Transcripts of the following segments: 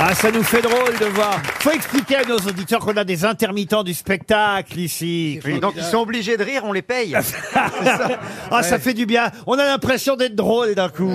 Ah, ça nous fait drôle de voir. Faut expliquer à nos auditeurs qu'on a des intermittents du spectacle ici. Oui, donc ils sont obligés de rire, on les paye. Ah, ça fait du bien. On a l'impression d'être drôle d'un coup.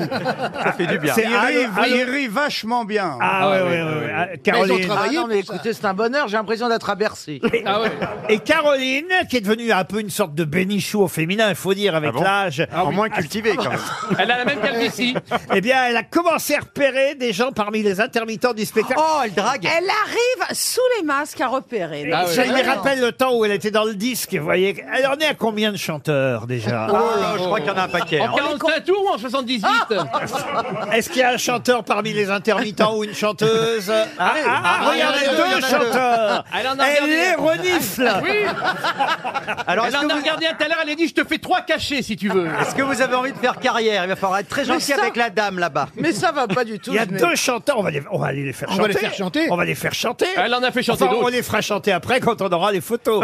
Ça fait du bien. C'est- Il Allô, rit, allô. il rit vachement bien. Ah, ouais, ouais, ouais, ouais. Ah, Caroline. Ah non, mais écoutez, c'est un bonheur, j'ai l'impression d'être à Bercy. Ah Et Caroline, qui est devenue un peu une sorte de bénichou au féminin, il faut dire, avec Ah bon l'âge. En moins cultivé quand même. Elle a la même calvitie. Eh bien, elle a commencé à repérer des gens parmi les intermittents du spectacle. Oh, elle drague. Elle arrive sous les masques à repérer. Ah ouais. Ça lui rappelle le temps où elle était dans le disque, vous voyez. Elle en est à combien de chanteurs déjà Oh là, je crois qu'il y en a un paquet. hein. En 47 tours ou en 78 Ah Est-ce qu'il y a un chanteur parmi les intermittents ou une chanteuse Ah, ah, ah, ah, regardez il y en a deux, il deux y en a chanteurs Elle en a Ah. Elle regardé les un. renifle Oui Alors, Elle est-ce en a que, vous- regardé un tout à l'heure, elle a dit Je te fais trois cachets si tu veux. est-ce que vous avez envie de faire carrière Il va falloir être très gentil ça- avec la dame là-bas. Mais ça va pas du tout. Il y a je n'ai- deux chanteurs, on va les, on va aller les faire On chanter. va les faire chanter. On va les faire chanter. Elle en a fait chanter Enfin, on d'autres. les fera chanter après quand on aura les photos.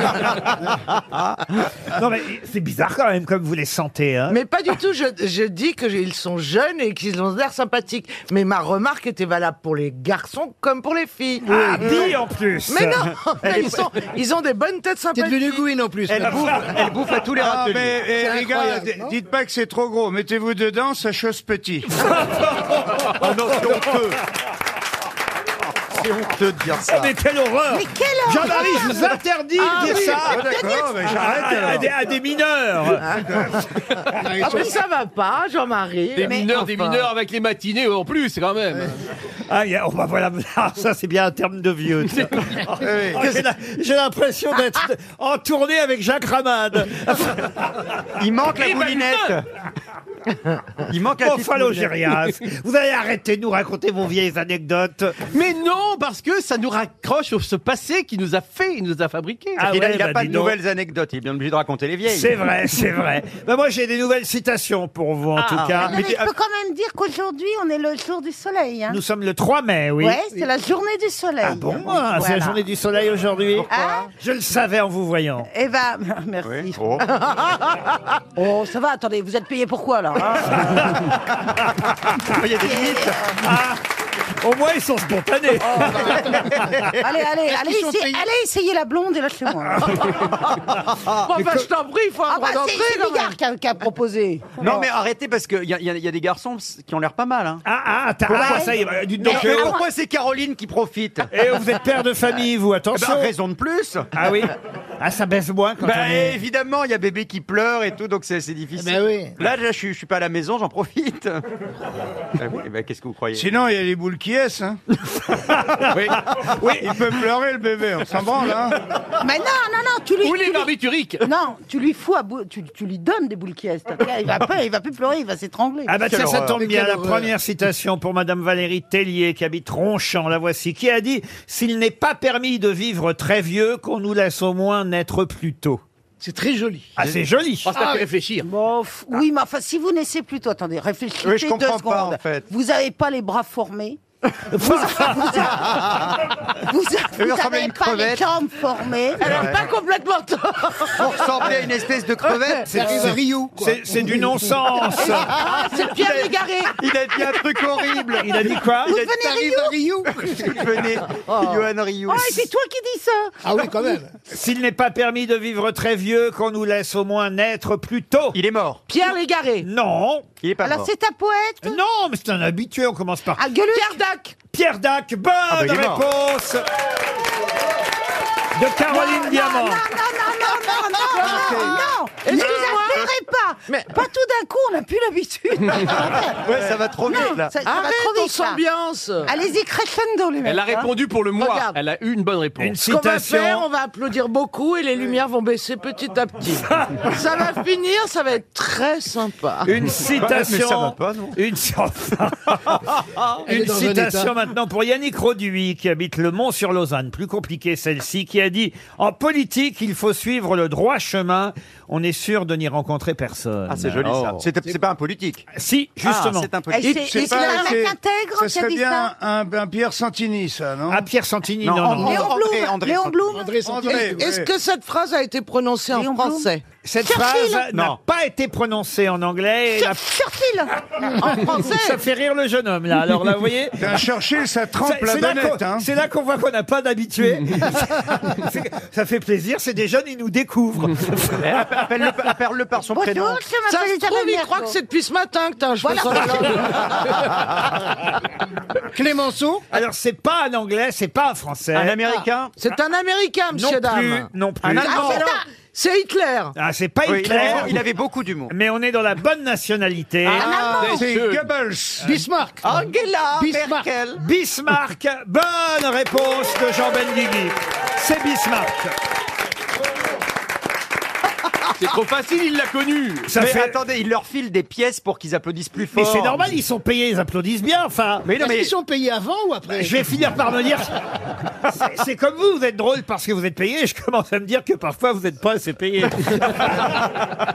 non mais c'est bizarre quand même comme vous les sentez. Hein. Mais pas du tout, je, je dis qu'ils sont jeunes et qu'ils ont l'air sympathiques. Mais ma remarque était valable pour les garçons comme pour les filles. Ah, dit en plus. Mais non, ils, sont, ils ont des bonnes têtes Ah, bah sympathiques. Gwyn en plus. Elle bouffe, elle bouffe à tous les Ah, râteliers. mais eh, les gars, incroyable, d- non dites pas que c'est trop gros. Mettez-vous dedans, ça chausse petit. Ah non, c'est honteux. C'est honteux de dire ça. Ah, Mais quelle horreur Mais quelle horreur Jean-Marie, je vous interdis de dire ça Ah, d'accord, mais à, j'arrête à- à alors. des, à des mineurs. Ah, mais ça va pas, Jean-Marie. Des Mais mineurs, des enfin. mineurs avec les matinées en plus quand même. Ah, il y a- oh, bah, voilà, Ah, ça c'est bien un terme de vieux. ça. Ah, Oh, j'ai la- J'ai l'impression d'être en tournée avec Jacques Ramade. Il manque Eh la ben, boulinette. Il manque la petite Enfin, boulinette. l'Augérias. Vous allez arrêter de nous raconter vos vieilles anecdotes. Mais non, parce que ça nous raccroche sur ce passé qui nous a fait, il nous a fabriqué. Ah il n'a ouais, bah, pas dis de donc. nouvelles anecdotes, il est bien obligé de raconter les vieilles. C'est vrai, c'est vrai. Bah, moi, j'ai des nouvelles citations pour vous, en Ah. tout cas. Ah, Non, mais je peux quand même dire qu'aujourd'hui, on est le jour du soleil. Hein. Nous sommes le 3 mai, oui. Ouais, c'est la journée du soleil. Ah bon, ah, c'est la Voilà. journée du soleil aujourd'hui. Ah. Je le savais en vous voyant. Eh ben, merci. Oui. Oh. Oh, ça va, attendez, vous êtes payé pour quoi, là hein Ah. Oh, Il y a des limites. Oh, bah. Au moins, ils sont spontanés. Allez, allez, allez, qu'ils sont essayez, payés allez essayer la blonde et lâchez-moi. Bon, enfin, je t'en prie, il faut un Ah bah, droit c'est d'entrée c'est quand même. Bigard qui a, qui a proposé. Non mais arrêtez parce qu'il y, a- il y a- il y a des garçons qui ont l'air pas mal. Hein. Ah, ah, t'as- ah, ça y est, bah, dites donc. Mais euh, pourquoi c'est Caroline qui profite Et vous êtes père de famille, vous, Eh ben, attention. raison de plus ah oui Ah, ça baisse moins quand on Bah est- Eh évidemment, il y a bébé qui pleure et tout, donc c'est c'est difficile. Ben oui. Là, déjà, je, suis- je suis pas à la maison, j'en profite. Eh oui, bah, Qu'est-ce que vous croyez Sinon, il y a les boules qui est, hein. Il peut pleurer, le bébé, on s'en branle, hein. Mais non, non, non, tu lui... Ou tu les lui- barbituriques. Non, tu lui fous à bout, tu, tu lui donnes des boules qui est. Après, Il va, pas- il va plus pleurer, il va s'étrangler. Ah bah tiens, Quelle ça horreur. tombe Mais bien. quelle La horreur. première citation pour Madame Valérie Tellier, qui habite Ronchamp, la voici, qui a dit « S'il n'est pas permis de vivre très vieux, qu'on nous laisse au moins naître plus tôt. C'est très joli. ». Ah, c'est joli Oh, ça fait réfléchir. Bon, f- Ah, oui, mais enfin, si vous naissez plutôt, attendez, réfléchissez Oui, je deux comprends secondes. pas, en fait. Vous n'avez pas les bras formés. vous n'avez Elle ressemble à une pas les crevette. jambes formées. Elle a pas complètement tort. Vous ressemblez à une espèce de crevette C'est à Rio. quoi. C'est- C'est du non-sens Ah, C'est Pierre Légaré. Il a dit un truc horrible Il a dit quoi Il a dit t'arrives à Rio Venez, Johan Rio. Oh, et c'est toi qui dis ça Ah oui, quand même. S'il n'est pas permis de vivre très vieux, qu'on nous laisse au moins naître plus tôt. Il est mort. Pierre Légaré. Non Il est pas Alors, mort. c'est un poète Non, mais c'est un habitué, on commence par Ah, gueuleux Pierre Dac. Pierre Dac. Bonne bah, il est mort. réponse de Caroline Diamant. Non, non, non, non, non, non, non, non Ne nous affairez pas Pas tout d'un coup, on n'a plus l'habitude Ouais, ça va trop Non, vite là. ça, ça va Arrête, trop on vite, là. s'ambiance. Allez-y, crescendo, les mecs Elle a hein. répondu pour le moi. Regarde. Elle a eu une bonne Une réponse. Ce qu'on va citation. faire, on va applaudir beaucoup et les lumières vont baisser petit à petit. ça va finir, ça va être très sympa. Une citation. mais ça va pas, non une Elle est Ah, Une dans un citation état. maintenant pour Yannick Roduit, qui habite le Mont sur Lausanne. Plus compliquée celle-ci, qui a dit En politique, il faut suivre le droit chemin. On est sûr de n'y rencontrer personne. Oh. Ah, c'est joli ça. C'est c'est pas un politique. Si, Ah, justement. c'est un Et politique. c'est- Je sais et c'est pas, un mec c'est- intègre Ça qui a serait dit bien ça un, un Pierre Santini, ça, non À Pierre Santini, non, Non, non. en- Léon André- Blum André- Léon Blum André Santé. André, Est-ce ouais. que cette phrase a été prononcée en Léon Blum français Cette Churchill phrase n'a Non. pas été prononcée en anglais. et la- Churchill En Ça français fait rire le jeune homme, là. Alors là, vous voyez. T'as cherché, ça ça- trempe la C'est là bonnette, qu'on- hein. c'est là qu'on voit qu'on n'a pas d'habitué. ça fait plaisir, c'est des jeunes, ils nous découvrent. Appelle-le appelle-le par son prénom. Bonjour, je Ça m'appelle se trouve, il Isabelle croit que c'est depuis ce matin que t'as un cheveu Voilà. sur la langue. Clémenceau Alors c'est pas un anglais, c'est pas un français. Un américain Ah, C'est un Américain, non monsieur plus, dame. non plus. Un Allemand. c'est un- C'est Hitler. Ah, c'est pas Oui, il, Hitler, avait, il avait beaucoup d'humour. mais on est dans la bonne nationalité. Ah, Un Allemand C'est Goebbels. Euh, Bismarck Angela Bismarck. Merkel. Bismarck, bonne réponse de Jean Benguigui. C'est Bismarck. C'est trop facile, il l'a connu. Ça mais fait- attendez, il leur file des pièces pour qu'ils applaudissent plus Mais fort. c'est normal, ils sont payés, ils applaudissent bien, enfin. Mais non, Est-ce mais qu'ils sont payés avant ou après Je vais finir par me dire. C'est- C'est comme vous, vous êtes drôle parce que vous êtes payé. Je commence à me dire que parfois vous n'êtes pas assez payé.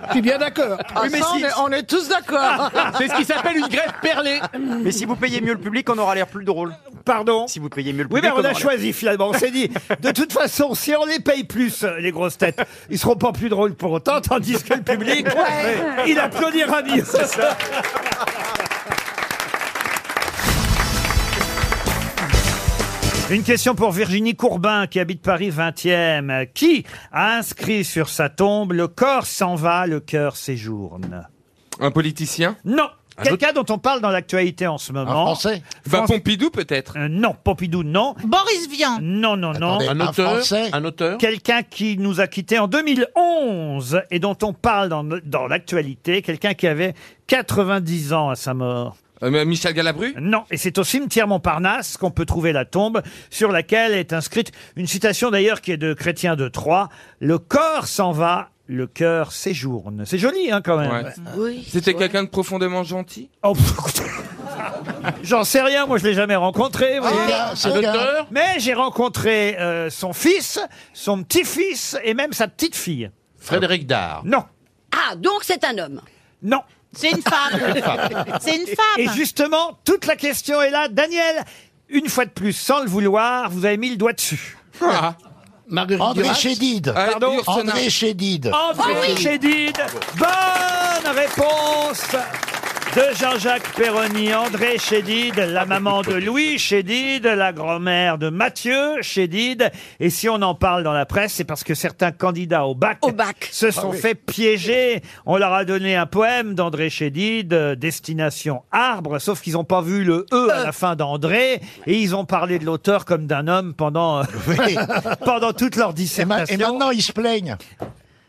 Je suis bien d'accord. Ah, mais ça, si- on, est, on est tous Ah, d'accord. C'est ce qui s'appelle une grève perlée. Mais si vous payez mieux le public, on aura l'air plus drôle. Pardon. Si vous payez mieux le Oui, public. mais on aura a l'air- choisi finalement. On s'est dit, de toute façon, si on les paye plus, euh, les grosses têtes, ils seront pas plus drôles pour autant, tandis que le public, il applaudira mieux. Une question pour Virginie Courbin, qui habite Paris 20e. Qui a inscrit sur sa tombe Le corps s'en va, le cœur séjourne Un politicien Non. Quelqu'un dont on parle dans l'actualité en ce moment. Français Bah Pompidou peut-être Euh, non, Pompidou, non. Boris Vian. Non, non, non. Attendez. Un Français Un auteur Quelqu'un qui nous a quittés en 2011 et dont on parle dans, dans l'actualité, quelqu'un qui avait 90 ans à sa mort. Euh, mais Michel Galabru Non, et c'est au cimetière Montparnasse qu'on peut trouver la tombe sur laquelle est inscrite une citation d'ailleurs qui est de Chrétien de Troyes, Le corps s'en va, le cœur séjourne. C'est joli hein, quand même. Ouais. C'était quelqu'un de profondément gentil Oh, pff, écoutez. J'en sais rien, moi je l'ai jamais rencontré. vous Ah, voyez. C'est un auteur Mais j'ai rencontré euh, son fils, son petit-fils et même sa petite-fille. Frédéric Dard. Non, Ah, donc c'est un homme. non. C'est une femme. c'est une femme. Et justement, toute la question est là. Daniel, une fois de plus, sans le vouloir, vous avez mis le doigt dessus. ah. Marguerite André Duras. Chédid. Ah, Pardon Yourcenar. André Chédid. André Oh Oh Chédid, bonne réponse de Jean-Jacques Perroni, André Chédid, la maman de Louis Chédid, la grand-mère de Mathieu Chédid. Et si on en parle dans la presse, c'est parce que certains candidats au bac, Au bac. se Ah sont fait piéger. On leur a donné un poème d'André Chédid, euh, Destination Arbre, sauf qu'ils n'ont pas vu le E Euh. à la fin d'André, et ils ont parlé de l'auteur comme d'un homme pendant, euh, Oui. pendant toute leur Et, ma- et dissertation. maintenant, ils se plaignent.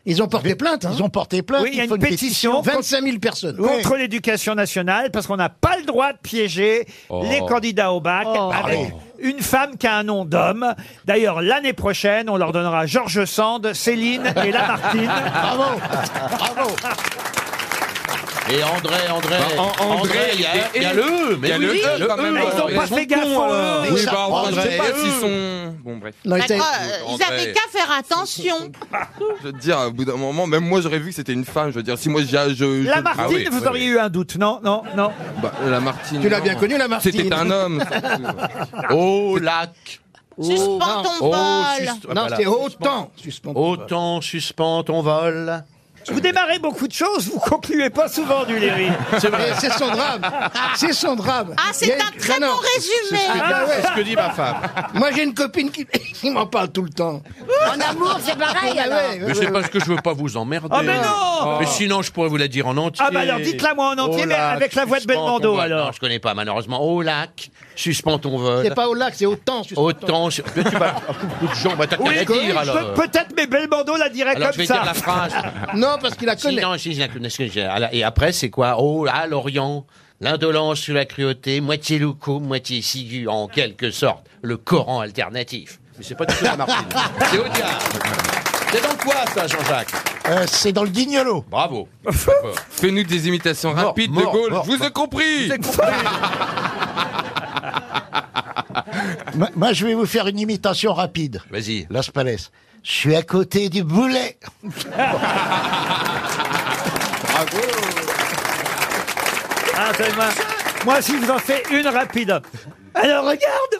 Ils ont porté plainte. hein. Ils ont porté plainte. Oui, il y a ils font une pétition. 25 000 personnes. contre l'éducation nationale parce qu'on n'a pas le droit de piéger les candidats au bac Oh. avec une femme qui a un nom d'homme. D'ailleurs, l'année prochaine, on leur donnera Georges Sand, Céline et Lamartine. Bravo. Bravo. Et André, André, An- Bah, André, il y a- il y a le, E, hein. Il y a le oui, E quand le même. Mais ils ont Ils pas sont fait gaffe au euh, E. Oui, ça, bah, enfin, je André, sais pas eux. s'ils sont... Bon, bref. Non, ils étaient- D'accord, euh, ils André. avaient qu'à faire attention. Je veux te dire, au bout d'un moment, même moi, j'aurais vu que c'était une femme. Je veux dire, si moi, j'ai- je... je- Lamartine, Ah oui, vous oui, auriez oui. eu un doute, non, non, non. Bah, Lamartine, Tu l'as non. bien connu, Lamartine. C'était un homme. au lac. Suspends ton vol. sus- ah, Non, voilà. c'était autant. Suspens- Autant suspend ton vol. Vous démarrez beaucoup de choses, vous concluez pas souvent du Léry. Mais C'est son drame. C'est son drame. Ah, Il y c'est a un une- très Non, bon non. résumé. Ah, ouais. Ce que dit ma femme. Moi, j'ai une copine qui, qui m'en parle tout le temps. En amour, c'est pareil Ah, alors. ouais, ouais, Mais ouais, c'est parce que je veux pas vous emmerder. Ah, mais non Mais sinon, je pourrais vous la dire en entier. Ah, bah alors, dites-la moi en entier, Au mais lac, avec la voix de suspends Belmondo, ton vol. alors. Non, je connais pas, malheureusement. Au lac, suspend ton vol. C'est pas au lac, c'est autant. suspens- Autant. su- Que tu vas. Beaucoup de gens, bah, t'as qu'à la dire alors. euh. Pe- Peut-être, mais Belmondo la dirait Alors, je comme vais dire ça. la phrase. Non, parce qu'il la connaît. Sinon, si, je la connais, ce que j'ai. Ah, là, Et après, c'est quoi Oh, à l'Orient, l'indolence sur la cruauté, moitié louco, moitié cigu, en quelque sorte, le Coran alternatif. Mais c'est pas du tout la Martine. c'est au diable. C'est dans quoi, ça, Jean-Jacques Euh, c'est dans le Guignolo. Bravo. Fais-nous des imitations Mort, rapides mort, de Gaulle. mort. je vous ai compris. Moi, moi, je vais vous faire une imitation rapide. Vas-y. Las Palais. Je suis à côté du boulet. Ah, tellement- Moi, si je vous en fais une rapide. Alors, regarde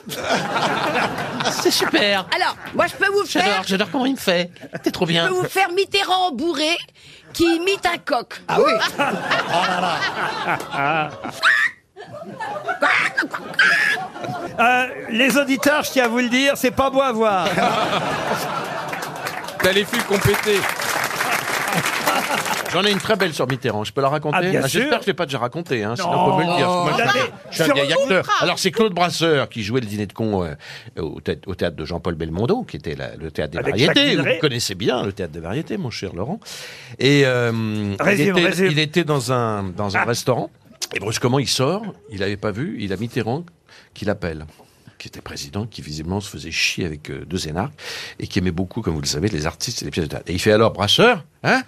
C'est super Alors, moi, je peux vous Ah, J'adore, faire, je j'adore comment il me fait. T'es trop bien. peux vous faire Mitterrand bourré qui imite un coq. Ah oui Oh Euh, les auditeurs, je tiens à vous le dire, c'est pas beau à voir. T'as les fils complétés. J'en ai une très belle sur Mitterrand, je peux la raconter Ah, bien sûr. J'espère que je l'ai pas déjà racontée, hein, sinon Non. on peut me le dire. parce que moi, je, Vous suis- l'avez- je suis un sur vieil acteur. Ultra. Alors c'est Claude Brasseur qui jouait le dîner de con euh, au, thé- au théâtre de Jean-Paul Belmondo, qui était la- le théâtre des Avec Jacques variétés. Vous Villeray. connaissez bien le théâtre des variétés, mon cher Laurent. Et euh, Résume, il, était, résume. il était dans un, dans Ah. un restaurant, et brusquement il sort, il n'avait pas vu, il a Mitterrand qui l'appelle qui était président, qui visiblement se faisait chier avec euh, deux énarques, et qui aimait beaucoup, comme vous le savez, les artistes et les pièces de théâtre. Et il fait alors, Brasseur, hein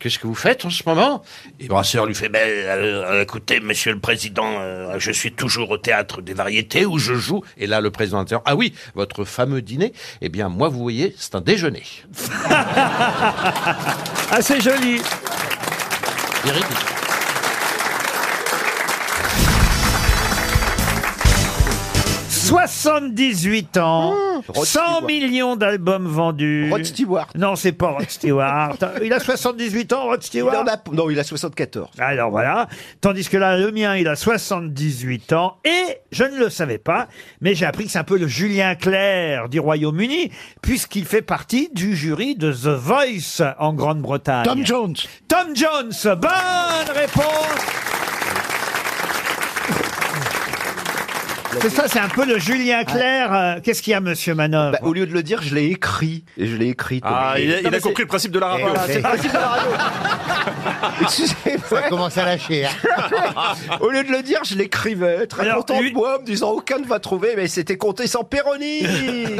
Qu'est-ce que vous faites en ce moment Et Brasseur lui fait, ben, euh, écoutez, monsieur le président, euh, je suis toujours au théâtre des variétés où je joue. Et là, le président interrompt, ah oui, votre fameux dîner, eh bien, moi, vous voyez, c'est un déjeuner. Ah, c'est joli. Véridique. — 78 ans, Hmm. 100 millions d'albums vendus. Rod Stewart. Non, c'est pas Rod Stewart. Il a 78 ans, Rod Il Stewart. en a- non, il a 74. Alors voilà. Tandis que là, le mien, il a 78 ans. Et je ne le savais pas, mais j'ai appris que c'est un peu le Julien Clerc du Royaume-Uni, puisqu'il fait partie du jury de The Voice en Grande-Bretagne. Tom Jones. Tom Jones, bonne réponse C'est ça, c'est un peu le Julien Clerc. euh, Qu'est-ce qu'il y a, monsieur Manov Ah. Bah, au lieu de le dire, je l'ai écrit. Et je l'ai écrit. Ah, il a, il a Non, mais compris le principe de la Eh, radio. Ah, ouais. Ça commence à lâcher. hein. c'est- Au lieu de le dire, je l'écrivais. Très Alors, content lui- de moi, me disant aucun ne va trouver, mais c'était compté sans Péroni,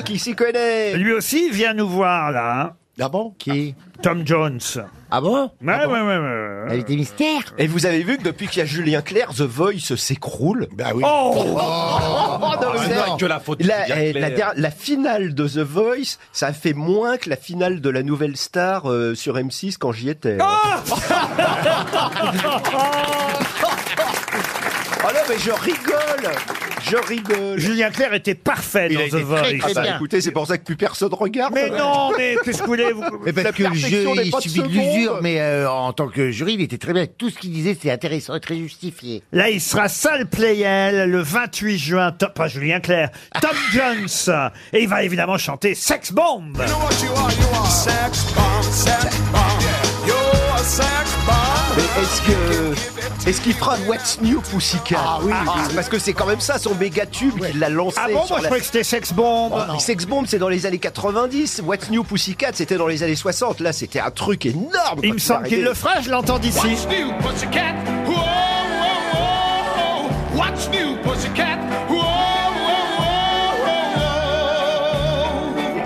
qui s'y connaît. Lui aussi vient nous voir, là. hein. Ah bon Qui Tom Jones. Ah bon Ouais, ouais, ouais, ouais, ouais. Avec des mystères Et vous avez vu que depuis qu'il y a Julien Clerc, The Voice s'écroule Bah oui. Oh Oh, non, mais c'est- que la faute. La, Bien eh, clair. la der- la finale de The Voice, ça a fait moins que la finale de la Nouvelle Star euh, sur M6 quand j'y Eh étais. Oh! Ah Oh non, mais je rigole Je rigole Julien Clerc était parfait Il dans a été The Voice. très, Ah très bah, bien. écoutez, c'est pour ça que plus personne regarde. Mais non, mais qu'est-ce que vous voulez vous- Mais La parce que le jeu, perfection n'est il pas de subit de seconde. l'usure, mais euh, en tant que jury, il était très bien. Tout ce qu'il disait, c'était intéressant et très justifié. Là, il sera salle Playel le 28 juin. Tom- pas Julien Clerc, Tom Jones. Et il va évidemment chanter Sex Bomb. Mais est-ce que est-ce qu'il fera What's New Pussycat Ah oui, parce que c'est quand même ça son méga tube qu'il a lancé. Ah bon, sur moi je la- Oh, croyais que c'était Sex Bomb. Sex Bomb, c'est dans les années 90. What's New Pussycat, c'était dans les années 60. Là, c'était un truc énorme. quand Il me semble arrivé. qu'il le fera, je l'entends d'ici.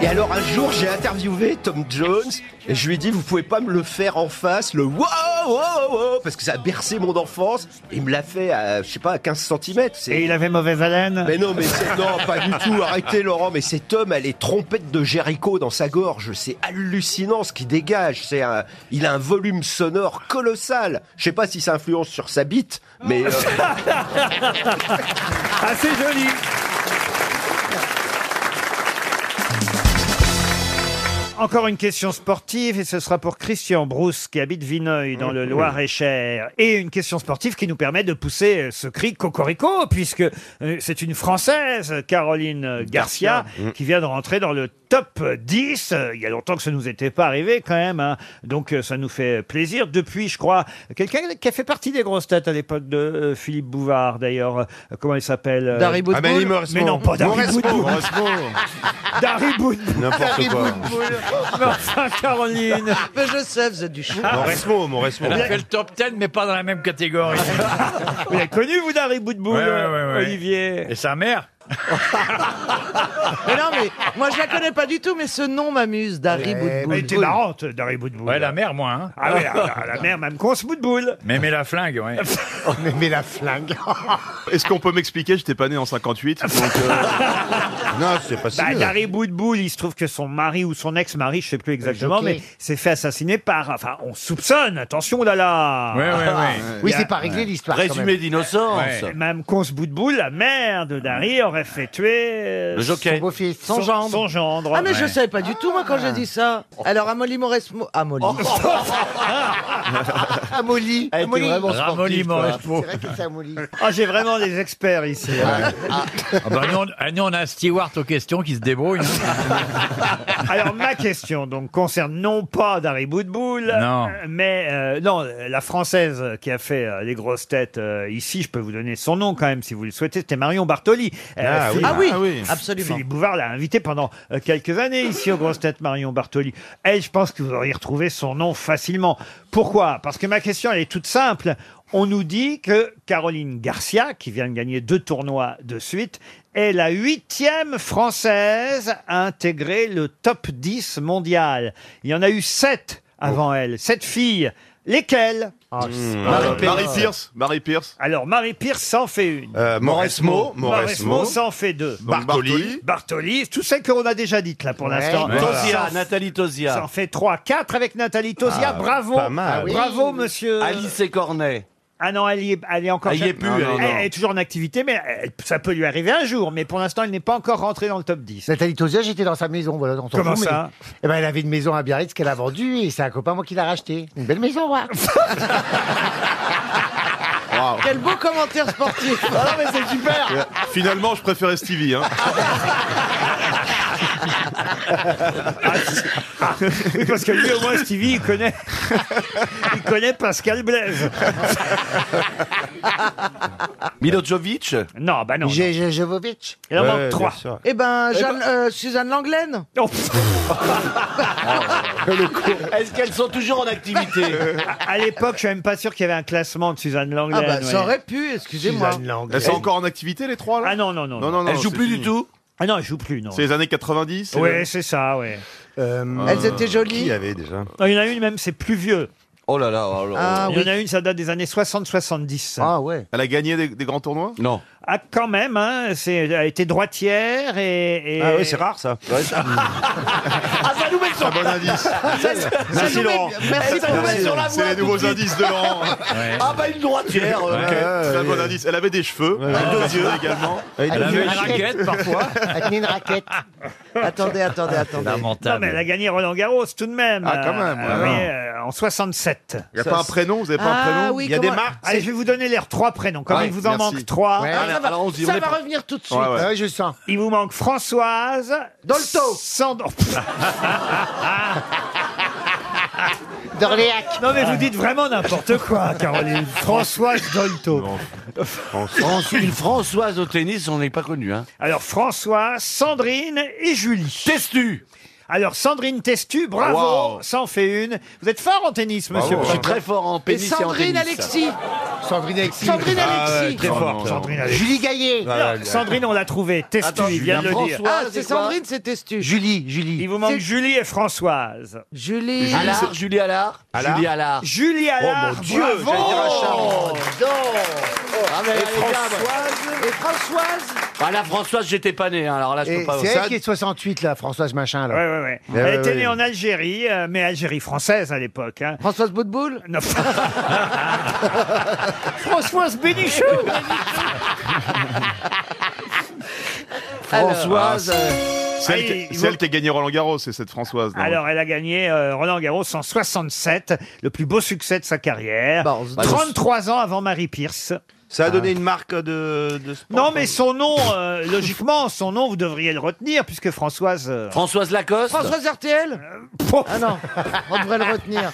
Et alors, un jour, j'ai interviewé Tom Jones et je lui ai dit Vous pouvez pas me le faire en face, le wow, wow, wow, parce que ça a bercé mon enfance. Et il me l'a fait à, je sais pas, à 15 cm. Et il avait mauvaise haleine. Mais non, mais c'est- non, pas du tout. Arrêtez, Laurent. Mais cet homme a les trompettes de Jericho dans sa gorge. C'est hallucinant ce qu'il dégage. C'est un, il a un volume sonore colossal. Je sais pas si ça influence sur sa bite, mais euh, Ah, c'est joli. Encore une question sportive et ce sera pour Christian Brousse qui habite Vineuil Mmh. dans le Loir-et-Cher. Et une question sportive qui nous permet de pousser euh, ce cri cocorico puisque euh, c'est une Française, Caroline Garcia, Mmh. qui vient de rentrer dans le top 10. Euh, Il y a longtemps que ça nous était pas arrivé quand même. hein. Donc euh, ça nous fait plaisir. Depuis, je crois, quelqu'un qui a fait partie des grosses têtes à l'époque de euh, Philippe Bouvard d'ailleurs. Euh, Comment il s'appelle euh, Darry Ah, Boudboul. Amélie mais non, pas Darry Boudboul. Darry Boudboul. N'importe quoi. Mais enfin, Caroline. Mais je sais, vous êtes du chou. Mauresmo, Mauresmo. le top 10, mais pas dans la même catégorie. Vous l'avez connu, vous, Darry Boudboul, Ouais, ouais, ouais, ouais. Olivier Et sa mère Mais non, mais moi je la connais pas du tout, mais ce nom m'amuse, Dari Boudboul. Elle bah, était marrante, Dari Boudboul. Ouais, la mère, moi. Hein. Ah oui, la, la mère, même grosse bout de boule. Mais mais la flingue, ouais. Oh, mais mais la flingue. Bah, Est-ce qu'on peut m'expliquer J'étais pas né en 58. donc, euh, Non, c'est pas Bah, Dari Boudboul, il se trouve que son mari ou son ex-mari, je sais plus exactement, jockey. mais s'est fait assassiner par. Enfin, on soupçonne, attention, là là Ouais, ouais, ouais. Oui, c'est pas réglé, l'histoire, quand Résumé même. d'innocence. Ouais. Même Conce Boudboul, la mère de Dari, aurait fait tuer. Le jockey. Son beau-fils, son gendre. Son gendre. Ah. Ah, mais je savais pas du tout, moi, quand j'ai dit ça. Alors, Amoli Mores. Mo- Amoli. Oh. Amoli. était Amoli. vraiment sportive, Ramolli toi. Morespo. C'est vrai que c'est Amoli. Ah, j'ai vraiment des experts ici. hein. Ah bah, nous, on, ah, nous, on a un steward aux questions qui se débrouille. Alors ma question donc concerne non pas Dari Boudboul, Non. euh, mais euh, non la française qui a fait euh, les grosses têtes euh, ici, je peux vous donner son nom quand même si vous le souhaitez, c'était Marion Bartoli. Euh, Ah oui. Philippe- Ah oui, Ah oui. absolument. Philippe Bouvard l'a invitée pendant euh, quelques années ici aux grosses têtes Marion Bartoli. Elle, je pense que vous auriez retrouvé son nom facilement. Pourquoi Parce que ma question elle est toute simple. On nous dit que Caroline Garcia, qui vient de gagner deux tournois de suite, est la huitième Française à intégrer le top 10 mondial. Il y en a eu sept Oh. avant elle, sept filles. Lesquelles Mmh. Marie Pierce. Marie Pierce. Marie Pierce. Alors, Marie Pierce s'en fait une. Euh, Mauresmo. Mauresmo. Mauresmo s'en fait deux. Donc, Bartoli. Bartoli. Tout celles qu'on a déjà dites, là, pour l'instant. Tosia, Nathalie Ça en Tosia. fait 3, 4 avec Nathalie Tosia. Ah, bravo. pas mal. Ah oui. Bravo, Oh, monsieur. Alice et Cornet. Ah non, elle y est, elle est encore. Elle y est plus, Elle, elle est- elle est toujours en activité, mais elle- ça peut lui arriver un jour. Mais pour l'instant, elle n'est pas encore rentrée dans le top 10. Nathalie Tosia, j'étais dans sa maison. Voilà, on s'en Comment fout, mais- ça Eh ben, Elle avait une maison à Biarritz qu'elle a vendue et c'est un copain, moi, qui l'a rachetée. Une belle maison, ouais. Quel beau commentaire sportif. mais c'est super. Euh, Finalement, je préférais Stevie. Ah, Hein. Ah, Oui, parce que lui, au moins, Stevie, il connaît, il connaît Pascal Blaise. Milojovic Non, bah non. non. Jevovic Il en manque trois. Eh ben, Jeanne- euh, Suzanne Langlaine. Oh, Est-ce qu'elles sont toujours en activité À l'époque, je suis même pas sûr qu'il y avait un classement de Suzanne Langlaine. Ah bah, ouais. ça aurait pu, excusez-moi. Elles sont encore en activité, les trois là Ah non, non, non. Non, non, non. Elles jouent c'est plus fini. du tout Ah non, elle joue plus, non. C'est les années 90 c'est Ah. Oui, c'est ça, oui. Euh, Elles étaient jolies. avait déjà Non, Il y en a une même, c'est plus vieux. Oh là là, oh là. Ah Il y oui. en a une, ça date des années 60-70. Ah. Ah ouais. Elle a gagné des, des grands tournois Non. quand même, hein, c'est, elle a été droitière et... et- rare ça. Ah, ça nous met sur, Un bon indice. ça nous met- Merci ça nous met sur la voie. C'est les nouveaux indices de Laurent. Ah bah une droitière. euh, Ok, Très bon indice. Elle avait des cheveux, deux yeux également. Elle avait une raquette parfois. une raquette. Attendez, attendez, attendez. Ah, Non, mais elle a Lamentable. gagné Roland Garros tout de même. Ah, quand même, Euh, ouais. oui, euh, en 67. Il n'y a pas un prénom Vous n'avez pas Ah, un prénom oui, Il y a comment- des marques Allez, je vais vous donner les trois prénoms. Comme Ouais, il vous en merci. manque trois, Ouais, Ah, ça va, alors on dit, on ça est va pas- revenir tout de suite. Ouais, ouais. je sens. il vous manque Françoise. Dolto. Sandor. Dorléac. Non, mais vous dites vraiment n'importe quoi, Caroline. Françoise Dolto. Une Françoise au tennis, on n'est pas connu. Hein. Alors, Françoise, Sandrine et Julie. Testu. Alors, Sandrine Testu, bravo, Wow. ça en fait une. Vous êtes fort en tennis, monsieur. Bravo. Je suis Plaza. très fort en Et pénis et en Sandrine tennis. Alexis. Sandrine Alexis. Sandrine Ah Alexis. Très fort. Sandrine, allez. Julie Gaillet. Alors, Sandrine, on l'a trouvé. Testu, il vient de le dire. Ah, c'est Sandrine, c'est Testu. Julie, Julie. Il vous manque C'est- Julie et Françoise. Julie. Allard, Julie Ah. Allard. Julie Allard. Julie Allard, Ah, bravo. Oh, Ah, Et Françoise. Ah là, Françoise, j'étais pas né, hein, alors là, je peux pas... c'est Ça- elle qui est 68, là, Françoise Machin, là. Ouais, ouais, ouais. Eh Elle était née en Algérie, euh, mais Algérie française à l'époque. hein. Françoise Boudboul. Non. Françoise Bénichou Françoise... euh, Celle Ah, il- qui- il celle vous- qui a gagné Roland Garros, c'est cette Françoise. non Alors, elle a gagné euh, Roland Garros en 67, le plus beau succès de sa carrière. Bon, Bah, on se- Ah. 33 ans avant Marie Pierce. Ça a donné une marque de, de sport. Non, mais son nom, euh, logiquement, son nom, vous devriez le retenir, puisque Françoise... euh, Françoise Lacoste. Françoise RTL. Pouf Ah non, on devrait le retenir.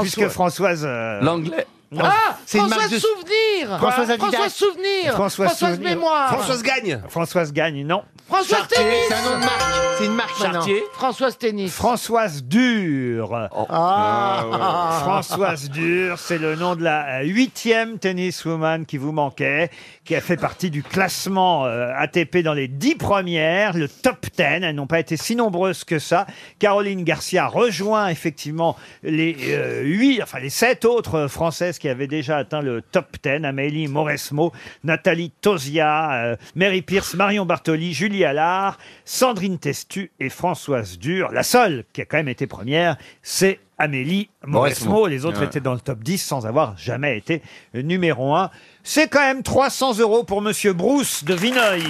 Puisque Françoise... euh, L'anglais. Ah C'est une Françoise marque de- Souvenir Françoise Adidas. Hein Françoise Souvenir Françoise, Souvenir. Mémoire Gagne. Françoise Bah Gagne, non. Françoise Chartier, Tennis c'est un nom de marque. C'est une marque maintenant. Chartier. Françoise Tennis Françoise Dure. Oh. Euh, Ah. Françoise Dure, c'est le nom de la euh, huitième tenniswoman qui vous manquait, qui a fait partie du classement euh, ATP dans les dix premières, le top 10. Elles n'ont pas été si nombreuses que ça. Caroline Garcia rejoint effectivement les euh, huit, enfin les sept autres euh, françaises qui avaient déjà atteint le top 10. Amélie Mauresmo, Nathalie Tosia, euh, Mary Pierce, Marion Bartoli, Julie Allard, Sandrine Testu et Françoise Dur. La seule qui a quand même été première, c'est Amélie Mauresmo. Mauresmo. Les autres Ouais. étaient dans le top 10 sans avoir jamais été numéro 1. C'est quand même 300 euros pour Monsieur Brousse de Vineuil.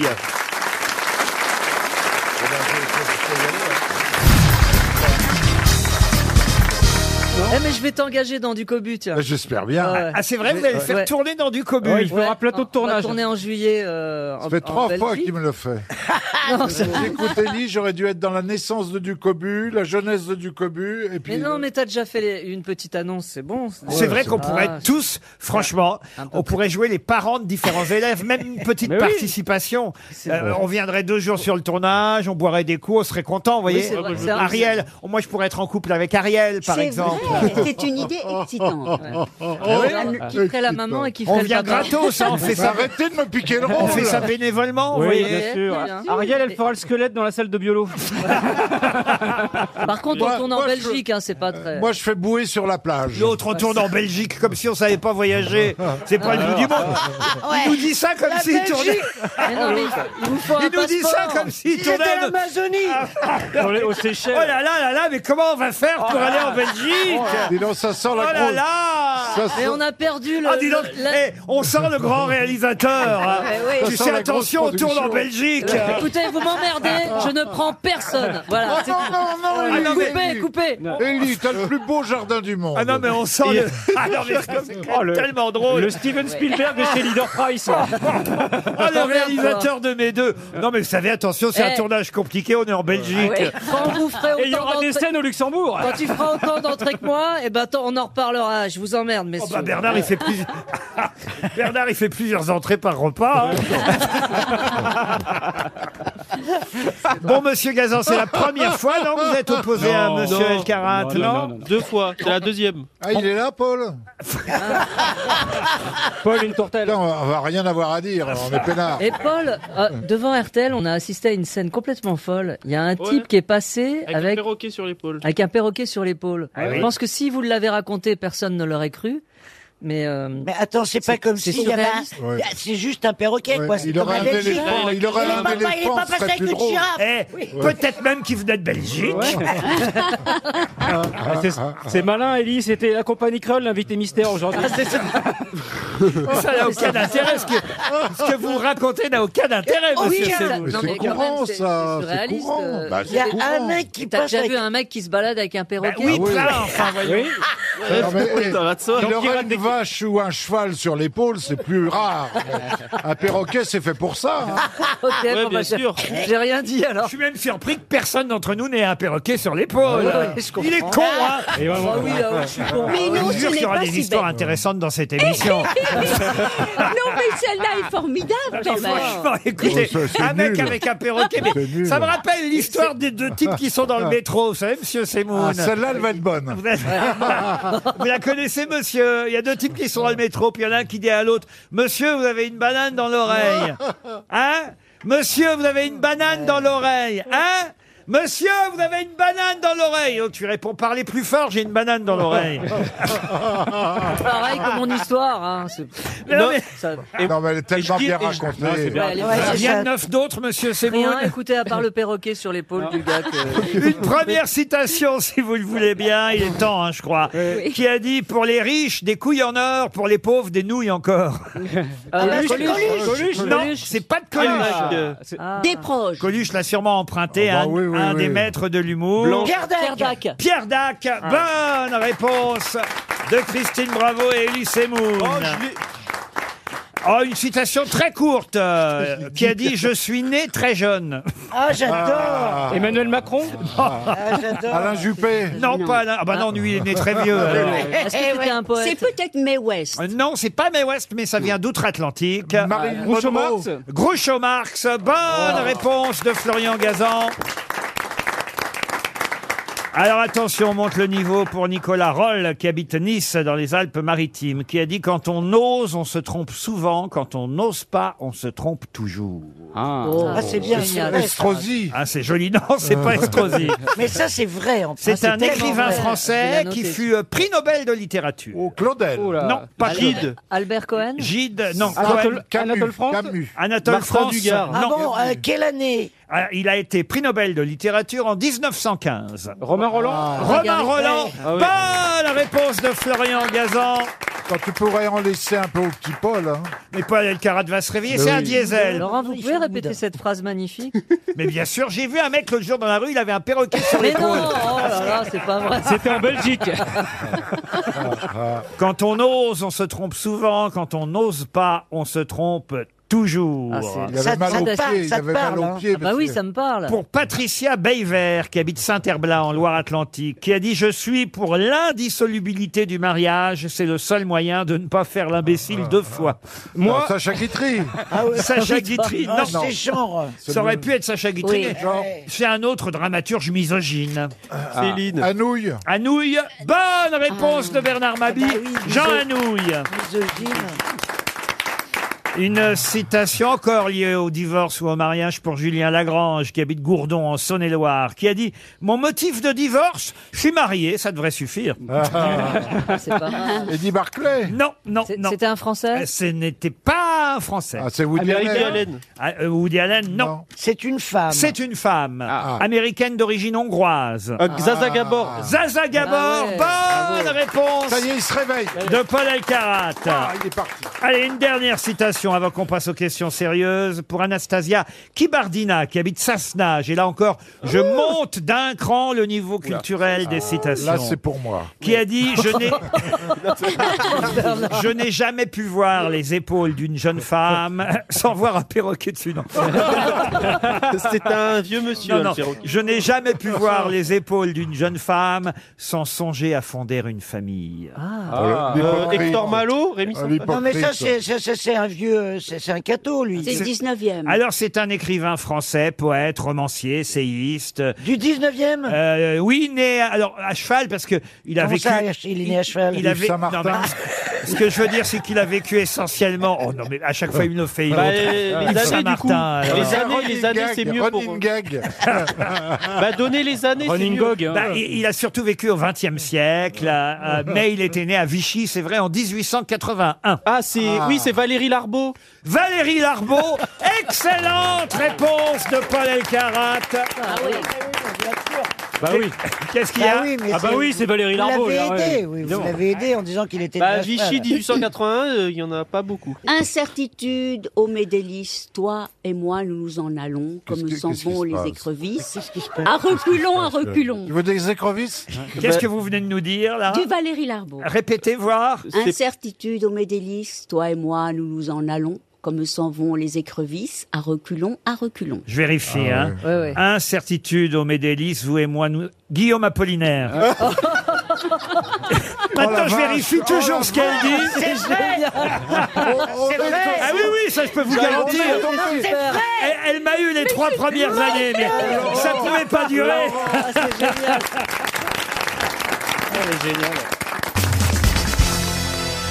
Eh, mais je vais t'engager dans du cobu, tiens. Euh, J'espère bien. Ah, ouais. Ah, c'est vrai, vous allez le faire Ouais. tourner dans du cobu. Ouais, il fera ouais. plateau de On va tournage. tourner en juillet. euh, en- Ça fait en trois fois Belgique. Ah, qu'il me le fait. Non, J'ai écouté Ellie, j'aurais dû être dans la naissance de Ducobu, la jeunesse de Ducobu, et puis. Mais non, mais t'as déjà fait les- une petite annonce, c'est bon. C'est vrai qu'on Ah, pourrait être tous, franchement, on pourrait jouer les parents de différents élèves, même une petite Mais oui. participation. C'est Euh, vrai. on viendrait deux jours sur le tournage, on boirait des coups, on serait content, vous Oui, voyez. Euh, c'est vrai, c'est vrai. Ariel, oh, moi je pourrais être en couple avec Ariel, par C'est exemple. vrai. C'est une idée excitante. Oh, qui ferait la maman et qui On ferait le vient papa. gratos, hein, on fait ça. Arrêtez de me piquer le On rôle. fait ça bénévolement, vous Oui, voyez. bien sûr. bien sûr. Ariel, elle fera le squelette dans la salle de biolo. Ah, Par contre, Moi- on tourne en moi, je- Belgique, hein, c'est pas très. Moi, je fais bouer sur la plage. L'autre, on tourne en Belgique comme si on savait pas voyager. C'est pas le bout du monde. Il nous dit ça comme La s'il Belgique. tournait. Mais non, mais il vous faut un Il nous dit ça passeport. comme s'il Il tournait. Ah, est de en- Dans les- aux Seychelles. Oh là là là là, mais comment on va faire pour aller en Ah. Dis Belgique donc, ça sent Oh la là grosse- là Ça sent- Mais on a perdu le. Ah, dis donc, le- la- eh, on sent le grand réalisateur. hein. Eh oui. Tu Ça sais, sent la attention, on grosse tourne en production. Belgique. Euh, Écoutez, vous m'emmerdez, je ne prends personne. Voilà. c'est non, tout. non, non, Ah, Élie. coupez, coupez. Ellie, t'as le plus beau jardin du monde. Ah non, mais on sent le... Ah non, mais c'est Oh, le- tellement drôle. Le Steven Spielberg de chez Leader Price. Ah, le réalisateur de mes deux. Non, mais vous savez, attention, c'est un Eh. tournage compliqué, on est en Belgique. Ah ouais. Quand vous ferez Et il y autant aura des d'entrées- scènes au Luxembourg. Quand tu feras autant d'entrées que moi, et ben attends, on en reparlera. Je vous emmerde, messieurs. Oh, bah, Bernard, il fait plus- Bernard, il fait plusieurs entrées par repas. hein. bon, monsieur Gazan, c'est la première fois, non, vous êtes opposé à Non, monsieur non, Elkarat, non, Deux fois, c'est la deuxième. Ah, il est là, Paul Paul, une tourtelle. Non, on va rien avoir à dire, on est peinard. Et Paul, euh, devant RTL, on a assisté à une scène complètement folle. Il y a un type qui est passé avec, Avec un perroquet sur l'épaule. avec un perroquet sur l'épaule. Ah oui. Je pense que si vous l'avez raconté, personne ne l'aurait cru. Mais, euh, Mais attends, c'est pas comme c'est s'il y avait surréaliste. un... Ah, C'est juste un perroquet, quoi. C'est Il comme aurait la un Belgique. éléphant, Ah, il aurait est un pas- il est éléphant, pas ce passé serait avec plus une drôle. girafe. Eh, Peut-être même qu'il venait de Belgique. Ah, c'est- C'est malin, Ellie. C'était la compagnie Kroll, l'invité mystère Ah, aujourd'hui. Ça n'a Oh. aucun intérêt. Ce que, ce que vous racontez n'a aucun intérêt, Oh, monsieur oui, ça- Sebou. non, c'est mais quand courant, même, c'est- ça, c'est c'est surréaliste, courant. euh, Bah, Il y a un mec qui T'as passe déjà avec... vu un mec qui se balade avec Bah un perroquet oui, Ah oui. plein, enfin, voyons. Oui. Non, mais, eh, il Donc, il aurait rate une des- vache ou un cheval sur l'épaule, c'est plus rare. un perroquet, c'est fait pour ça. hein. Ok, Ah, Ouais, bon, bien bah, j'ai- sûr. J'ai rien dit alors. Je suis même surpris que personne d'entre nous n'ait un perroquet sur l'épaule. Ouais, je comprends. Il est con, hein Et ouais, Ah ouais, oui, ouais. ah oui, je suis con. Mais Je non, vous ce jure qu'il n'est y aura pas des si histoires bête. intéressantes dans cette émission. Non, mais celle-là est formidable, Mais quand même. Ah, franchement, écoutez, Bah, Oh, ça, c'est un mec nul. avec un perroquet, mais C'est nul. ça me rappelle l'histoire des deux types qui sont dans le métro. Vous savez, monsieur Semoun Ah, Celle-là, elle va être bonne. Vous, êtes- Vous la connaissez, monsieur Il y a deux types qui sont dans le métro, puis il y en a un qui dit à l'autre Monsieur, vous avez une banane dans l'oreille. Hein Monsieur, vous avez une banane dans l'oreille. Hein Monsieur, vous avez une banane dans l'oreille. Oh, tu réponds, parlez plus fort, j'ai une banane dans l'oreille. Pareil que mon histoire. Hein. c'est- Mais non, mais- ça- Non, mais elle est tellement dis- bien et je- racontée. Non, c'est bien. Ouais, Ouais, c'est Rien ça. de neuf d'autre, monsieur Semoun Rien, écoutez, à part le perroquet sur l'épaule du gars que... Une première citation, si vous le voulez bien, il est temps, hein, je crois, qui a dit pour les riches des couilles en or, pour les pauvres des nouilles encore. Ah, Euh, Coluche. Coluche. Non, c'est Ah, pas de Ah, Coluche. Euh, c'est- Ah. Des proches. Coluche l'a sûrement emprunté Ah bah à un, oui, oui, un oui. des maîtres de l'humour. Blanc. Pierre Pierre Dac. Dac. Pierre Dac, bonne réponse de Christine Bravo et Elie Semoun. Oh, je l'ai- Oh, une citation très courte euh, qui a dit Je suis né très jeune. Ah. Ah, j'adore. Ah, Emmanuel Macron j'adore. Ah, Alain Juppé Non, pas Alain. Ah, bah non, lui, il est né très vieux. alors. Est-ce que c'était un poète C'est peut-être May West. Euh, Non, c'est pas May West, mais ça vient d'outre-Atlantique. Marilyn Groucho Monroe. Marx Groucho Marx. Bonne réponse de Florian Gazan. Alors attention, on monte le niveau pour Nicolas Roll, qui habite Nice, dans les Alpes-Maritimes, qui a dit « Quand on ose, on se trompe souvent. Quand on n'ose pas, on se trompe toujours. » Ah, Ah, c'est bien, c'est vrai, ça. Estrosi. Ah, c'est joli. Non, c'est pas Estrosi. Mais ça, c'est vrai. en plus. C'est Ah, un tellement écrivain vrai. français qui fut euh, prix Nobel de littérature. Oh, Claudel. Ah, Non, pas Gide. Ah, Albert Cohen Gide, non. Anatole- Cohen. Anatole France Camus. Anatole Marcel France. Dugard. Non. Ah bon, euh, quelle année Il a été prix Nobel de littérature en 1915. Romain Roland Ah. Romain Regardez. Roland Ah oui. Pas la réponse de Florian Gazan Quand tu pourrais en laisser un peu au petit Paul. Hein. Mais Paul Elkarat va se réveiller, c'est un diesel. Laurent, vous pouvez répéter cette phrase magnifique Mais bien sûr, j'ai vu un mec l'autre jour dans la rue, il avait un perroquet sur Mais non, l'épaule. oh là là, c'est pas vrai. Quand on ose, on se trompe souvent. Quand on n'ose pas, on se trompe toujours. Ah, c'est- Il avait ça- mal ça aux te par- pieds, il ça te avait mal parle, aux hein. pieds, Ah bah oui, monsieur. ça me parle. Pour Patricia Bayver, qui habite Saint-Herblain en Loire-Atlantique, qui a dit Je suis pour l'indissolubilité du mariage. C'est le seul moyen de ne pas faire l'imbécile ah, deux fois. Ah, Sacha Guitry. Ah ouais. Sacha Guitry, Ah, non. c'est genre. Ça aurait pu être Sacha Guitry. Oui. mais C'est un autre dramaturge misogyne. Céline. Anouille. Anouille. Bonne réponse de Bernard Mabie. Jean Anouille. Une citation encore liée au divorce ou au mariage pour Julien Lagrange, qui habite Gourdon en Saône-et-Loire, qui a dit Mon motif de divorce, je suis marié, ça devrait suffire. C'est pas mal. Eddie Barclay. Eh. Non, non, C'est- non. C'était un français Euh, Ce n'était pas un français. Ah, c'est Woody Américain Allen. Ah, euh, Woody Allen, non. C'est une femme. C'est une femme américaine d'origine hongroise. Ah. Euh, Ah. Zaza Gabor. Zaza Gabor, Ah ouais. bonne réponse. Ça y est, il se réveille. De Paul Alcarat. Ah, il est parti. Allez, une dernière citation avant qu'on passe aux questions sérieuses pour Anastasia Kibardina qui habite Sassenage. Et là encore, je Ah. monte d'un cran le niveau culturel des citations. Là, c'est pour moi. Qui a dit je n'ai je n'ai jamais pu voir les épaules d'une jeune femme sans voir un perroquet dessus. Non. C'est un vieux monsieur, Non, non. le perroquet. Je n'ai jamais pu voir les épaules d'une jeune femme sans songer à fonder une famille. Ah. Euh, Hector Malo, Rémi Ah, Ah, Sampal. Non, mais ça, c'est- c'est c'est- c'est un vieux. C'est c'est un cateau, lui. C'est le 19e. Alors c'est un écrivain français, poète, romancier, essayiste. Du 19e Euh, oui, né à, alors à cheval parce que il a Comment vécu. ça, il est né à cheval Il Yves avait. Saint-Martin. non, mais- ce que je veux dire, c'est qu'il a vécu essentiellement. Oh non, mais à chaque fois il nous fait une Bah, autre. les- les Yves années, Saint-Martin, du coup. alors. Les années, les années, c'est mieux pour Running eux. gag. Bah, donnez les années, c'est mieux. hein. Bah, il il a surtout vécu au XXe siècle, à- à- mais il était né à Vichy, c'est vrai, en 1881. Ah, c'est... Ah. Oui, c'est Valérie Larbeau. Valérie Larbeau, excellente réponse de Paul Elkarat. Ah oui. Bah oui. Qu'est-ce qu'il y a Ah, Bah oui, mais c'est- vous Oh, l'avez aidé, oui, vous l'avez aidé en disant qu'il était. Bah, de la Vichy cheval. 1881, euh, il y en a pas beaucoup. Incertitude, ô Médélis, toi et moi, nous nous en allons, comme que- s'en qu'est-ce qui vont se les passe écrevisses. À reculons, à reculons. Tu veux des écrevisses Qu'est-ce Hein, que vous venez de nous dire là Du Valérie Larbeau. Répétez voir. Incertitude, ô Médélis, toi et moi, nous nous en allons, comme s'en vont les écrevisses, à reculons, à reculons. Je vérifie. hein. Incertitude au Médélis, vous et moi, nous. Guillaume Apollinaire. Ah. Oh Maintenant, je vérifie toujours ce qu'elle dit. C'est génial. C'est vrai. Ah oui, oui, ça je peux vous J'allais garantir. tomber, tomber. C'est vrai. Elle, elle m'a eu les trois premières années, mais Laurent. ça pouvait pas durer. C'est génial.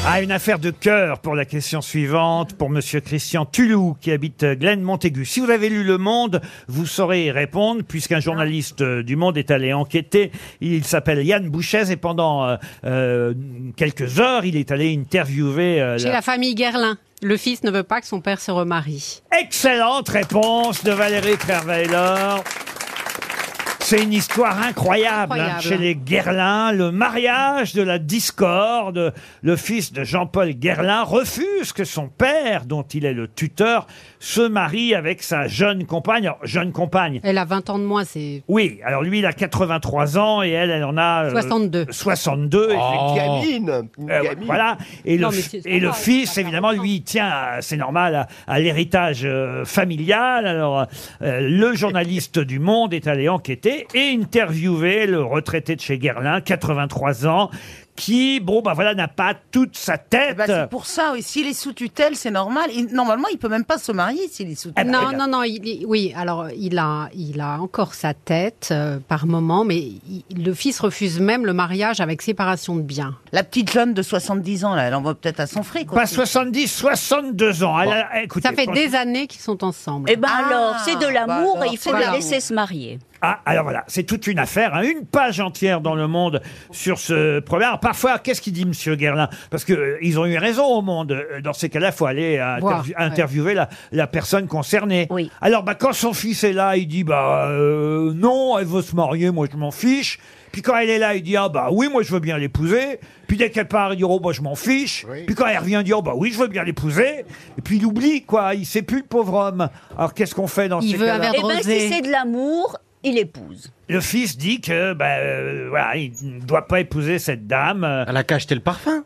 Ah, une affaire de cœur pour la question suivante, pour Monsieur Christian Tulou, qui habite Glen Montaigu. Si vous avez lu Le Monde, vous saurez y répondre, puisqu'un journaliste euh, du Monde est allé enquêter. Il s'appelle Yann Bouchèze et pendant euh, euh, quelques heures, il est allé interviewer... euh, Chez la- la famille Guerlain, le fils ne veut pas que son père se remarie. Excellente réponse de Valérie Trierweiler. C'est une histoire incroyable, hein, Incroyable. chez les Guerlain. Le mariage de la discorde. Le fils de Jean-Paul Guerlain refuse que son père, dont il est le tuteur, se marie avec sa jeune compagne. Alors, jeune compagne. Elle a 20 ans de moins, c'est. Oui, alors lui, il a 83 ans et elle, elle en a... euh, 62. 62. et- Oh. Gamine, une Euh, gamine. Voilà. Et Non, le, mais f- c'est- c'est et le normal, fils, évidemment, lui, il tient, à- c'est normal, à, à l'héritage euh, familial. Alors, euh, le journaliste du Monde est allé enquêter et interviewer le retraité de chez Guerlain, 83 ans, qui, bon, bah voilà, n'a pas toute sa Eh ben, tête. Eh ben, C'est pour ça, oui. S'il est sous tutelle, c'est normal. Il- normalement, il peut même pas se marier s'il est sous tutelle. Non, non, non, il- il- oui, alors il a, il a encore sa tête euh, par moment, mais il- le fils refuse même le mariage avec séparation de biens. La petite jeune de 70 ans, là, elle en va peut-être à son fric. Pas 70, 62 ans. Elle a- eh, écoutez, Ça fait quand- des années qu'ils sont ensemble. Eh ben alors, c'est bah, de l'amour et il faut la les laisser se marier. Ah, alors voilà, c'est toute une affaire, hein, une page entière dans le monde sur ce problème. Alors, parfois, qu'est-ce qu'il dit, Monsieur Guerlain Parce que euh, ils ont eu raison au monde. Euh, Dans ces cas-là, faut aller euh, Voir, intervie- ouais. interviewer la, la personne concernée. Alors, bah, quand son fils est là, il dit bah euh, non, elle veut se marier, moi je m'en fiche. Puis quand elle est là, il dit ah bah oui, moi je veux bien l'épouser. Puis dès qu'elle part, il dit oh bah je m'en fiche. Puis quand elle revient, il dit oh bah oui, je veux bien l'épouser. Et puis il oublie quoi, il sait plus le pauvre homme. Alors qu'est-ce qu'on fait dans ces cas-là Eh ben, si c'est de l'amour, il épouse. le fils dit que ben, euh, voilà, il ne doit pas épouser cette dame. Elle a qu'à acheter le parfum.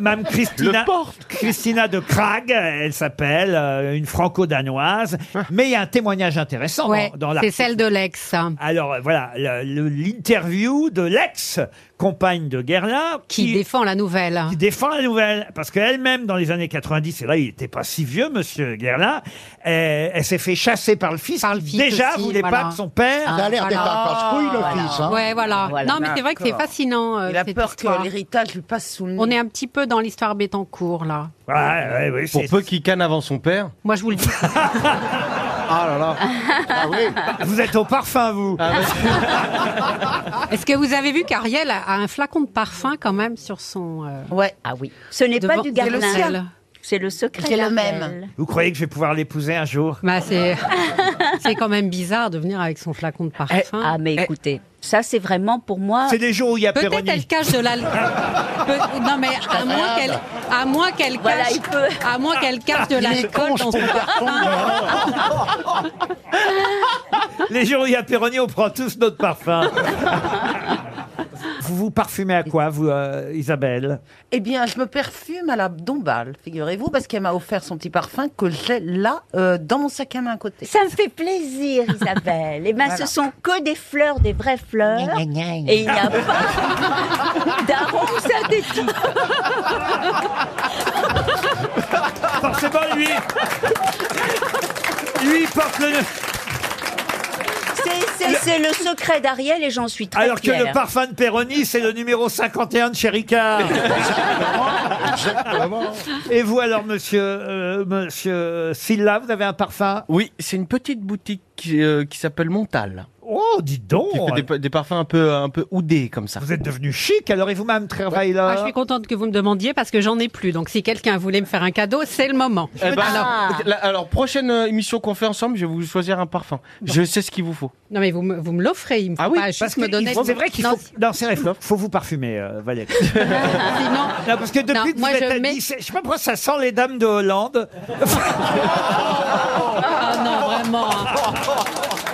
Mme Christina, Christina de Krag, elle s'appelle, euh, une franco-danoise. Mais il y a un témoignage intéressant Ouais, dans, dans c'est l'article. celle de l'ex. hein, Alors euh, voilà, le- le- l'interview de l'ex-compagne de Guerlain Qui défend la nouvelle. qui défend la nouvelle, parce qu'elle-même, dans les années 90, et là, il n'était pas si vieux, monsieur Guerlain, euh, elle s'est fait chasser par le fils. Déjà, aussi, voulait voilà. pas que son père... Ah, Ça a l'air d'être voilà. un casse-couille, le Voilà. fils, hein. Ouais, voilà. Non, mais c'est vrai que c'est D'accord. fascinant, euh, il a cette peur histoire. que l'héritage lui passe sous le nez. On est un petit peu dans l'histoire Bettencourt, là. Pour peu qu'il canne avant son père. Moi, je vous le dis. Ah là Ah là. Ah, Vous êtes au parfum, vous. Est-ce que vous avez vu qu'Ariel a, a un flacon de parfum quand même sur son. euh, Ouais. Ah oui. Ce n'est pas du Garlin. C'est le secret. C'est le d'Abel. même. Vous croyez que je vais pouvoir l'épouser un jour Bah, c'est c'est quand même bizarre de venir avec son flacon de Eh, parfum. Eh. ah, mais écoutez, ça c'est vraiment pour moi. C'est des jours où il y a Ah, Peut-être Péroni. elle cache de l'alcool. Non mais à moins qu'elle, à moins qu'elle cache, Voilà, il à moins qu'elle cache de Il est l'alcool con, dans ce son parfum. Les jours où il y a Péroni, on prend tous notre parfum. vous vous parfumez à quoi, vous, euh, Isabelle Eh bien, je me perfume à la Dombal, figurez-vous, parce qu'elle m'a offert son petit parfum que j'ai là, euh, dans mon sac à main à côté. Ça me fait plaisir, Isabelle. Eh ben, Voilà. ce sont que des fleurs, des vraies fleurs. Et il n'y a pas d'arôme synthétique. Forcément, lui. Lui, il porte le. C'est- C'est c'est le secret d'Ariel et j'en suis très Alors que le fière. parfum de Péroni, c'est le numéro 51 de chez Ricard. Et vous alors, monsieur, euh, monsieur Silla, vous avez un parfum Oui, c'est une petite boutique qui, euh, qui s'appelle Montal. Oh, dis donc Qui fait des, pa- des parfums un peu, un peu oudés comme ça. Vous êtes devenu chic, alors et vous-même, Trevor Ah, je suis contente que vous me demandiez parce que j'en ai plus. Donc si quelqu'un voulait me faire un cadeau, c'est le moment. Eh ben, Alors- la- alors, prochaine euh, émission qu'on fait ensemble, je vais vous choisir un parfum. Je sais ce qu'il vous faut. Ah Non mais vous me, vous me l'offrez, il me faut Ah oui, pas juste parce me qu'il donner. faut- c'est vrai qu'il Non, faut... Non, c'est vrai, faut- faut vous parfumer, euh, Valérie. sinon- Non, parce que depuis Non, que vous moi, êtes je à mets- 10, je sais pas pourquoi ça sent les dames de Hollande. Ah non, vraiment. hein.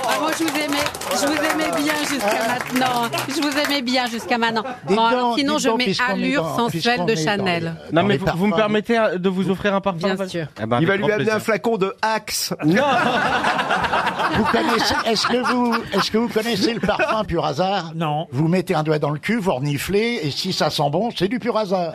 Ah, moi, je vous aimais, je vous aimais bien jusqu'à maintenant. hein. Je vous aimais bien jusqu'à maintenant. Dis Bon, alors, donc, sinon, dis je donc, mets puisqu'on est allure dans- sensuelle puisqu'on de est dans Chanel. les- Non, mais vous, vous me permettez euh, de vous offrir un parfum Bien Val- sûr. Eh ben, Il avec va lui grand amener plaisir. un flacon de Axe. Non. Vous connaissez, est-ce que vous, est-ce que vous connaissez le parfum pur hasard Non. Vous mettez un doigt dans le cul, vous reniflez, et si ça sent bon, c'est du pur hasard.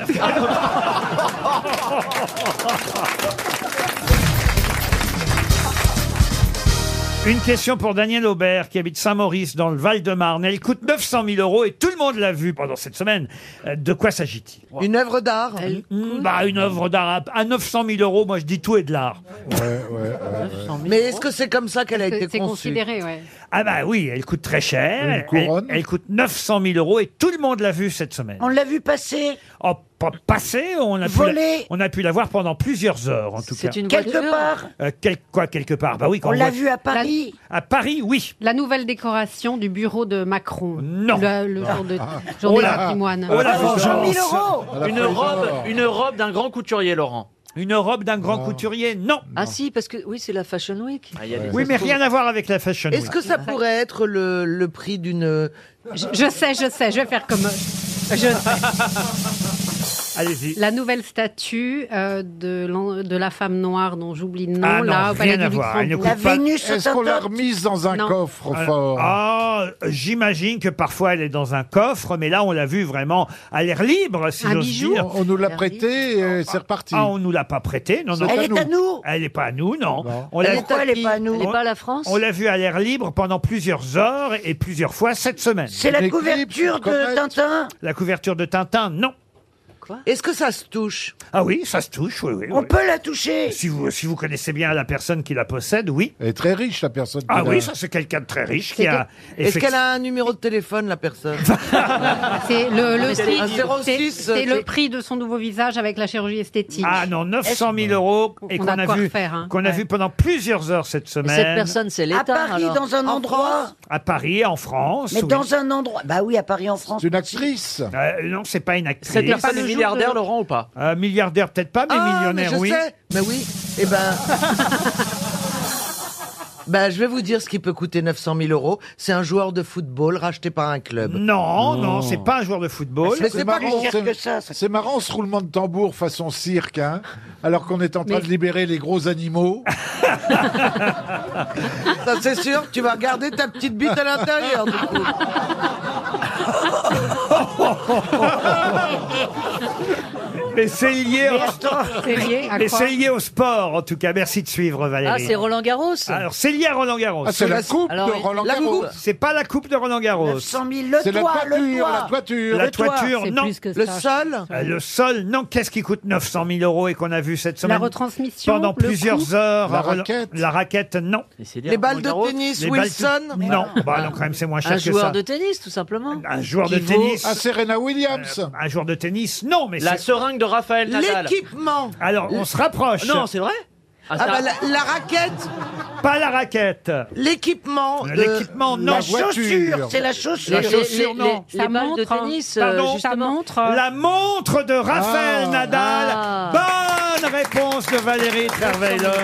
Une question pour Daniel Aubert qui habite Saint-Maurice dans le Val-de-Marne. Elle coûte 900 000 euros et tout le monde l'a vue pendant cette semaine. Euh, De quoi s'agit-il Une œuvre d'art. Mm, Bah, une œuvre d'art à- à 900 000 euros, moi je dis tout est de l'art. Mais est-ce que c'est comme ça qu'elle a été C'est conçue considéré, ouais. Ah bah oui, elle coûte très cher. Une Elle- Elle, elle coûte 900 000 euros et tout le monde l'a vue cette semaine. On l'a vu passer. Oh, pas passée. On a, pu la, Volée. on a pu la voir pendant plusieurs heures, en tout C'est cas. une Quelque voiture part. Euh, quel- Quoi, quelque part Bah oui, quand On l'a voit- vue à Paris. À Paris, oui. La nouvelle décoration du bureau de Macron. Non. Le, le jour de, Oh journée la- patrimoine. oh la vengeance. Une robe, une robe d'un grand couturier, Laurent. Une robe d'un grand couturier Non. Ah si, parce que oui, c'est la Fashion Week. Ah, il y a des- Oui, mais rien à voir avec la fashion. Est-ce que ça pourrait être le, le prix d'une. Je, je sais, je sais, je vais faire comme. Allez-y. La nouvelle statue euh, de, l'en- de la femme noire dont j'oublie le nom, Ah non, là, au rien palais à du voir, elle ne Luxembourg. coûte pas- Est-ce qu'on l'a remise dans un Non. coffre Alors, fort Ah, j'imagine que parfois elle est dans un coffre, mais là on l'a vue vraiment à l'air libre, si j'ose dire. On nous l'a prêté et c'est reparti. Ah, on nous l'a pas prêtée, non, non. Elle est à Ah nous. Elle est pas à nous, non. On Elle Euh, l'a- est à Pourquoi elle est qui pas à nous Elle est pas à la France On l'a vue à l'air libre pendant plusieurs heures et plusieurs fois cette semaine. C'est la couverture de Tintin. La couverture de Tintin, non. Est-ce que ça se touche Ah oui, ça se touche, oui, oui. On oui. peut la toucher. Si vous, si vous connaissez bien la personne qui la possède, oui. Elle est très riche, la personne. Ah qui oui, l'a- ça c'est quelqu'un de très riche qui C'est a. que- Est-ce qu'elle a un numéro de téléphone, la personne Ah, C'est le, le, Un prix- 06, c'est- c'est le c'est- prix de son nouveau visage avec la chirurgie esthétique. Ah non, 900 000 euros et On qu'on a a, de quoi vu refaire, hein. qu'on a Ouais. vu pendant plusieurs heures cette Et semaine. cette personne, c'est l'État. À Paris, alors. dans un endroit. à Paris, en France. Mais oui. dans un endroit. Bah oui, à Paris, en France. Une actrice. Euh, non, c'est pas une actrice. Cette personne est milliardaire, Laurent, ou pas Milliardaire, peut-être pas, mais Ah, millionnaire, mais je oui. sais. Mais oui, eh ben... Ben, je vais vous dire ce qui peut coûter 900 000 euros. C'est un joueur de football racheté par un club. Non, non, c'est pas un joueur de football. Mais c'est pas plus cher c'est- que ça. ça. c'est marrant ce roulement de tambour façon cirque, hein, alors qu'on est en train Mais- de libérer les gros animaux. Ça, c'est sûr, tu vas garder ta petite bite à l'intérieur, du coup. Mais c'est lié, au- Mais attends, c'est lié à Mais quoi c'est lié au sport, en tout cas. Merci de suivre, Ah, Valérie. c'est Roland Garros. Alors, c'est lié à Roland Garros. Ah, c'est la coupe Alors, de Roland la Garros. coupe. C'est pas la coupe de Roland Garros. 900 000, le C'est la toit, le toiture, toit. la toiture. La Le toit, toiture, c'est non. plus que Le ça. sol Euh, Le sol, non. Qu'est-ce qui coûte 900 000 euros et qu'on a vu cette semaine retransmission, Pendant le plusieurs coût heures. La à Roland- raquette. La raquette, non. Les balles de tennis, Les balles- Wilson Non, bah non, quand même, c'est moins cher un que ça. joueur de tennis, tout simplement. Un joueur Qui de vaut- tennis. Euh, Ah, Serena Williams. Un joueur de tennis, non, mais La c'est- seringue de Raphaël Nadal. L'équipement Alors, on se rapproche. Non, c'est vrai Ah, c'est un- bah, la, la raquette, Pas la raquette. l'équipement... de- L'équipement, non. la voiture. C'est la chaussure. La Les- les- chaussure, non. les- les balles de hein. tennis, euh, Pardon justement. La montre de Raphaël Ah. Nadal. Ah. Bonne réponse de Valérie Trierweiler.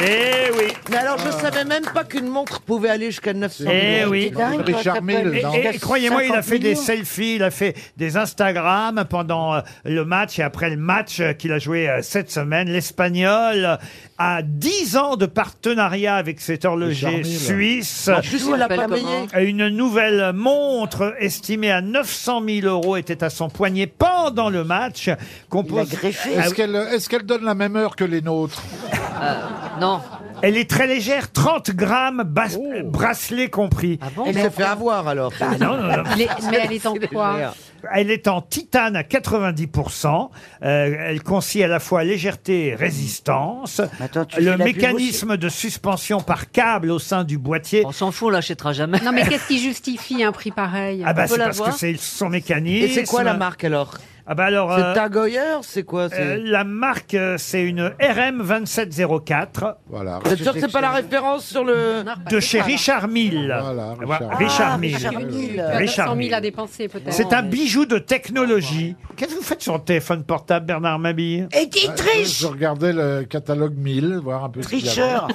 Eh oui. Mais alors, je savais même pas qu'une montre pouvait aller jusqu'à 900 000 Eh euros. oui. Dingue, toi, Richard t'appelles- Mille, Et, non. et- et croyez-moi, il a 50 fait des millions. selfies, il a fait des Instagram pendant euh, le match et après le match euh, qu'il a joué euh, cette semaine. L'Espagnol euh, a 10 ans de partenariat avec cet horloger Richard Mille. suisse. Juste, Tout il l'a l'appelle pas comment payé. Et Une nouvelle montre estimée à 900 000 euros était à son poignet pendant le match. Compose- Ah Est-ce oui. qu'elle est-ce qu'elle donne la même heure que les nôtres Euh, Non. Oh. Elle est très légère, 30 grammes, bas- bracelet Ah compris. Il s'est fait avoir, alors. Ah non, non, non. Elle est- mais elle est en quoi Elle est en titane à 90%. Euh, elle concilie à la fois légèreté et résistance. Mais attends, tu le fais la pub mécanisme de suspension par câble au sein du boîtier. On s'en fout, on l'achètera jamais. Non, mais qu'est-ce qui justifie un prix pareil Ah bah peut c'est la parce que voir c'est son mécanisme. Et c'est quoi la marque, alors Ah bah alors. C'est euh, Tag Heuer C'est quoi c'est- euh, la marque, euh, c'est une RM2704 Voilà. Vous êtes sûr que c'est pas la Bah, référence sur le... de chez Richard Mille. Voilà, Richard Voilà, Mille. Richard Ah, Richard Mille. Mille. Il y a 900 Richard 000 à Mille. dépenser, peut-être. C'est un bijou de technologie. Qu'est-ce que vous faites sur le téléphone portable, Bernard Mabille Et qui triche Bah, Je regardais le euh, catalogue 1000, voir un peu. ce qu'il y avait. Tricheur.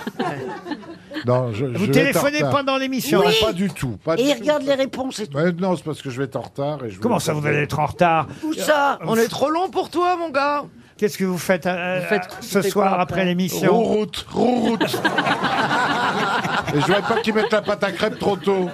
Non, je, Vous téléphonez pendant l'émission Non, là Pas du tout. Pas Et du il tout. regarde les réponses et tout. Ouais, non, c'est parce que je vais être en retard. Et je Comment voulais ça, vous pas- allez être en retard Euh, Où ça On est trop long pour toi, mon gars Qu'est-ce que vous faites, euh, Vous faites- ce vous faites soir quoi après après l'émission Rouroute, rouroute. Et je voudrais pas qu'ils mettent la pâte à crêpes trop tôt.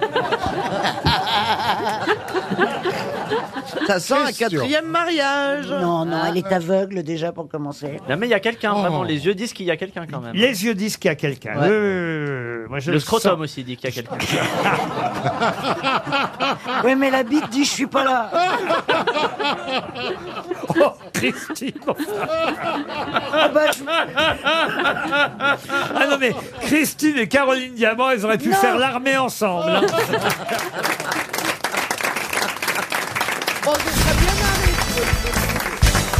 Ça sent un Question. quatrième mariage Non, non, elle est aveugle déjà pour commencer. Non, mais il y a quelqu'un, Oh. vraiment. Les yeux disent qu'il y a quelqu'un quand même. Les yeux disent qu'il y a quelqu'un. Ouais. Oui, oui, oui, oui. Moi, je Le scrotum sens. aussi dit qu'il y a quelqu'un. Oui, mais la bite dit je suis pas là. Oh, Christine enfin. Ah bah, je- Ah non, mais Christine et Caroline Diamant, elles auraient pu Non. faire l'armée ensemble. Oh. hein. On se serait bien arrêté.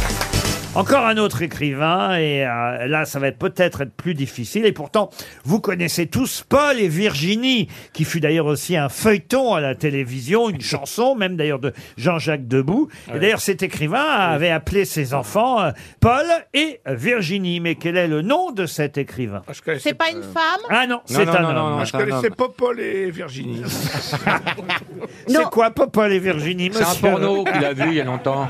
Encore un autre écrivain, et euh, là, ça va être peut-être être plus difficile. Et pourtant, vous connaissez tous Paul et Virginie, qui fut d'ailleurs aussi un feuilleton à la télévision, une chanson, même d'ailleurs de Jean-Jacques Debout. Et d'ailleurs, cet écrivain avait appelé ses enfants euh, Paul et Virginie. Mais quel est le nom de cet écrivain C'est pas une femme Ah non, c'est un homme. Moi, euh. je connaissais pas Paul et Virginie. C'est quoi Popol et Virginie, C'est un monsieur porno qu'il a vu il y a longtemps.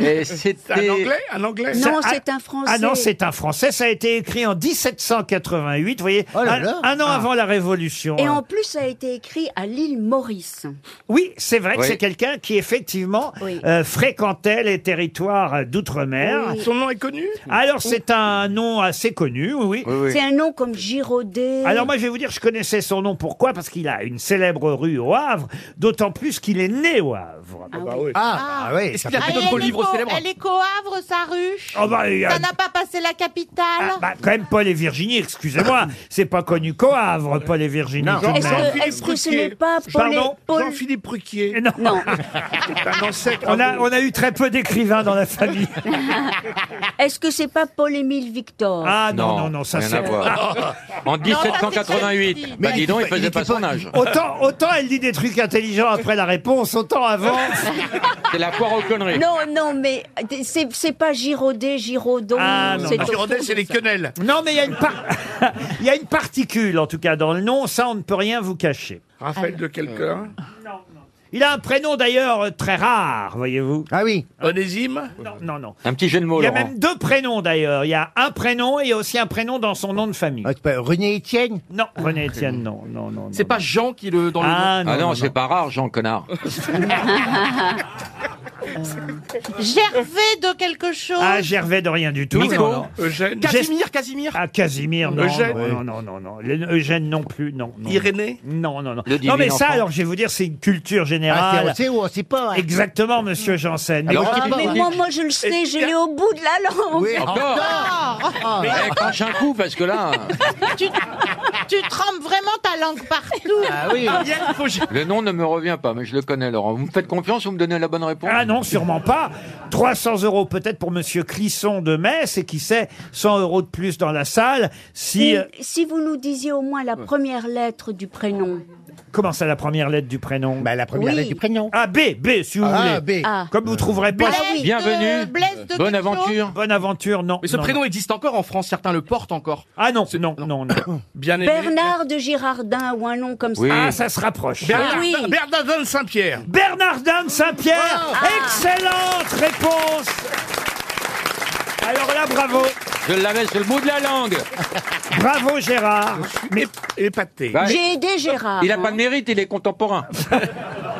Et c'était- Un anglais Un anglais Non, c'est un Français. Ah non, c'est un français. Ça a été écrit en 1788, vous voyez, là un, là. un an Ah. avant la Révolution. Et hein. en plus, ça a été écrit à l'île Maurice. Oui, c'est vrai que Oui. c'est quelqu'un qui effectivement Oui. euh, fréquentait les territoires euh, d'outre-mer. Oui. Son nom est connu Alors c'est un nom assez connu, oui. C'est un nom comme Giraudet. Alors moi je vais vous dire, je connaissais son nom. Pourquoi Parce qu'il a une célèbre rue au Havre, d'autant plus qu'il est né au Havre. Ah, oui. Ah, ça Ah, et elle, est qu'au- elle est qu'au Havre, sa ruche Oh, bah, il y a- Ça n'a pas passé la capitale Bah, quand même, Paul et Virginie, excusez-moi, c'est pas connu qu'au Havre, Paul et Virginie. Non. tout de Est-ce même. que- est-ce que ce n'est pas Paul et- Pardon Paul- Jean-Philippe Ruquier. Non. C'est un ancêtre. on, a, on a eu très peu d'écrivains dans la famille. Est-ce que c'est pas Paul-Émile Victor Ah non, non, non, ça rien c'est... à voir. En 1788, bah dis donc, il faisait pas son âge. Autant, autant elle dit des trucs intelligents après la réponse, autant avant... C'est la foire aux conneries. Non, non, mais c'est c'est pas Giraudet, Giraudon. c'est autre chose. quenelles. Ah, Non, mais il y, a une par- il y a une particule, en tout cas, dans le nom. Ça, on ne peut rien vous cacher. Raphaël de quelqu'un. Il a un prénom, d'ailleurs, euh, très rare, voyez-vous. Ah oui Ah, Onésime Non, non, non. Un petit jeu de mots, Il y a Oh, Laurent. même deux prénoms d'ailleurs. Il y a un prénom et il y a aussi un prénom dans son nom de famille. Ah, René Étienne Non, René Étienne, non, non, non. C'est pas Jean qui le dans le Ah, Ah non, non, c'est pas rare, Jean Connard. Gervais de quelque chose Ah, Gervais de rien du tout. Nico, non, non. Eugène. Gest- Casimir, Casimir Ah, Casimir, non, Eugène. non, non, non, non, non. Eugène non plus, non. non. Irénée Non, non, non. divin Non, mais ça, enfant. alors, je vais vous dire, c'est une culture Ah, générale. c'est- on sait où, on sait hein. pas. Exactement, monsieur Janssen. Ah, mais moi, moi, je le sais, je l'ai au bout de la langue. Oui, encore. Mais eh, crache un coup, parce que là, tu, tu trempes vraiment ta langue partout Ah, Ah, Ah, le nom ne me revient pas, mais je le connais, Laurent. Vous me faites confiance, vous me donnez la bonne réponse Ah non, sûrement pas. 300 euros peut-être pour Monsieur Clisson de Metz et qui sait 100 euros de plus dans la salle si. Si, euh, si vous nous disiez au moins la première lettre du prénom. Comment ça, la première lettre du prénom La première Oui. lettre du prénom. Ah, B, B, si vous Ah, voulez. B. Ah. Comme vous trouverez pas. Blaise Euh, Bienvenue. Bah de- Blaise de Bonne quelque aventure. chose Eh, Bonne aventure, non. Mais ce non, prénom non. existe encore en France, certains le portent encore. Ah non, non, non, non. Bien Bernard de Girardin ou un nom comme ça. Ah, ça se rapproche. Ah Bernardin- oui. Bernardin de Saint-Pierre. Bernardin de Saint-Pierre. Excellente réponse. Alors là, bravo. Je l'avais sur le bout de la langue. Bravo, Gérard. Mais épaté. Bah, J'ai aidé Gérard. Il a hein. pas de mérite, il est contemporain.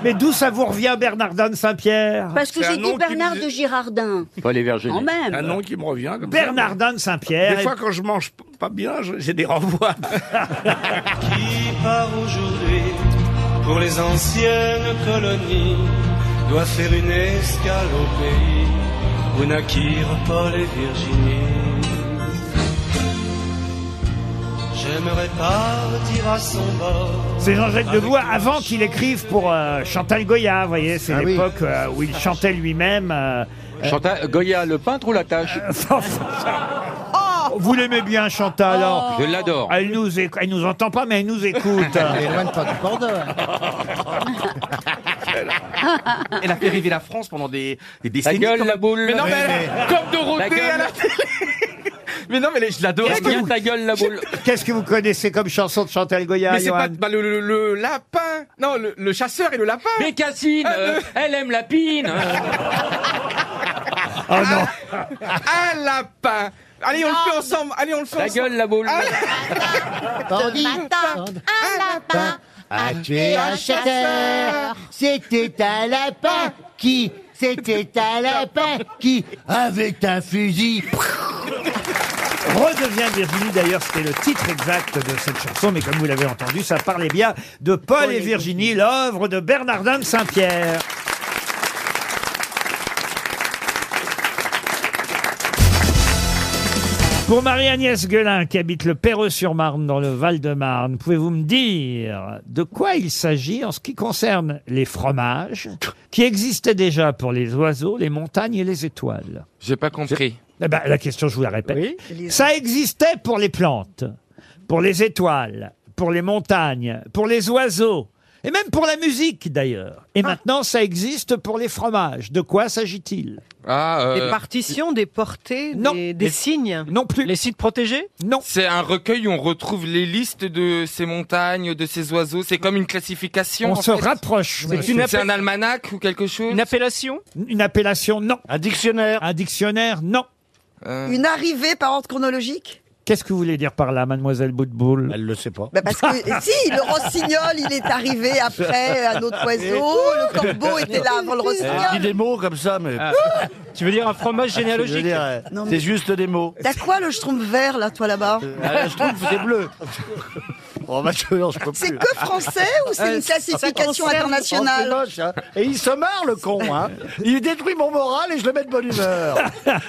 Mais d'où ça vous revient, Bernardin de Saint-Pierre Parce que j'ai dit Bernard de Girardin. Pas les Quand même. Un nom qui me revient comme Bernardin de ça. Saint-Pierre. Des fois, quand je mange p- pas bien, je- j'ai des renvois. qui part aujourd'hui pour les anciennes colonies doit faire une escale au pays où naquirent Paul et Virginie. J'aimerais partir à son bord. C'est Jean-Jacques Debois avant qu'il écrive pour euh, Chantal Goya, vous voyez, c'est Ah oui. l'époque euh, où il chantait lui-même. euh, euh, Chantal, Goya, le peintre ou la tâche Oh Vous l'aimez bien, Chantal alors Je l'adore. Elle nous, éc- elle nous entend pas, mais elle nous écoute. Elle est loin de pas Elle a fait rêver la France pendant des, des Ta décennies. gueule, comme- la boule. Mais non, mais elle- Mais- comme Dorothée gueule. à la télé. Mais non, mais elle- je l'adore. Qu'est-ce que vous- gueule, la boule. Qu'est-ce que vous connaissez comme chanson de Chantal Goya, Mais c'est Johan pas bah, le, le- le lapin. Non, le, le chasseur et le lapin. Ah, Mais Cassine, euh, elle aime la pine. Ah, Oh non. Un lapin. Allez, on le fait ensemble. Allez, on le fait Ta ensemble. Ah, gueule, la boule. Tandis- Ah, tu es un chasseur, c'était un lapin qui, c'était un lapin qui, avec un fusil. Redevient Virginie, d'ailleurs, c'était le titre exact de cette chanson, mais comme vous l'avez entendu, ça parlait bien de Paul, et Virginie, l'œuvre de Bernardin de Saint-Pierre. Pour Marie-Agnès Guelin, qui habite le Perreux-sur-Marne, dans le Val-de-Marne, pouvez-vous me dire de quoi il s'agit en ce qui concerne les fromages qui existaient déjà pour les oiseaux, les montagnes et les étoiles J'ai pas compris. Eh ben, La question, je vous la répète. Ça existait pour les plantes, pour les étoiles, pour les montagnes, pour les oiseaux, et même pour la musique d'ailleurs. Ah. Et maintenant, ça existe pour les fromages. De quoi s'agit-il Ah, euh, Des partitions, des portées, des, des signes Non plus. Les sites protégés Non. C'est un recueil où on retrouve les listes de ces montagnes, de ces oiseaux. C'est comme une classification. On en se fait. rapproche. C'est monsieur. une- c'est un almanach ou quelque chose Une appellation Une appellation, non. Un dictionnaire Un dictionnaire, non. Une arrivée par ordre chronologique Qu'est-ce que vous voulez dire par là, mademoiselle Boutboul Ah. Elle le sait pas. bah parce que si, le rossignol, il est arrivé après un autre oiseau, le corbeau était là avant le Elle dit rossignol. des mots comme ça, mais. Ah. Tu veux dire un fromage Je veux généalogique dire, euh, Non, mais- C'est juste des mots. T'as quoi le schtroumpf vert, là, toi, là-bas Ah, je trouve que c'est bleu. Oh, bah, je, non, je peux C'est plus. que français ou c'est Euh, une classification ça concerne- internationale oh, c'est moche, hein. Et il se marre, le con. Hein. Il détruit mon moral et je le mets de bonne humeur.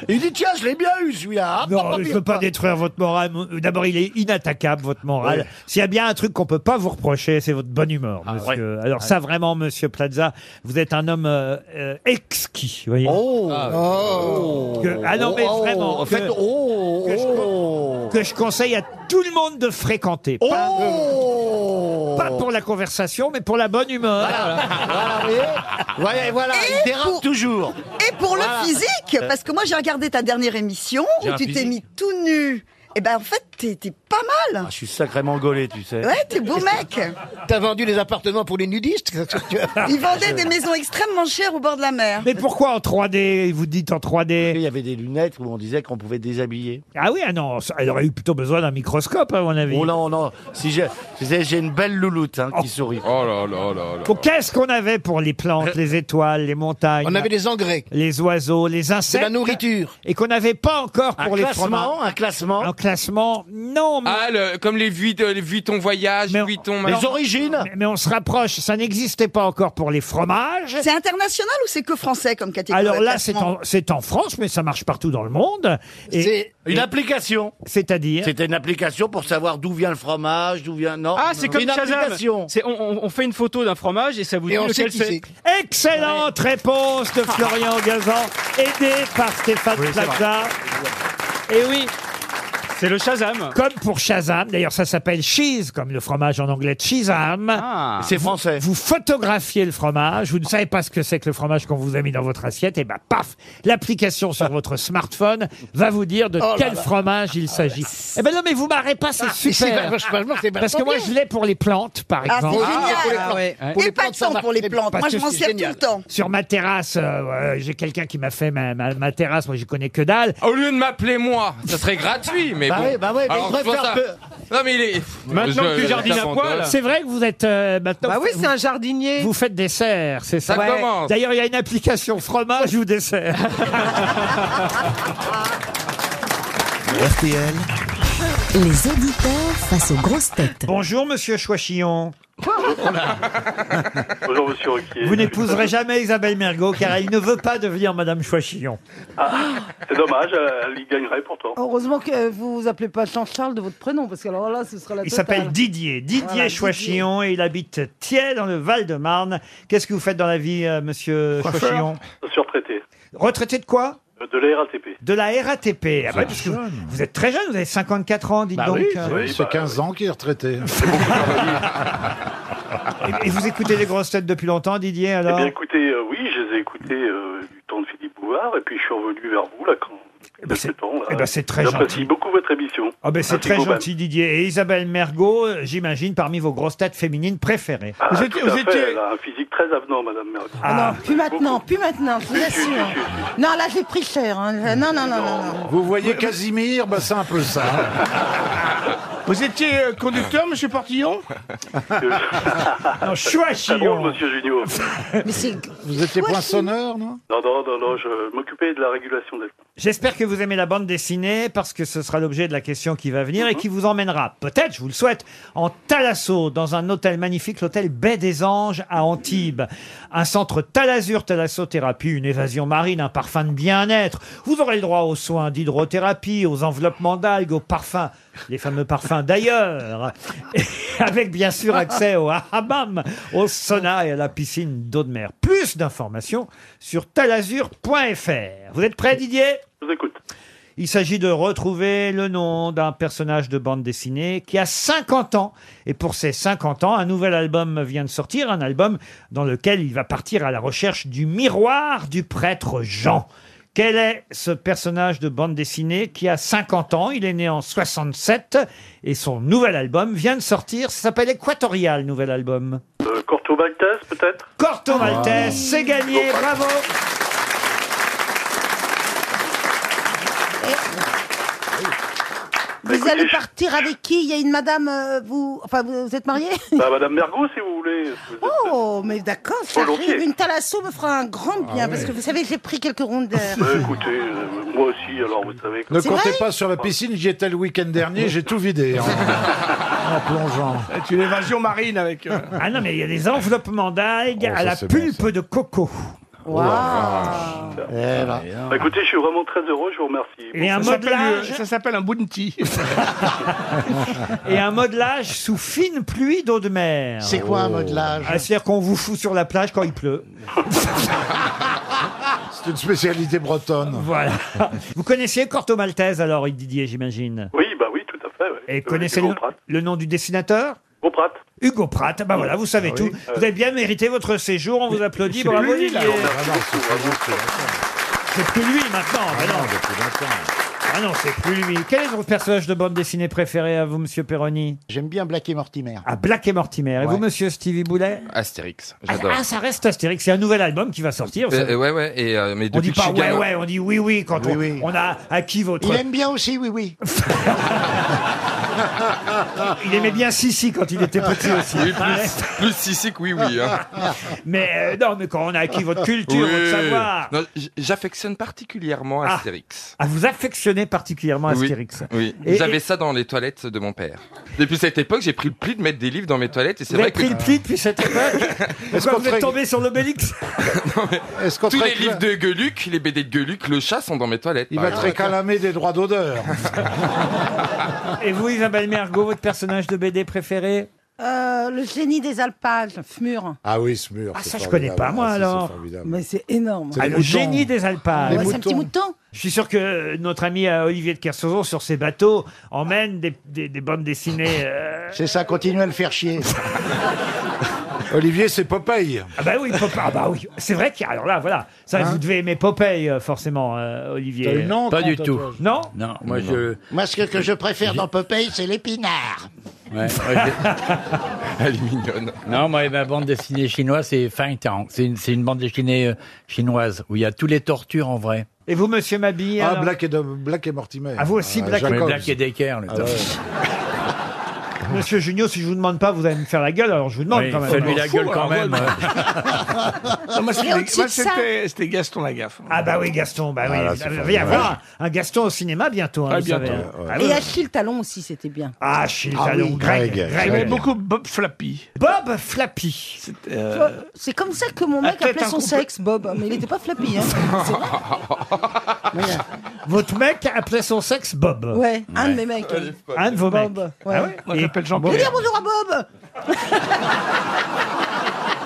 Il dit tiens, je l'ai bien eu, celui-là. Ah, Non, bah, Oh, je ne bah, peux pas bah. détruire votre morale. D'abord, il est inattaquable, votre morale. Ouais. S'il y a bien un truc qu'on peut pas vous reprocher, c'est votre bonne humeur, monsieur. Euh, Alors Ah, ça, vraiment, monsieur Plaza, vous êtes un homme euh, euh, exquis, vous voyez. Ah, oh. Que- ah non, mais Oh, vraiment, En que- fait, oh, que je- oh. Que je conseille à tout le monde de fréquenter. Pas, Oh. Oh. pas pour la conversation, mais pour la bonne humeur. Voilà, vous voyez Voilà, voilà, il dérape pour- toujours. Et pour Voilà. le physique, parce que moi j'ai regardé ta dernière émission J'ai où un tu t'es physique. mis tout nu. Et ben en fait, t'es t'es pas mal. Je suis sacrément gaulé, tu sais. Ouais, t'es beau mec. T'as vendu les appartements pour les nudistes Ils vendaient des maisons extrêmement chères au bord de la mer. Mais pourquoi en 3D Vous dites en 3D Il y avait des lunettes où on disait qu'on pouvait déshabiller. Ah oui, ah non, ça- elle aurait eu plutôt besoin d'un microscope, à mon avis. Oh non, non. Si j'ai, tu sais, j'ai une belle louloute hein, qui sourit. Oh là là là là. Bon, Qu'est-ce qu'on avait pour les plantes, les étoiles, les montagnes On avait des engrais. Les oiseaux, les insectes. De la nourriture. Et qu'on n'avait pas encore Un pour les classement, fromages. un classement. Un classement, non. Mais... Ah, le- comme les vues, de- euh, les vues ton voyage, vues ton... origines mais, mais on se rapproche, ça n'existait pas encore pour les fromages. C'est international ou c'est que français comme catégorie Alors de là, c'est classement en, c'est en France, mais ça marche partout dans le monde. Et- C'est une et- application. C'est-à-dire C'était une application pour savoir d'où vient le fromage, d'où vient. Non. Ah, c'est comme une application. Shazam. C'est- On, on- on fait une photo d'un fromage et ça vous dit lequel c'est. Excellente réponse de Florian Gazan, aidé par Stéphane Oui, c'est Plaza. Et oui. C'est le Shazam. Comme pour Shazam, d'ailleurs ça s'appelle cheese, comme le fromage en anglais de Shazam. C'est Vous- français. Vous photographiez le fromage, vous ne savez pas ce que c'est que le fromage qu'on vous a mis dans votre assiette, et ben paf, l'application sur votre smartphone va vous dire de Oh là quel là. fromage il s'agit. Eh ben non mais vous marrez pas, c'est Ah, mais c'est super. vachement- vachement, c'est vachement Parce que moi bien. je l'ai pour les plantes par Ah, exemple. c'est génial. Ah, Pour Et pas de sang pour les plantes. Parce Moi, que je m'en c'est sers tout génial. le temps. Sur ma terrasse, euh, euh, j'ai quelqu'un qui m'a fait ma, ma- ma terrasse, moi j'y connais que dalle. Au lieu de m'appeler moi, ça serait gratuit, mais Bah bon. ouais, bah ouais, mais Alors, il devrait je vois faire ça. Non mais il est... Je- je- j'abandonne. C'est vrai que vous êtes euh, maintenant. Bah oui, vous- c'est un jardinier. Vous faites des serres, c'est ça, Ça Ouais. commence. D'ailleurs, il y a une application fromage ou dessert. RTL. Les auditeurs face aux grosses têtes. Bonjour, monsieur Chouachillon. Bonjour Monsieur Ruquier. Vous n'épouserez jamais Isabelle Mergot car elle ne veut pas devenir madame Chouachillon. Ah, c'est dommage, euh, elle y gagnerait pourtant. Heureusement que euh, vous vous appelez pas Jean-Charles de votre prénom, parce que alors là, ce sera la Il totale. s'appelle Didier, Didier Voilà, Chouachillon et il habite Thiers dans le Val-de-Marne. Qu'est-ce que vous faites dans la vie, euh, monsieur Chouachillon Je suis retraité. Retraité de quoi Euh, De la RATP. De la RATP. Ah bah, parce que vous, vous êtes très jeune, vous avez 54 ans, dites Bah donc. oui, Euh, oui, c'est 15 ans qu'il est retraité. Et, et vous écoutez les grosses têtes depuis longtemps, Didier, Eh alors bien écoutez, euh, oui, je les ai écoutés euh, du temps de Philippe Bouvard et puis je suis revenu vers vous là quand. depuis ce temps, là. eh ben, c'est très J'apprécie gentil. beaucoup votre émission. Ah ben c'est Ainsi très que vos gentil Didier. Et Isabelle Mergot, euh, j'imagine, parmi vos grosses têtes féminines préférées. Ah, tout à fait, Elle a un physique très avenant, Madame Mergot. Ah. Plus maintenant, plus maintenant, je vous assure. Non, là, j'ai pris cher. hein. Non, non, non, non. non. Vous voyez Casimir, bah c'est un peu ça. Vous étiez euh, conducteur, monsieur Portillon Non, Chouachillon. Très drôle, Monsieur Junio. Vous étiez poinçonneur, non Non, non, non, non, je m'occupais de la régulation des J'espère que vous aimez la bande dessinée parce que ce sera l'objet de la question qui va venir et qui vous emmènera, peut-être, je vous le souhaite, en Thalasso, dans un hôtel magnifique, l'hôtel Baie des Anges à Antibes. Un centre Thalasur, Thalassothérapie, une évasion marine, un parfum de bien-être. Vous aurez le droit aux soins d'hydrothérapie, aux enveloppements d'algues, aux parfums, les fameux parfums d'ailleurs. Et Avec bien sûr accès au hammam, ah, au sauna et à la piscine d'eau de mer. Plus d'informations sur thalasur.fr. Vous êtes prêts, Didier il s'agit de retrouver le nom d'un personnage de bande dessinée qui a 50 ans. Et pour ses 50 ans, un nouvel album vient de sortir, un album dans lequel il va partir à la recherche du miroir du prêtre Jean. Quel est ce personnage de bande dessinée qui a 50 ans Il est né en 67 et son nouvel album vient de sortir. Ça s'appelle Équatorial, nouvel album. Euh, Corto Maltese, peut-être Corto Eh, Maltese, c'est gagné, bravo Vous Écoutez, allez je- partir avec qui Il y a une madame, euh, vous, enfin, vous, vous êtes mariée Bah, Madame Mergo, si vous voulez. Oh, mais d'accord, ça Volontiers. arrive. Une thalasso me fera un grand bien, Ah parce ouais. que vous savez, j'ai pris quelques rondes d'air. Bah, écoutez, euh, moi aussi, alors vous savez. Ne comptez pas sur la piscine, j'y étais le week-end dernier, j'ai tout vidé en, en plongeant. C'est une évasion marine avec. euh, Ah non, mais il y a des enveloppements d'algues Oh, ça, à la c'est bon, pulpe de coco. Bah, écoutez, je suis vraiment très heureux, je vous remercie. Et un Ça s'appelle, modelage. euh, Ça s'appelle un bounty. et un modelage sous fine pluie d'eau de mer. C'est quoi un modelage Ah, C'est-à-dire qu'on vous fout sur la plage quand il pleut. C'est une spécialité bretonne. Voilà. vous connaissiez Corto Maltese alors, Didier, j'imagine Oui, bah oui, tout à fait. ouais. Et Euh, connaissez Hugo le, Pratt. le nom du dessinateur Hugo Pratt. Hugo Pratt, bah voilà, vous savez Ah tout. oui. Vous avez bien mérité votre séjour, on vous applaudit. c'est Bravo, lui, là. Didier. Ah non, c'est pas vous, C'est plus lui maintenant. Ah non, Ah non, c'est plus lui. Quel est votre personnage de bande dessinée préféré à vous, Monsieur Perroni J'aime bien Black et Mortimer. À Black et Mortimer. Et vous, Monsieur Stevie Boulet Astérix, Ah, j'adore. Ah, ça reste Astérix. C'est un nouvel album qui va sortir. Euh, ouais, ouais, et, euh, mais on dit depuis que pas je suis ouais, gamin- ouais, on dit oui, oui quand on, on a acquis votre. Il aime bien aussi, oui, oui. Il aimait bien Sissi quand il était petit aussi. Oui, plus, plus Sissi que oui, oui. hein. Mais euh, non, mais quand on a acquis votre culture, Oui. votre savoir. Non, j- J'affectionne particulièrement Ah. Astérix. Ah, vous affectionnez particulièrement Oui, Astérix. Oui, Et- j'avais et- ça dans les toilettes de mon père. Depuis cette époque, j'ai pris le pli de mettre des livres dans mes toilettes et c'est Vous avez vrai que pris le pli depuis cette époque Pourquoi qu'on vous êtes traite- tombé sur l'obélix tous les livres de Gueuluc, les BD de Gueuluc, le chat sont dans mes toilettes. Bah, Il par va te exemple. réclamer des droits d'odeur. Et vous, Isabelle Mergot, votre personnage de BD préféré Euh, le génie des alpages, Fmur. Ah oui, ce mur. Ah, c'est ça, je formidable. connais pas, moi, Ah, si, alors. c'est formidable. Mais c'est énorme. Ah, le génie des Alpes. Ouais, c'est un petit mouton. Je suis sûr que euh, notre ami euh, Olivier de Kersauzon, sur ses bateaux, emmène des, des- des bandes dessinées. euh, C'est ça, continue à le faire chier. Olivier, c'est Popeye. Ah bah oui, Popeye. Ah bah oui. C'est vrai qu'alors là, voilà. hein Ça, vous devez aimer Popeye, euh, forcément, euh, Olivier. T'as eu le nom, Pas toi, du toi, tout. toi. Non Non, moi je. Moi, ce que, que je préfère dans Popeye, c'est l'épinard. Ouais, Elle est mignonne. Non, moi, ma bande dessinée chinoise, c'est Fang Tang. C'est une, c'est une bande dessinée euh, chinoise où il y a tous les tortures en vrai. Et vous, monsieur Mabille Ah, alors Black et, de- Black et Mortimer. Ah, vous aussi, Black et- Jacobs. Black et Decker, le Ah tortue. ouais. Monsieur Junio, si je vous demande pas, vous allez me faire la gueule, alors je vous demande Oui, quand même. Ah, bah, Celui la gueule quand même. Non, moi, c'était- Et au-dessus moi, de ça- c'était c'était Gaston Lagaffe. Ah bah oui, Gaston, bah oui. Ah là, il c'est va y formidable. avoir un Gaston au cinéma bientôt, hein, Ah, vous bientôt, savez. ouais. Ah oui. Et Achille Talon aussi, c'était bien. Ah, Achille Ah Talon, oui, Greg, Greg, Greg. J'aimais beaucoup Bob Flappy. Bob Flappy. Euh, C'est comme ça que mon mec tête appelait son incompl- sexe, Bob. Mais il n'était pas flappy. Hein. Votre mec appelait son sexe Bob. Ouais, un de mes mecs. Un de vos mecs. Bob. Ouais. Ah ouais Moi, Et- j'appelle Vous Jean-Pierre. dire oh, bonjour à Bob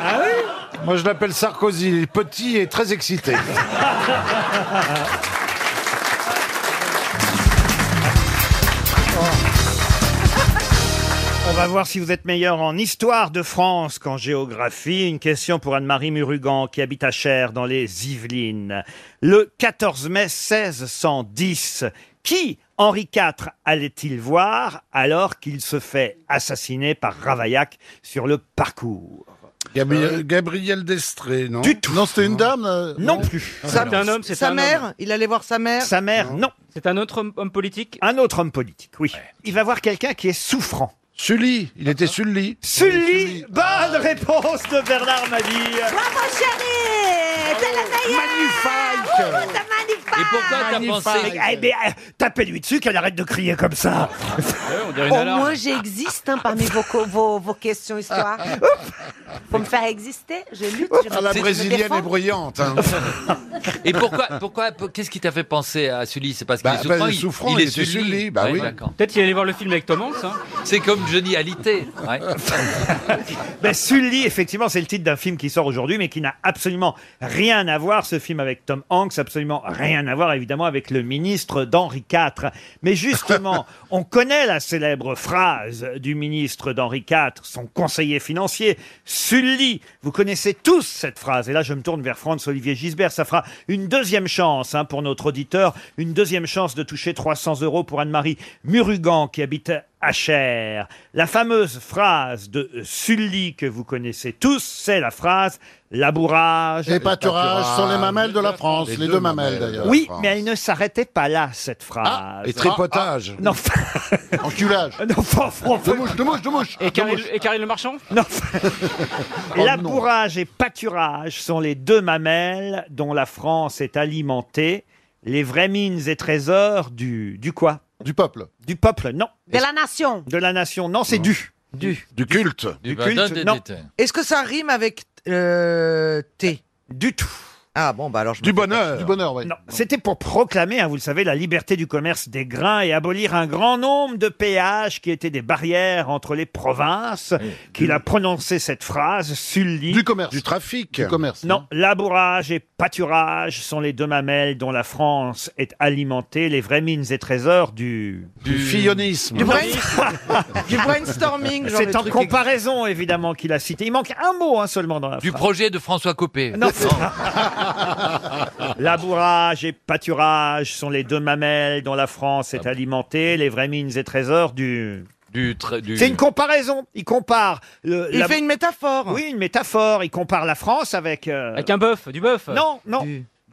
Ah oui Moi, je l'appelle Sarkozy. Il est petit et très excité. On va voir si vous êtes meilleur en histoire de France qu'en géographie. Une question pour Anne-Marie Murugan qui habite à Cher dans les Yvelines. Le 14 mai 1610, qui Henri IV allait-il voir alors qu'il se fait assassiner par Ravaillac sur le parcours Gabriel, Gabriel Destré, non Du tout. Non, c'était une dame euh, Non plus. Sa- Non. un homme, c'est Sa un mère, homme. il allait voir sa mère. Sa mère, non. C'est un autre homme, politique Un autre homme politique, oui. Il va voir quelqu'un qui est souffrant. Sully, il était Sully. Sully, bonne réponse de Bernard Mabille. Bravo chérie T'es la meilleure Magnifique Ouh, t'es magnifique Et pourquoi t'as Magnifique. pensé- Eh bien, euh, tapez-lui dessus qu'elle arrête de crier comme ça. Eh, on Au moins, j'existe hein, parmi vos, co- vos, vos questions histoires. Pour me faire exister, je lutte. Je Ah, la je me brésilienne défends. est bruyante. hein. Et pourquoi, pourquoi, pour- qu'est-ce qui t'a fait penser à Sully C'est parce qu'il Bah, est bah, souffrant, il est souffrant, il était sur le lit, bah oui. Ah. Peut-être qu'il allait voir le film avec Tom Hanks. C'est comme Johnny Hallyday. ouais. Ben, Sully, effectivement, c'est le titre d'un film qui sort aujourd'hui, mais qui n'a absolument rien à voir, ce film avec Tom Hanks, absolument rien à voir, évidemment, avec le ministre d'Henri IV. Mais justement, on connaît la célèbre phrase du ministre d'Henri IV, son conseiller financier, Sully. Vous connaissez tous cette phrase. Et là, je me tourne vers Franz-Olivier Gisbert. Ça fera une deuxième chance hein, pour notre auditeur, une deuxième chance de toucher 300 euros pour Anne-Marie Murugan, qui habite Acher. La fameuse phrase de Sully que vous connaissez tous, c'est la phrase labourage. Les pâturages sont les mamelles de la France, les, deux mamelles d'ailleurs. Ah, Oui, mais elle ne s'arrêtait pas là, cette phrase. Ah, et tripotage. Non. Enculage. Non, de mouche, de mouche, de mouche. Et Karine, et Karine Le Marchand Non. Oh Labourage et pâturage sont les deux mamelles dont la France est alimentée, les vraies mines et trésors du du quoi Du peuple. Du peuple, non. De la nation. De la nation, non, c'est du. Du. Du culte. Du Bah, culte, non. Est-ce que ça rime avec euh, T Du tout. Ah bon, bah alors je. Du bonheur. Du bonheur, oui. Non, c'était pour proclamer, hein, vous le savez, la liberté du commerce des grains et abolir un grand nombre de péages qui étaient des barrières entre les provinces. Qu'il a prononcé cette phrase, Sully. Du commerce. Du trafic. Du commerce, Non, labourage et pâturage sont les deux mamelles dont la France est alimentée, les vraies mines et trésors du... Du fillonisme. Du brain- du brainstorming, genre C'est le en truc- comparaison, évidemment, qu'il a cité. Il manque un mot hein, seulement dans la Du phrase. projet de François Ah, Copé. Non. Labourage et pâturage sont les deux mamelles dont la France est alimentée, les vraies mines et trésors du... Du tra- du- C'est une comparaison. Il compare. le- Il la- fait une métaphore. Oui, une métaphore. Il compare la France avec. euh, Avec un bœuf, du bœuf. Non, non.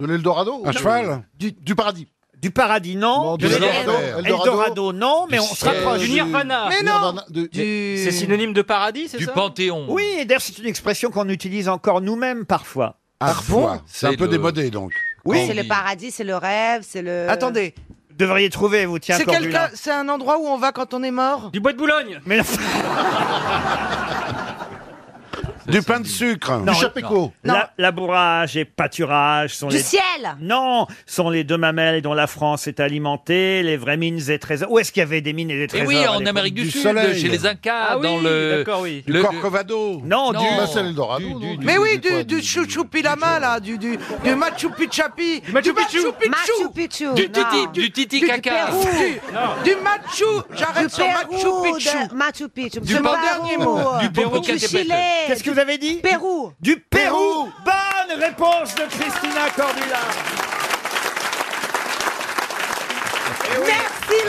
De l'Eldorado Un cheval du, du paradis. Du paradis, non. du Eldorado. Eldorado, non, mais on se rapproche. Du Nirvana. C'est synonyme de paradis, c'est ça Panthéon. Oui, et d'ailleurs, c'est une expression qu'on utilise encore nous-mêmes parfois. Ah, Parfois. C'est un C'est peu le- démodé donc. Oui. C'est le paradis, c'est le rêve, c'est le. Attendez. Vous Devriez trouver, vous, tiens, C'est Cordula. quelqu'un- c'est un endroit où on va quand on est mort Du bois de Boulogne Mais Du pain de sucre. Non, non. La- labourage et pâturage sont Du les... ciel Non, sont les deux mamelles dont la France est alimentée, les vraies mines et trésors. Où est-ce qu'il y avait des mines et des Et trésors Eh oui, en à l'époque Amérique du, Du Sud, soleil. chez les Incas, Ah oui, dans le. d'accord, oui. le- Non, Non, du... Bah, c'est l'Eldorado, non Mais oui, du, du chouchoupilama, là, du, du, du Machu Picchapi. Du Machu Picchu. Machu Picchu, Du non. titi- du titi caca. Du Pérou. Non. Du Machu. J'arrête Du sur Pérou, Machu Picchu. de- Machu Picchu. Du C'est Pérou. mon dernier mot. Du Pérou. Du Chili. Qu'est-ce que vous avez dit Pérou. Du Pérou. Bonne réponse de Christina Cordula. Merci Ah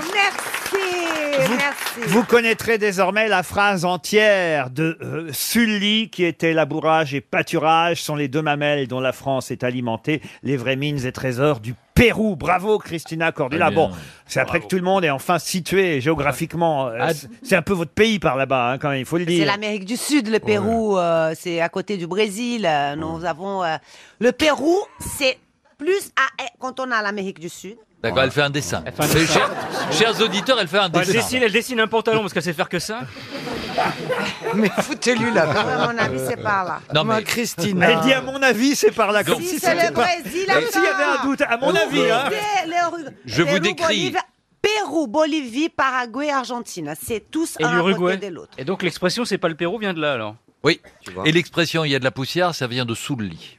Laurent. Merci. Merci. Vous connaîtrez désormais la phrase entière de euh, Sully qui était labourage et pâturage sont les deux mamelles dont la France est alimentée, les vraies mines et trésors du Pérou. Bravo Christina Cordula. Eh Très bien. Bon, c'est après que tout le monde est enfin situé géographiquement. Euh, Ah, c'est- c'est un peu votre pays par là-bas hein, quand même, il faut le C'est dire. l'Amérique du Sud, le Pérou, euh, c'est à côté du Brésil. euh, Nous avons euh, le Pérou, c'est plus à, quand on a l'Amérique du Sud. D'accord, elle fait un dessin. un dessin. Bah, Chers, chers auditeurs, elle fait un Elle dessin. dessine, elle dessine un pantalon parce qu'elle sait faire que ça. Mais foutez-lui la À mon avis, c'est par là. Non, mais- Christina. Elle dit à mon avis, c'est par là. Donc- comme Si, si c'est c'était le pas- Brésil, Comme s'il y avait un enfin. doute, à Euh, mon Le avis. hein. Brésil, le- Je vous Pérou, décris. Bolivie- Pérou, Bolivie, Paraguay, Argentine, c'est tous Et un à côté l'Uruguay. de l'autre. Et donc l'expression, c'est pas le Pérou, vient de là alors. Oui. Et l'expression il y a de la poussière, ça vient de sous le lit.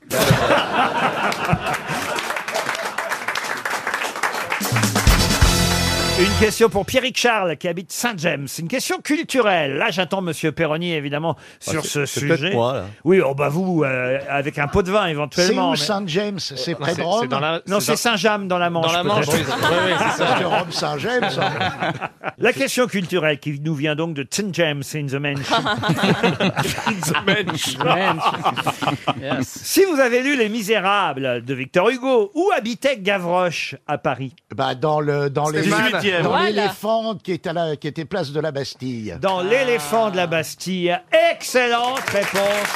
Une question pour Pierrick Charles qui habite Saint-James. Une question culturelle. Là, j'attends Monsieur Perroni évidemment sur ce Ah, c'est- c'est peut-être sujet. moi, là. Oui, oh bah vous euh, avec un pot de vin C'est éventuellement. où mais- Euh, Saint-James C'est près de C'est- Rome c'est dans la- Non, c'est Saint-James dans la Manche. Dans la Manche, peut-être. oui, c'est- oui, oui, c'est ça. Parce que Rome, Saint-James, La question culturelle qui nous vient donc de Saint James in the Mansion. Si vous avez lu Les Misérables de Victor Hugo, où habitait Gavroche à Paris Bah dans le dans les Stéphane. dans Voilà. l'éléphant qui est à la qui était place de la Bastille. Dans Ah. l'éléphant de la Bastille. Excellente réponse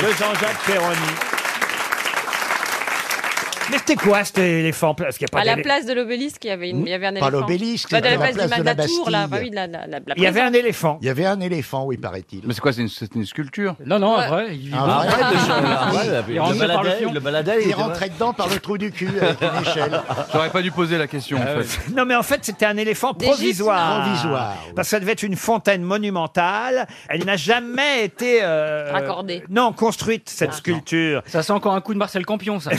de Jean-Jacques Perroni. Mais c'était quoi cet éléphant pla- Parce qu'il y a pas à la d'élé- place de l'obélisque, il y avait une, il y avait un Pas éléphant. l'obélisque, Bah, de la c'était place, la place du de la Mandatour, là. Bah Bastille. oui, de la, la, la, la Il y avait prison. un éléphant. Il y avait un éléphant, oui, paraît-il. Mais c'est quoi, c'est une, c'est une sculpture Non, non, un vrai, il vivait. Un vrai, Arrête de Ah, changer. ah, Ouais, ah, il il le rentre par le baladait, fion. il le baladait, il Il était- rentrait dedans par le trou du cul euh, avec une échelle. J'aurais pas dû poser la question, en fait. Non, mais en fait, c'était un éléphant Des gîtes, provisoire. provisoire, Parce que ça devait être une fontaine monumentale. Elle n'a jamais été. euh, Raccordée. Non, construite, cette sculpture. Ça sent encore un coup de Marcel Campion, ça.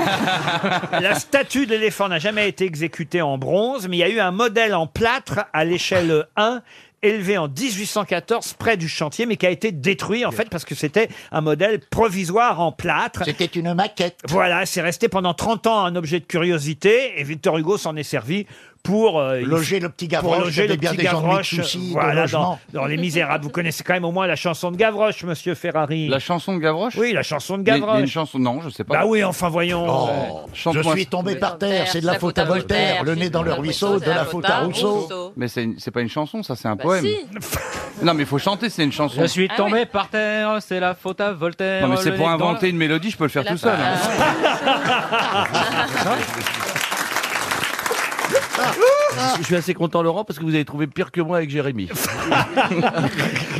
la statue de l'éléphant n'a jamais été exécutée en bronze, mais il y a eu un modèle en plâtre à l'échelle 1 élevé en 1814 près du chantier, mais qui a été détruit en fait parce que c'était un modèle provisoire en plâtre. C'était une maquette. Voilà, c'est resté pendant 30 ans un objet de curiosité et Victor Hugo s'en est servi pour euh, Loger il- le petit Gavroche, il pour y loger avait le bien petit des gens de Gavroche, Mitsushi, de voilà, dans, logement. dans Les Misérables. Vous connaissez quand même au moins la chanson de Gavroche, Monsieur Ferrari. La chanson de Gavroche Oui, la chanson de Il y a- il y a Gavroche. une chanson, non, je sais pas. Bah oui, enfin voyons. Oh, chante-moi- Je suis tombé par terre, c'est de la faute à Voltaire. Le nez dans le ruisseau, de la faute à Rousseau. Mais c'est une- c'est pas une chanson, ça, c'est un Bah poème. si. Ah non, mais il faut chanter, c'est une chanson. Je suis tombé par terre, c'est la faute à Voltaire. Non, mais le c'est pour nez dans inventer une mélodie, je peux le faire La tout seul. fa- hein. Je suis assez content, Laurent, parce que vous avez trouvé pire que moi avec Jérémy.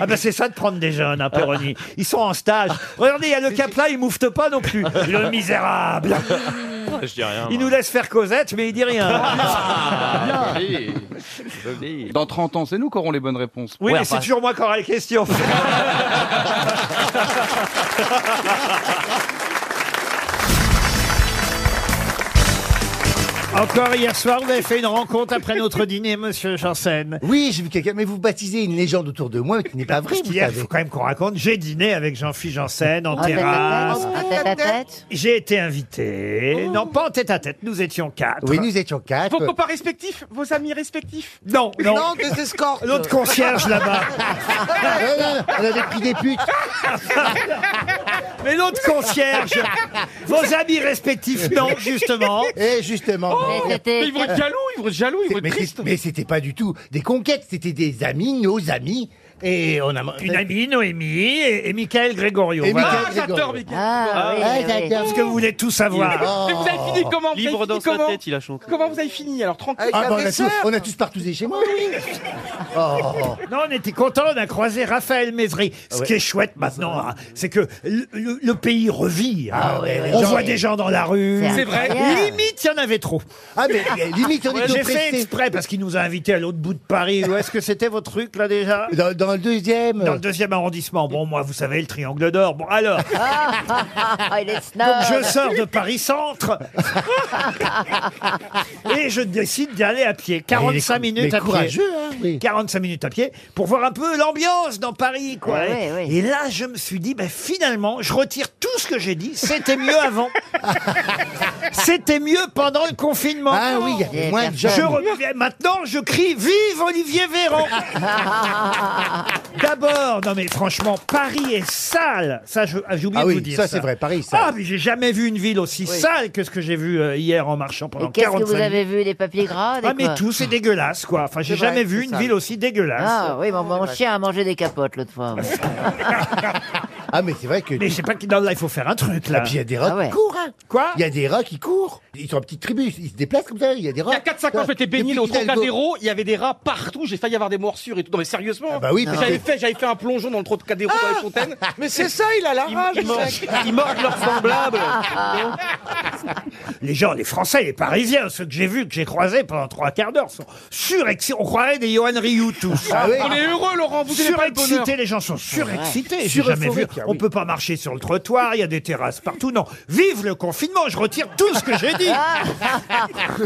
Ah ben c'est ça de prendre des jeunes, hein, Perroni. Ils sont en stage. Regardez, il y a le cap là, il moufte pas non plus. Le misérable. Je dis rien. Il nous laisse faire Cosette, mais il dit rien. Dans 30 ans, c'est nous qui aurons les bonnes réponses. Oui, mais c'est toujours moi qui aura les questions. Encore hier soir, vous avez fait une rencontre après notre dîner, monsieur Janssen. Oui, j'ai vu quelqu'un, mais vous baptisez une légende autour de moi qui n'est pas vraie. Parce vous qu'hier, savez. faut quand même qu'on raconte, j'ai dîné avec Jean-Philippe Janssen en En tête à terrasse. tête, en tête à tête. J'ai été invité. Non, pas en tête à tête, nous étions quatre. Oui, nous étions quatre. Vos Pas respectifs, vos amis respectifs. Non, non. Non, des escortes. L'autre concierge là-bas. On avait pris des putes. Mais l'autre concierge, vos amis respectifs, non, justement. Et Eh, justement. Oh, Mais c'était- mais ils vont être jaloux, ils vont être jaloux, ils vont être Mais c'est- tristes. Mais c'était pas du tout des conquêtes, c'était des amis, nos amis. Et on a. Une amie, Noémie, et, et Michael Gregorio. Et voilà. Michael Ah, j'adore Gregorio. Michael. Ah, oui, oui, oui. Parce que vous voulez tout savoir. Mais vous avez fini comment Vous avez fini comment Comment vous avez fini alors tranquille Ah, bah, on, a tous, on a tous partousé chez moi. Oh, Non, on était content, on a croisé Raphaël Mézry. Ah Ce qui est chouette maintenant, hein, c'est que le, le- le pays revit. hein. on Ah ouais. voit des gens dans la rue. C'est C'est vrai. incroyable. Limite, il y en avait trop. Ah, mais, mais limite, on est J'ai oppressés. fait exprès parce qu'il nous a invités à l'autre bout de Paris. Où est-ce que c'était votre truc là déjà dans, le deuxième. Dans le deuxième arrondissement. Bon, moi, vous savez, le triangle d'or. Bon, alors. Ah, il est snob. Donc je sors de Paris Centre et je décide d'aller à pied. 45 Mais Ah, il est cou- minutes mais à pied. courageux, hein, 45 minutes à pied pour voir un peu l'ambiance dans Paris, quoi. Ah ouais, ouais. Et là, je me suis dit, ben, finalement, je retire tout ce que j'ai dit. C'était mieux avant. C'était mieux pendant le confinement. Ah oui, il y avait moins de Je jeunes. reviens- Maintenant, je crie Vive Olivier Véran D'abord, non mais franchement, Paris est sale. Ça, je- ah, j'ai oublié Ah de oui, vous dire. ça, c'est vrai, Paris est sale. Ah, mais j'ai jamais vu une ville aussi sale que ce que j'ai vu euh, hier en marchant pendant Et qu'est-ce que 45 vous avez minutes. vu Des papiers gras des Ah, mais quoi tout, c'est dégueulasse, quoi. Enfin, j'ai C'est vrai, jamais c'est vu une sale. ville aussi dégueulasse. Ah oui, mon, mon chien a mangé des capotes l'autre fois. Ah, mais c'est vrai que. Mais je sais pas, que dans là, il faut faire un truc, là. Et puis il y a des rats Ah ouais. qui courent. hein. Quoi Il y a des rats qui courent. Ils sont en petite tribu, ils se déplacent comme ça. Il y a des rats. Il y a 4-5 ans, j'étais baigné au Trocadéro, il y avait des rats partout, j'ai failli avoir des morsures et tout. Non mais sérieusement Ah bah oui, parce J'avais que- fait, j'avais fait un plongeon dans le Trocadéro, dans les fontaines. Ah Mais c'est ça, il a la Ils- rage, Ah. Ils, mordent- Jacques. ils mordent leurs semblables. Les gens, les Français, les Parisiens, ceux que j'ai vus, que j'ai croisés pendant trois quarts d'heure, sont surexcités. On croirait des Johan Rioux, tous. Ah oui. On est heureux, Laurent, vous n'avez pas le bonheur. Surexcités, les gens sont surexcités. Ouais. J'ai jamais vu. Sureuphoriques, ah On oui. peut pas marcher sur le trottoir, il y a des terrasses partout. Non. Vive le confinement, je retire tout ce que j'ai dit.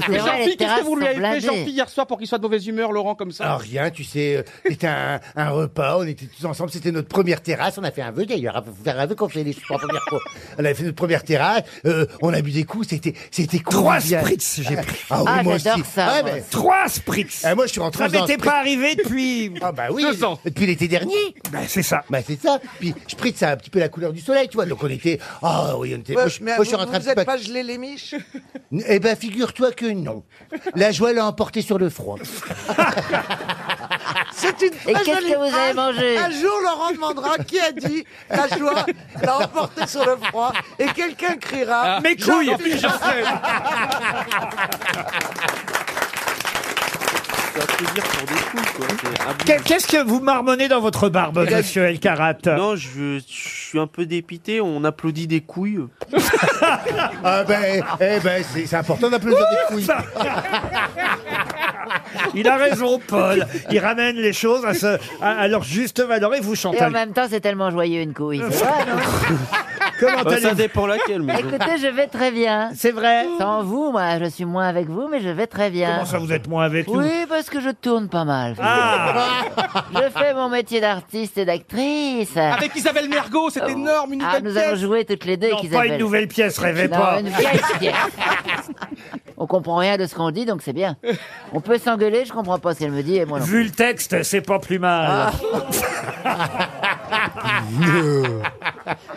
Mais Jean-Pierre, qu'est-ce que terrasses vous lui avez sont fait, blindées. Jean-Pierre, hier soir pour qu'il soit de mauvaise humeur, Laurent, comme ça Ah, rien, tu sais, euh, c'était un, un repas, on était tous ensemble, c'était notre première terrasse, on a fait un vœu d'ailleurs, hein, faut faire un vœu quand on fait les pour la première fois. On avait fait notre première terrasse, euh, on a bu des coups, c'était c'était Trois convivial. spritz, j'ai pris. Ah, oui, moi aussi. Ah, mais- Trois spritz. Ah, moi, je suis rentré Ça en faisant m'était un spritz. pas arrivé depuis. Ah bah oui. Deux ans. Depuis l'été dernier. Bah c'est ça. Bah c'est ça. Puis je prie que ça a un petit peu la couleur du soleil, tu vois. Donc on était. Ah oui, on était. Ouais, moi, je, mais moi, je suis vous- rentré vous un êtes petit pas gelé les miches peu- Eh ben figure-toi que non. La joie l'a emporté sur le froid. C'est une Et très qu'est-ce jolie que vous avez phrase. mangé Ah, Un jour, Laurent demandera qui a dit la joie l'a emporté sur le froid et quelqu'un criera Ah, mes Jean couilles. Philippe Janssen. Qu'est- Qu'est-ce que vous marmonnez dans votre barbe, monsieur Elkarat Non, je, je suis un peu dépité, on applaudit des couilles. Ah ben, eh ben, c'est c'est important d'applaudir des couilles. Il a raison, Paul. Il ramène les choses à, ce- à- à leur juste valeur. Et vous, Et en Chantal même temps, c'est tellement joyeux une couille. c'est vrai, non Comment Bah, ça allez-vous dépend laquelle, mais bon. Écoutez, je vais très bien. C'est vrai. Sans vous, moi, je suis moins avec vous, mais je vais très bien. Comment ça, vous êtes moins avec nous Ah. Oui, parce que je tourne pas mal. je fais mon métier d'artiste et d'actrice. Ah, Avec Isabelle Mergot, c'est énorme, une Ah, nouvelle nous pièce. allons jouer toutes les deux. Non, avec pas une Isabelle. nouvelle pièce, rêvez Non, pas. Oh, Une vieille pièce. On comprend rien de ce qu'on dit, donc c'est bien. On peut s'engueuler, je comprends pas ce qu'elle me dit et moi non. Ah. Vu le texte, c'est pas plus mal. Ah.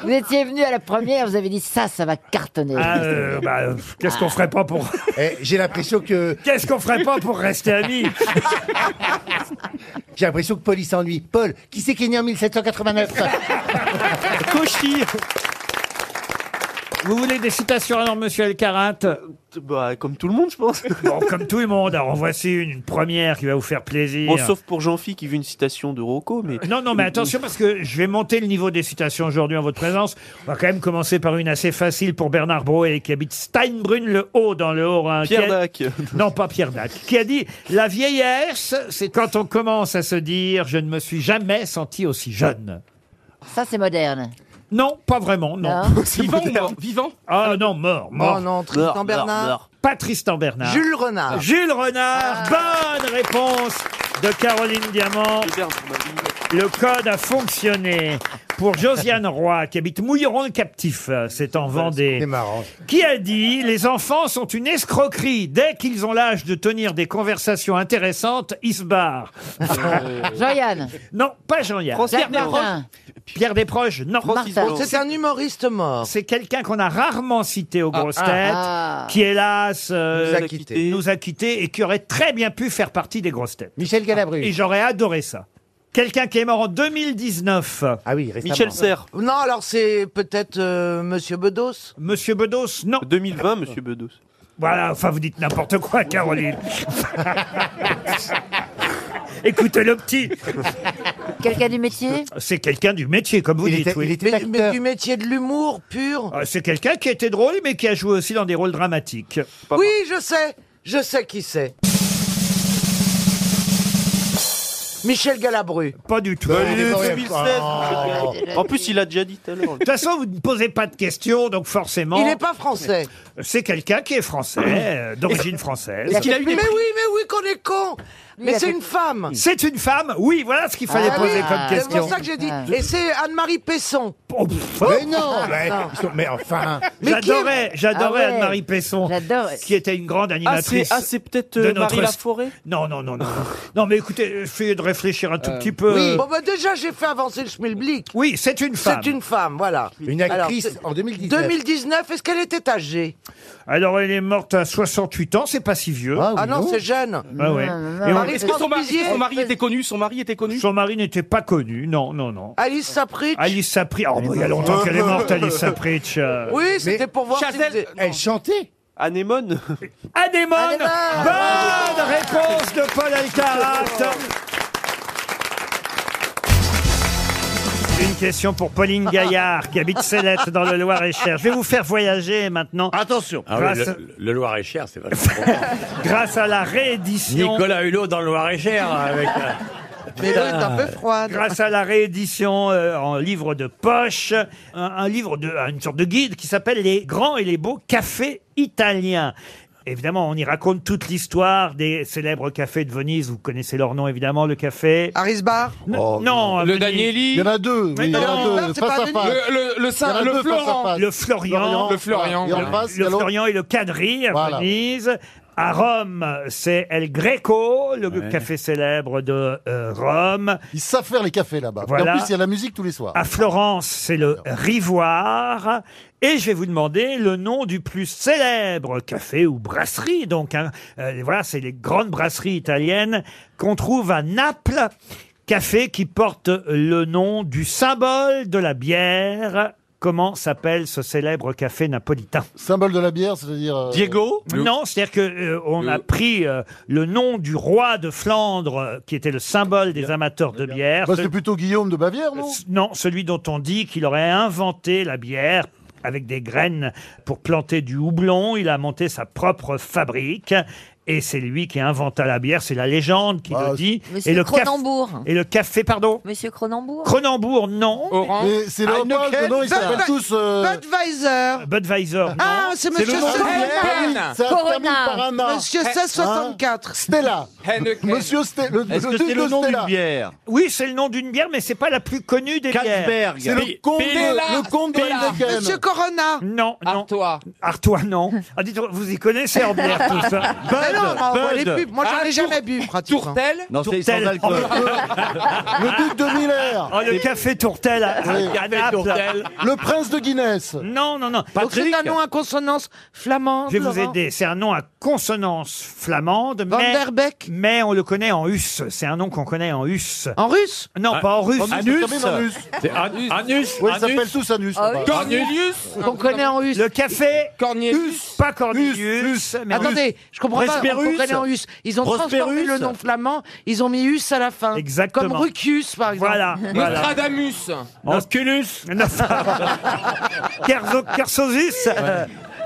Vous étiez venu à la première, vous avez dit ça, ça va cartonner. Ah, euh, bah, euh, Qu'est-ce qu'on ferait pas pour. Eh, J'ai l'impression que. Qu'est-ce qu'on ferait pas pour rester amis J'ai l'impression que Paul, il s'ennuie. Paul, qui c'est qui est né en 1789 Cauchy Vous voulez des citations alors, monsieur Elkarat Bah, comme tout le monde, je pense. Bon, comme tout le monde. Alors, en voici une, une première qui va vous faire plaisir. Bon, sauf pour jean philippe qui veut une citation de Rocco, mais... Non, non, mais attention parce que je vais monter le niveau des citations aujourd'hui en votre présence. On va quand même commencer par une assez facile pour Bernard Broet qui habite Steinbrunn-le-Haut dans le Haut-Rhin. qui Pierre a- Dac. Non, pas Pierre Dac. Qui a dit La vieillesse, c'est quand on commence à se dire Je ne me suis jamais senti aussi jeune. Ça, c'est moderne. Non, pas vraiment, non. Non. Vivant ou mort Vivant Ah non, mort, mort. Oh non, Tristan Mort, mort, Bernard. mort. Pas Tristan Bernard. Jules Ah. Renard. Jules Renard, bonne réponse de Caroline Diamant. Le code a fonctionné pour Josiane Roy, qui habite Mouilleron-le-Captif, euh, c'est en Vendée. Qui a dit Les enfants sont une escroquerie. Dès qu'ils ont l'âge de tenir des conversations intéressantes, ils se barrent. Jean-Yann. Non, pas Jean-Yann. Francis Pierre Desproges. Martin. Pierre Desproges, non. Francis Martin. Blanc. C'est un humoriste mort. C'est quelqu'un qu'on a rarement cité aux Ah, grosses ah, têtes, ah. qui hélas euh, Nous a quittés. nous a quittés et qui aurait très bien pu faire partie des grosses têtes. Ah, Michel Galabru. Et j'aurais adoré ça. Quelqu'un qui est mort en 2019. Ah oui, Non, alors c'est peut-être euh, Monsieur Bedos. Monsieur Bedos, non. 2020, monsieur Bedos. Voilà, enfin vous dites n'importe quoi, Caroline. Écoutez le petit. Quelqu'un du métier C'est quelqu'un du métier, comme vous Il dites. était- oui. il était Mais- mais acteur. du métier de l'humour pur. C'est quelqu'un qui était drôle, mais qui a joué aussi dans des rôles dramatiques. Oui, je sais, je sais qui c'est. Michel Galabru. Pas du tout. Ah. Bah, il est de 2016. En plus, il a déjà dit tout à l'heure. De toute façon, vous ne posez pas de questions, donc forcément. Il n'est pas français. C'est quelqu'un qui est français, euh, d'origine française. Mais oui, mais oui, qu'on est con. il Mais a c'est fait- une femme. C'est une femme Oui, voilà ce qu'il fallait Ah oui, poser comme question. Ah. C'est pour ça que j'ai dit. Et c'est Anne-Marie Pesson. Oh, Mais non, Ah mais, ils sont- mais enfin. J'adorais, j'adorais Ah ouais. Anne-Marie Pesson, qui était une grande animatrice. c'est- ah, c'est peut-être, de euh, notre Marie Laforêt Non, non, non, non. non, mais écoutez, essayez de réfléchir un tout petit peu. Oui. Bon, bah déjà, j'ai fait avancer le schmilblick. Oui, c'est une femme. C'est une femme, voilà. Une actrice Alors, c'est- en 2019. 2019, est-ce qu'elle était âgée Alors, elle est morte à 68 ans, c'est pas si vieux. Ah, non, c'est jeune. bah, Ah ouais. Et on- Est-ce que son mari, est-ce que son mari était connu Son mari était connu Son mari n'était pas connu, non, non, non. Alice Sapritch. Alice Sapritch, oh, bah, il y a longtemps qu'elle est morte, Alice Sapritch. euh. Oui, c'était pour voir si vous- Ah, Elle chantait. Anémone. Anémone. Bonne réponse de Paul Alcarat. Une question pour Pauline Gaillard, qui habite Célette dans le Loir-et-Cher. Je vais vous faire voyager maintenant. Attention. Ah oui, Grâce, le, le Loir-et-Cher, c'est vachement grâce à la réédition. Nicolas Hulot dans le Loir-et-Cher avec. euh, Mais l'eau est un peu froide. Grâce à la réédition euh, en livre de poche, un, un livre de, une sorte de guide qui s'appelle Les grands et les beaux cafés italiens. Évidemment, on y raconte toute l'histoire des célèbres cafés de Venise. Vous connaissez leur nom, évidemment, le café. Harris Bar Oh, Non. non, à Le Venise. Danieli Il y en a deux, Mais oui, il y en a non. deux, C'est pas face à Venise. face. Le- le- le Saint- Il y en a le deux face à Florent. face. Le Florian. Le Florian. Le, Et en face, le il y a l'autre. Florian et le Cadri à Voilà. Venise. À Rome, c'est El Greco, le café célèbre de euh, Rome. Ils savent faire les cafés là-bas. Et Voilà. En plus, il y a la musique tous les soirs. À Florence, c'est le Rivoire. Et je vais vous demander le nom du plus célèbre café ou brasserie. Donc, hein. Euh, voilà, c'est les grandes brasseries italiennes qu'on trouve à Naples. Café qui porte le nom du symbole de la bière. Comment s'appelle ce célèbre café napolitain Symbole de la bière, c'est-à-dire. euh, Non, c'est-à-dire que euh, on a pris euh, le nom du roi de Flandre, euh, qui était le symbole des amateurs de bière. Bah, c'est plutôt Guillaume de Bavière, non Euh, Non, celui dont on dit qu'il aurait inventé la bière avec des graines pour planter du houblon. Il a monté sa propre fabrique. Et c'est lui qui inventa la bière, c'est la légende qui Bah, le dit. Monsieur et le caf- Cronenbourg. Et le café, pardon Monsieur Cronenbourg Cronenbourg, non. Ah, Mais c'est leur mode, non, ils s'appellent tous. euh, Budweiser. Budweiser, non. Ah, c'est monsieur le nom de la bière. Ça se termine par un A. Monsieur Eh, Hein 1664. Stella. Monsieur Ste- le- Est-ce le que duc c'est le de nom d'une Stella. bière Oui, c'est le nom d'une bière, mais c'est pas la plus connue des bières. Carlsberg. C'est le comte de- Pella. le comte de Pella. Heineken. Monsieur Corona. Non, non. Artois. Artois, non. Ah, dites, vous y connaissez en bière, hein. tout ça. Ah, Bud, Mais non, on voit les Bud. pubs. Moi, Ah, j'en ai jamais bu, pratiquement. Tourtel Non, c'est sans alcool. Le duc de Miller. Oh, le café Tourtel. à- à Oui. Naples. Le prince de Guinness. Non, non, non. Donc c'est un nom à consonance flamande. Je vais vous Laurent. aider. C'est un nom à consonance flamande, mais, mais on le connaît en russe. C'est un nom qu'on connaît en russe. En russe Non, Ah, pas en russe. en russe, Anus. c'est quand même en russe. C'est an- anus, Oui, ils s'appellent anus. tous anus, Ah oui. là-bas. Cornelius. Qu'on connaît en russe. Le café Cornelius. Pas Cornelius. mais en Attendez, russe. je comprends pas. On comprenait en us. Ils ont transformé le nom flamand. Ils ont mis us à la fin. Exactement. Comme Rucus, par exemple. Voilà, voilà. Nostradamus. Osculus. Kerzo- Kersosus.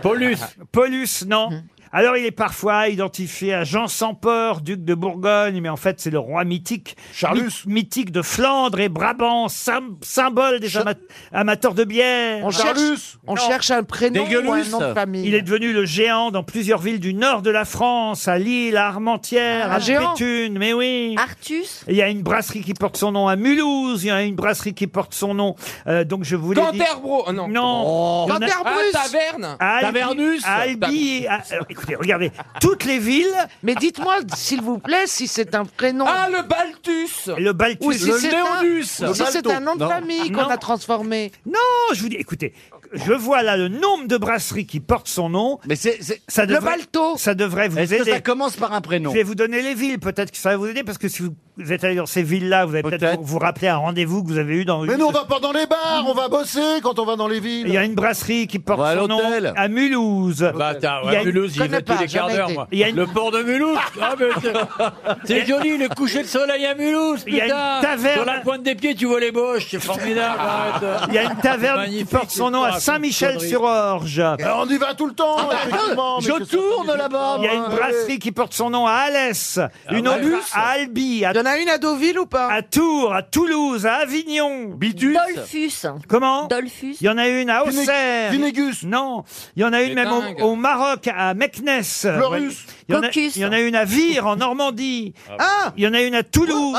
Paulus. Paulus, non. Alors, il est parfois identifié à Jean sans peur, duc de Bourgogne, mais en fait, c'est le roi mythique. Charlus. Mythique de Flandre et Brabant, sym- symbole des ama- amateurs de bière. On cherche- Charlus. on cherche un prénom Dégueulus. ou un nom de famille. Il est devenu le géant dans plusieurs villes du nord de la France, à Lille, à Armentières, Ah, Un à géant. Béthune, mais oui. Artus Il y a une brasserie qui porte son nom à Mulhouse, il y a une brasserie qui porte son nom. euh, donc je vous l'ai dit. Canterbro- oh non. Non. Oh. Il y en a- Canterbrus. Ah, Taverne. Albi- Tavernus. Albi. ah, alors, écoutez, regardez, toutes les villes. Mais dites-moi, s'il vous plaît, si c'est un prénom. Ah, le Baltus Le Baltus. Ou si Le c'est un, Léonus. ou si Le c'est Balto. un nom de Non. famille qu'on Non. a transformé. Non, je vous dis, écoutez, je vois là le nombre de brasseries qui portent son nom. Mais c'est ça Le devrait, Balto. Ça devrait vous Est-ce aider. que ça commence par un prénom Je vais vous donner les villes, peut-être que ça va vous aider, parce que si vous vous êtes allé dans ces villes-là, vous allez peut-être vous, vous rappeler un rendez-vous que vous avez eu dans. Mais nous, on va pas dans les bars, on va bosser quand on va dans les villes. Il y a une brasserie qui porte son nom à Mulhouse. attends, Il y a à une- Mulhouse, il y Connais va tous pas, les quarts jamais d'heure, été. moi. Il y a une- Le port de Mulhouse. Ah, mais c'est- c'est joli, le coucher de soleil à Mulhouse, Il y a putain. une taverne- Ah. Sur la pointe des pieds, tu vois les boches, c'est formidable. arrête. Il y a une taverne qui Magnifique, porte son nom à raconte Saint-Michel-sur-Orge. Eh, on y va tout le temps, effectivement, mais Ah, bah, Je qu'est-ce qu'on tourne fait là-bas. Il y a une moi, brasserie qui porte son nom à Alès, une ouais. autre à Albi. Il y en a une à Deauville ou pas À Tours, à Toulouse, à Avignon. Bidus. Dolphus. Comment Dolphus. Il y en a une à Auxerre. Vinégus. Non. Il y en a une C'est même dingue. au, au Maroc, à Meknès. Fleurus. Ouais. Il y, en a, Caucus. il y en a une à Vire, en Normandie. Ah. Il y en a une à Toulouse.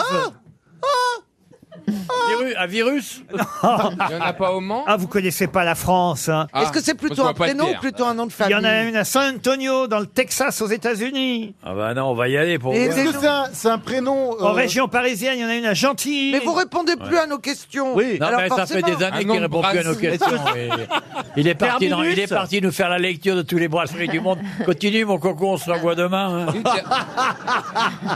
Viru- Un virus Il n'y en a pas au Mans Ah, vous connaissez pas la France. hein. Est-ce que c'est plutôt un prénom ou plutôt un nom de Il famille y en a une à San Antonio, dans le Texas, aux États-Unis. Ah bah non, on va y aller pour Est-ce voir. que c'est un, c'est un prénom euh, En région parisienne, il y en a une à Gentilly. Mais vous répondez plus Ouais. à nos questions. Oui, non, Alors mais ça fait forcément- Ah des années qu'il répond plus Ah à nos questions. oui. Il est, parti dans- il est parti nous faire la lecture de tous les brasseries du monde. Continue, mon coco, on se revoit demain. hein.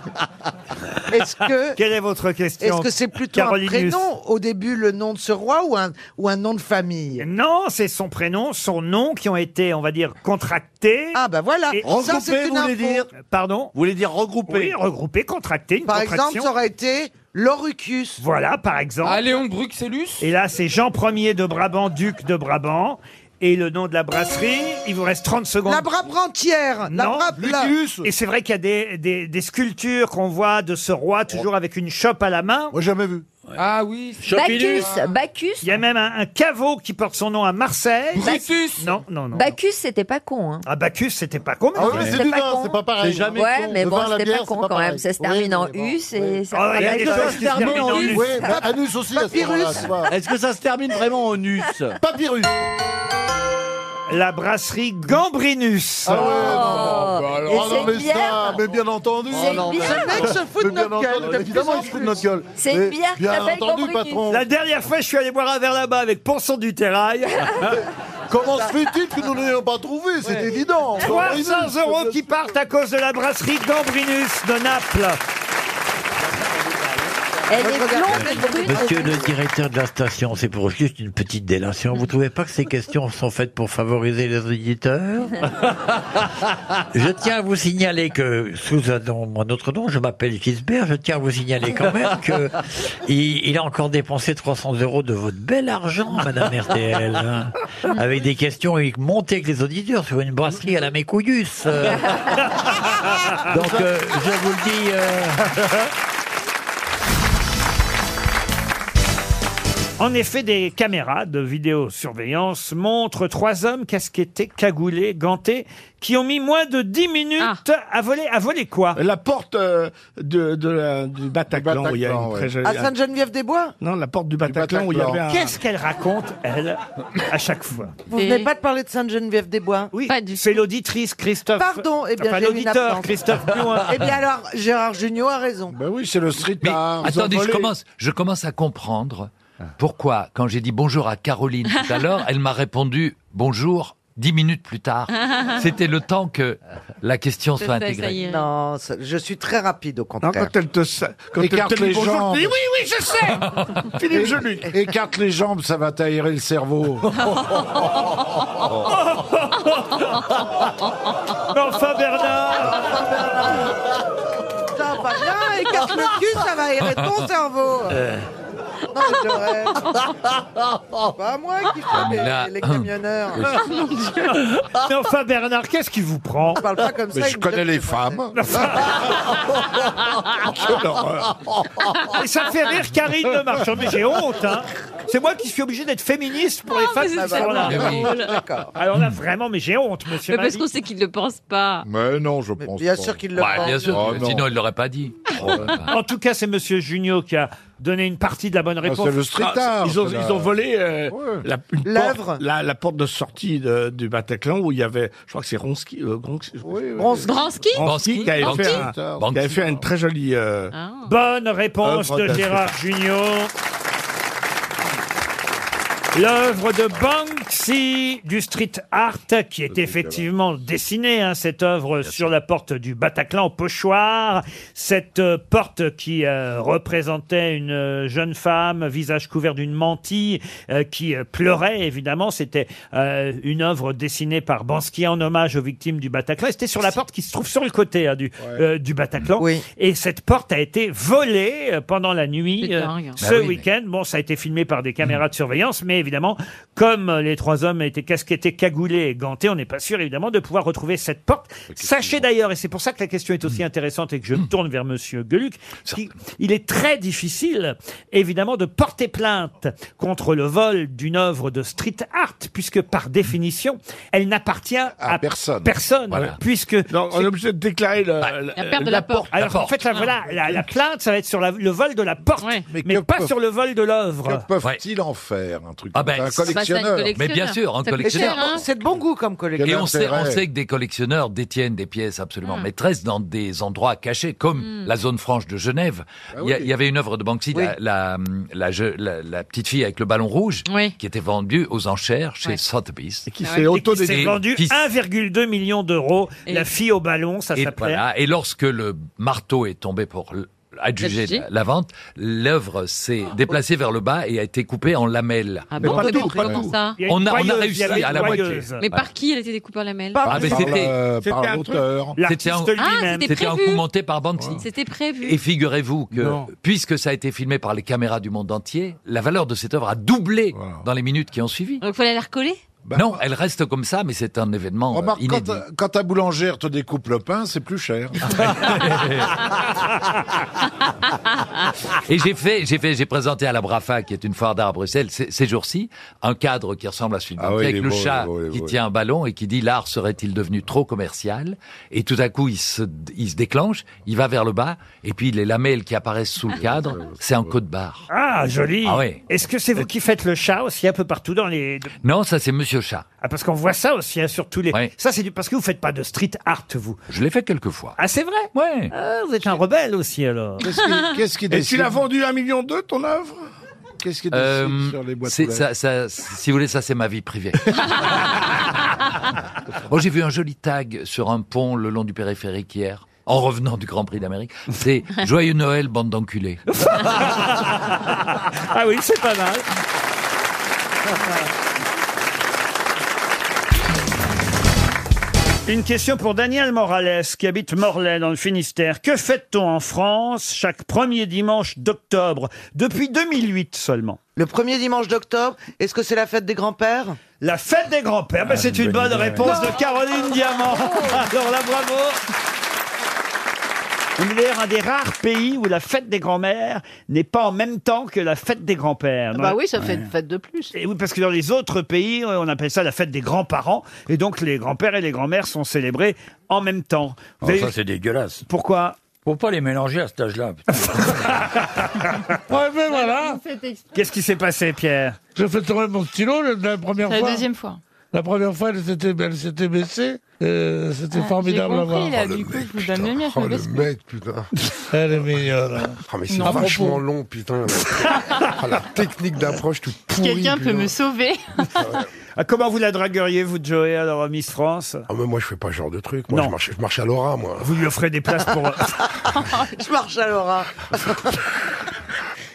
Est-ce que Quelle est votre question Est-ce que c'est plutôt un Caroline prénom au début le nom de ce roi ou un ou un nom de famille Non, c'est son prénom, son nom qui ont été, on va dire, contractés. Ah bah voilà. Et- ça c'est une info. Pardon Vous voulez dire regroupé Oui, regroupé, contracté, une Par contraction. exemple, ça aurait été Lorucus. Voilà, par exemple. Ah, Léon Bruxellus Et là, c'est Jean Ier de Brabant, duc de Brabant. Et le nom de la brasserie, il vous reste 30 secondes. La Brabrantière. La Non. Brab- la- Et c'est vrai qu'il y a des, des- des sculptures qu'on voit de ce Oh. roi, toujours avec une chope à la main. Moi, jamais vu. Ah oui. Ah. Chopinus. Bacchus. Bacchus. Il y a même un, un caveau qui porte son nom à Marseille. Brutus. Non, non, non. Bacchus, c'était pas con. Hein. Ah, Bacchus, c'était pas con. mais Ah oui, c'est- mais c'est du vin, c'est pas pareil. C'est jamais Ouais, con. mais Le bon, vin à la c'était pas bière, con c'est quand pareil. même. Ça se Oui, termine en mais bon, us oui. et Ah, ça Oh, il y a Est-ce des que choses ça qui se se terminent termine en en us. us. Oui, bah, anus aussi. à ce moment-là, tu vois. Est-ce que ça se termine vraiment en us Papyrus. la brasserie Gambrinus. Ah ouais, Oh. Oh. non, non, bah alors, ah non, mais ça, mais bien entendu. C'est une bière. Ce mec se fout de notre gueule. Évidemment, il se fout de notre gueule. Mais Bien entendu, patron. La dernière fois, je suis allé boire un verre là-bas avec Ponson du Terrail. Comment se fait-il que nous ne l'ayons pas trouvé C'est évident. 300 euros qui partent à cause de la brasserie Gambrinus de Naples. Elle est blonde, Monsieur le directeur de la station, c'est pour juste une petite délation. Vous trouvez pas que ces questions sont faites pour favoriser les auditeurs Je tiens à vous signaler que, sous un nom, mon autre nom, je m'appelle Gisbert, je tiens à vous signaler quand même que il, il a encore dépensé 300 euros de votre bel argent, madame RTL. hein, avec des questions et montées avec les auditeurs sur une brasserie à la Mécouillus. euh. Donc, euh, je vous le dis... euh, En effet, des caméras de vidéosurveillance montrent trois hommes casquettés, cagoulés, gantés, qui ont mis moins de 10 minutes Ah. à voler. À voler quoi La porte euh, de, de la- du Bataclan, Bataclan, où il y a une ouais. très jolie- À Sainte-Geneviève-des-Bois Non, la porte du Bataclan, où il y avait un... Qu'est-ce qu'elle raconte, elle, à chaque fois Vous venez pas de parler de Sainte-Geneviève-des-Bois Oui, c'est l'auditrice Christophe. Pardon, eh bien, Enfin, j'ai eu une l'auditeur, absence. Christophe Plouin. Eh bien alors, Gérard Junior a raison. Ben oui, c'est le street Mais Ah, attendez, je commence, je commence à comprendre pourquoi, quand j'ai dit bonjour à Caroline tout à l'heure, elle m'a répondu bonjour dix minutes plus tard. C'était le temps que la question soit intégrée. Non, ça- je suis très rapide au contraire. quand elle te sa- quand elle te dit bonjour, tu dis, Oui, oui, je sais Philippe Geluc. Écarte les jambes, ça va t'aérer le cerveau. Enfin, Bernard Ça va bien, écarte le cul, ça va aérer ton cerveau Euh. Euh. Non, mais c'est vrai. C'est pas moi qui fais les, Ah, Là. Ah, les camionneurs. Mon Mais enfin, Bernard, qu'est-ce qui vous prend Je parle pas comme Mais ça, je il me connais Ah, donne les femmes. Et Ah, ça fait rire Karine Le Marchand. Mais j'ai honte, hein. C'est moi qui suis obligé d'être féministe pour les femmes. Ah, mais qui c'est sont là. tellement drôle. D'accord. Alors là, vraiment, mais j'ai honte, monsieur. Mais parce Mabille. qu'on sait qu'il ne le pense pas. Mais non, je pense bien pas. sûr qu'il le Ouais, pense. bien sûr, Ah, Oh, non. sinon il l'aurait pas dit. En tout cas, c'est Monsieur Junio qui a donné une partie de la bonne réponse. Ah, Ils ont, ils ont volé euh, la, une L'œuvre. porte, la, la porte de sortie de- du Bataclan où il y avait, je crois que c'est Ronski, euh, Gronski- Bronski. Bronski Bronski qui avait Bronski. fait, un- qui avait fait une très jolie. euh, Ah. Bonne réponse Œuvre de de- Gérard Junior. L'œuvre de Banksy du street art, qui est effectivement dessinée, hein, cette œuvre sur la porte du Bataclan au Pochoir. Cette euh, porte qui euh, représentait une euh, jeune femme, visage couvert d'une mantille, euh, qui euh, pleurait évidemment. C'était euh, une œuvre dessinée par Banksy en hommage aux victimes du Bataclan. Et C'était sur la porte qui se trouve sur le côté hein, du, euh, du Bataclan. Et cette porte a été volée euh, pendant la nuit C'est euh, dingue. ce Bah oui, mais- week-end. Bon, ça a été filmé par des Mhm. caméras de surveillance, mais évidemment, comme euh, les trois hommes étaient casquettés, cagoulés et gantés, on n'est pas sûr évidemment de pouvoir retrouver cette porte. Sachez d'ailleurs, et c'est pour ça que la question est Mhm. aussi intéressante et que je me tourne vers Monsieur Geluc, qui- il est très difficile évidemment de porter plainte contre le vol d'une œuvre de street art, puisque par définition, elle n'appartient à, personne. Personne, puisque on est obligé de déclarer le- le- la perte de la porte. Alors La en fait, la, porte. Ah. voilà, la, la plainte, ça va être sur la- le vol de la porte, mais, pas sur le vol de l'œuvre. Que peuvent-ils en faire un truc Ah comme ben, ça ça, Un c'est un collectionneur. collectionneur. Mais bien sûr, un Ça coûte collectionneur. cher, hein. C'est de bon goût comme collectionneur. Et on sait, on sait que des collectionneurs détiennent des pièces absolument maîtresses dans des endroits cachés, comme la zone franche de Genève. Bah Il y, a- il y avait une œuvre de Banksy, la- la, la je- la- la petite fille avec le ballon rouche, qui était vendue aux enchères chez Sotheby's. Et Ah qui s'est vendu qui 1,2 million d'euros. La fille au ballon, ça et, s'appelait. voilà. et lorsque le marteau est tombé pour l- adjuger Adjuger. la, la vente, l'œuvre s'est Ah, déplacée vers le bas et a été coupée en lamelles. Ah Mais bon, pas comment tout, pas comment tout. ça Il y a une On a, on a broyeuse, réussi il y avait à une la moitié. broyeuse. Ouais. Ouais. Par- Ah, Par qui elle était découpée en lamelles mais c'était euh, C'était un truc- C'était un, Euh, L'artiste lui-même. c'était Ah, un c'était coup prévu. monté par Banksy. C'était prévu. Et figurez-vous que, Non. puisque ça a été filmé par les caméras du monde entier, la valeur de cette œuvre a doublé dans les minutes qui ont suivi. Donc fallait la recoller non, elle reste comme ça, mais c'est un événement euh, Remarque, quand, inédit. ta- quand ta boulangère te découpe le pain, c'est plus cher. Et j'ai fait, j'ai fait, j'ai présenté à la Brafa, qui est une foire d'art à Bruxelles, ces, ces jours-ci, un cadre qui ressemble à celui de Ah oui, Banksy, il est avec le beau, il chat est beau, il est qui beau. tient un ballon et qui dit l'art serait-il devenu trop commercial Et tout à coup, il se, il se déclenche, il va vers le bas, et puis les lamelles qui apparaissent sous le cadre, c'est un code barre. Ah, joli. Ah ouais. Est-ce que c'est vous qui faites le chat aussi un peu partout dans les. Non, ça c'est Monsieur piocha. Ah, parce qu'on voit ça aussi, hein, sur tous les. Ça, c'est du... parce que vous faites pas de street art, vous. Je l'ai fait quelques fois. Ah, c'est vrai Ouais. vous êtes un rebelle aussi, alors. Qu'est-ce qui- qu'est-ce qui Et tu décide l'as vendu un million deux, ton œuvre Qu'est-ce qui Euh, décide sur les boîtes c'est- aux ça- lettres ça- si vous voulez, ça c'est ma vie privée. oh, j'ai vu un joli tag sur un pont le long du périphérique hier, en revenant du Grand Prix d'Amérique. C'est Joyeux Noël, bande d'enculés. ah oui, c'est pas mal. Une question pour Daniel Morales qui habite Morlaix dans le Finistère. Que fait-on en France chaque premier dimanche d'octobre depuis 2008 seulement Le premier dimanche d'octobre, est-ce que c'est la fête des grands-pères La fête des grands-pères, Ah, ben, c'est une bonne, réponse de Caroline Diamant. Oh. Alors là, bravo. On est d'ailleurs un des rares pays où la fête des grands-mères n'est pas en même temps que la fête des grands-pères. Bah Dans- oui, ça fait une fête de plus. Et oui, parce que dans les autres pays, euh, on appelle ça la fête des grands-parents. Et donc, les grands-pères et les grands-mères sont célébrés en même temps. Vous avez- Ah, ça, c'est dégueulasse. Pourquoi Faut pas les mélanger à cet âge-là. Bah, voilà. Qu'est-ce qui s'est passé, Pierre Je fais tomber mon stylo le- la première C'est fois. la deuxième fois. La première fois, elle s'était, elle s'était baissée. Euh, c'était Ah, j'ai formidable à compris, voir. Oh, là, du coup, je vous donne le Oh, mien, Oh, je me baisse plus. putain. Elle est mignonne. Ah, mais c'est Non. À vachement propos. long, putain. Ah, la technique d'approche tout pourrie. Quelqu'un peut putain. me sauver Ah, Comment vous la dragueriez, vous, Joey, alors, Miss France Ah, mais moi, je fais pas ce genre de truc. Moi, Non. je marche, je marche à l'aura, moi. Vous lui offrez des places pour... Je marche à l'aura.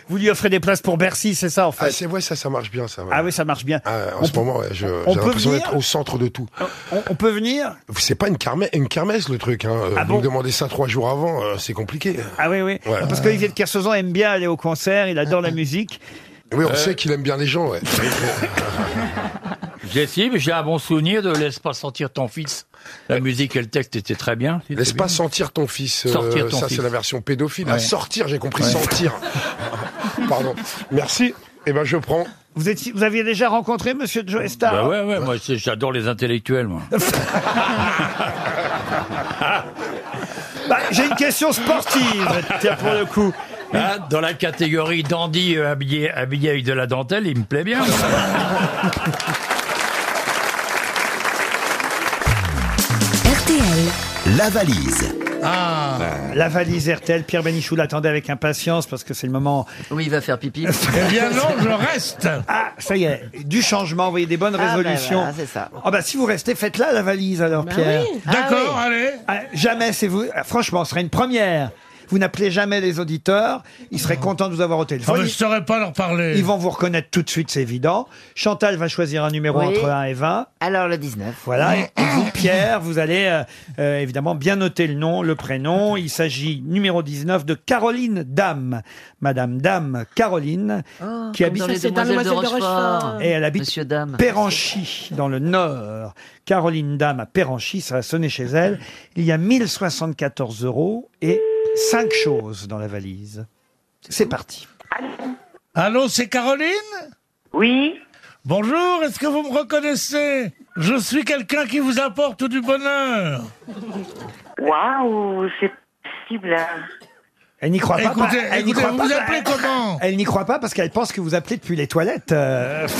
vous lui offrez des places pour Bercy, c'est ça, en fait Ah, c'est ouais, ça, ça marche bien, ça. ouais. Ah oui, ça marche bien. Ah, en On ce peut- moment, ouais, je- on j'ai peut l'impression venir d'être au centre de tout. On, on peut venir C'est pas une, carme- une kermesse, le truc. Hein. Ah Vous bon me demandez ça trois jours avant, euh, c'est compliqué. Ah oui, oui. Ouais. Parce qu'Olivier de Kersauzon aime bien aller au concert, il adore la musique. Euh. Oui, on sait qu'il aime bien les gens, ouais. Jessie, j'ai un bon souvenir de Laisse pas sentir ton fils. La musique et le texte étaient très bien. Laisse pas sentir ton fils. euh, Sortir ton ça, fils. c'est la version pédophile. Ouais. Ah, sortir, j'ai compris, Ouais. sentir. Pardon. Merci. Eh ben, je prends. Vous, étiez- vous aviez déjà rencontré Monsieur Joe Star Bah ouais, ouais, moi c'est- j'adore les intellectuels, moi. Bah, J'ai une question sportive, tiens, pour le coup. Ah, dans la catégorie dandy euh, habillé, habillé avec de la dentelle, il me plaît bien. RTL. La valise. Ah, la valise RTL. Pierre Benichou l'attendait avec impatience parce que c'est le moment. Oui, il va faire pipi. Eh bien non, je reste. Ah, ça y est, du changement, vous voyez, des bonnes Ah, bah, résolutions. Ben voilà, c'est ça. Ah, bah, si vous restez, faites-la la valise alors, Pierre. oui. D'accord, Ah, oui. allez. Ah, jamais, c'est vous. ah, franchement, ce serait une première. Vous n'appelez jamais les auditeurs. Ils seraient contents de vous avoir au Ah, téléphone. mais je saurais pas leur parler. Ils vont vous reconnaître tout de suite, c'est évident. Chantal va choisir un numéro Oui. entre 1 et 20. Alors le 19. Voilà. Et vous, Pierre, vous allez euh, euh, évidemment bien noter le nom, le prénom. Il s'agit, numéro 19, de Caroline Dame. Madame Dame Caroline, Oh, qui comme habite... dans les Ça, c'est dans Demoiselles de Demoiselles de Rochefort. Rochefort. Et elle habite Péranchy, dans le Nord. Caroline Dame à Péranchy, ça va sonner chez elle. Il y a 1074 euros et cinq choses dans la valise. C'est parti. Allô, c'est Caroline Oui. Bonjour, est-ce que vous me reconnaissez Je suis quelqu'un qui vous apporte du bonheur. Waouh, c'est possible. Elle n'y croit pas. Écoutez, pas- elle n'y écoutez, croit vous pas, vous pas- appelez comment Elle n'y croit pas parce qu'elle pense que vous appelez depuis les toilettes. euh.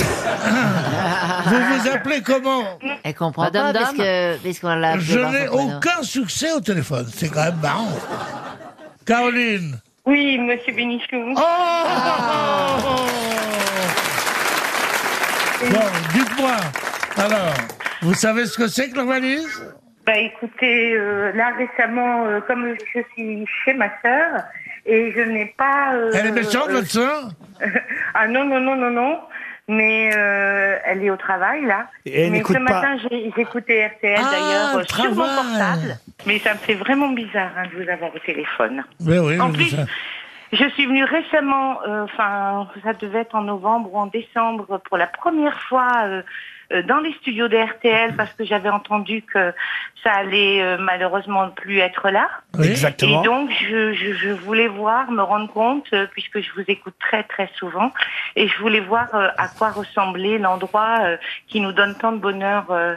Vous vous appelez comment Elle comprend Madame, pas parce dame que- parce qu'on l'a appelé Je par son n'ai prénom. aucun succès au téléphone. C'est quand même marrant. Caroline. Oui, monsieur Bénichou. Oh Bon, dites-moi. Alors, vous savez ce que c'est que la valise Bah écoutez, euh, là récemment, euh, comme je suis chez ma sœur, et je n'ai pas... euh, Elle est méchante, euh, votre sœur Ah non, non, non, non, non. Mais euh, elle est au travail, là. Et elle Mais ce n'écoute pas. matin, j'ai j'écoutais RTL, Ah, d'ailleurs, le euh, sur mon travail. portable. Mais ça me fait vraiment bizarre hein, de vous avoir au téléphone. Mais oui, En mais plus, vous savez. Je suis venue récemment, euh, enfin, ça devait être en novembre ou en décembre, pour la première fois euh, euh, dans les studios de RTL parce que j'avais entendu que ça allait euh, malheureusement ne plus être là. Oui. Exactement. Et donc, je, je- je voulais voir, me rendre compte, euh, puisque je vous écoute très très souvent, et je voulais voir euh, à quoi ressemblait l'endroit euh, qui nous donne tant de bonheur euh,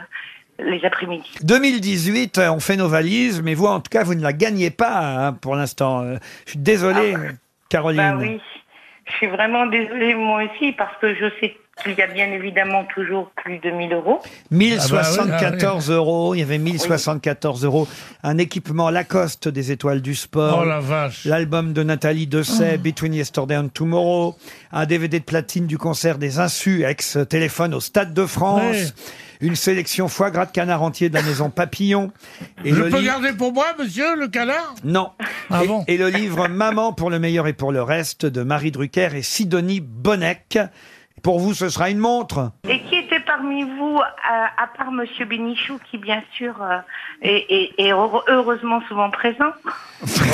les après-midi. 2018, euh, on fait nos valises, mais vous, en tout cas, vous ne la gagnez pas hein, pour l'instant. Euh, Je suis désolé, Caroline. Bah oui, je suis vraiment désolée moi aussi parce que je sais Il y a bien évidemment toujours plus de 1000 euros. Ah bah Ah, bah 1074 euros, il y avait 1074 euros. Un équipement Lacoste des étoiles du sport. Oh, la vache. L'album de Nathalie Dessay, Oh. Between Yesterday and Tomorrow. Un DVD de platine du concert des Insus, ex-téléphone au Stade de France. Ouais. Une sélection foie gras de canard entier de la maison Papillon. Je peux livre- garder pour moi, monsieur, le canard non. et, et le livre Maman pour le meilleur et pour le reste de Marie Drucker et Sidonie Bonnec. Pour vous, ce sera une montre. Et qui était parmi vous, euh, à, à part Monsieur Bénichou, qui bien sûr euh, est, est- est heure- heureusement souvent présent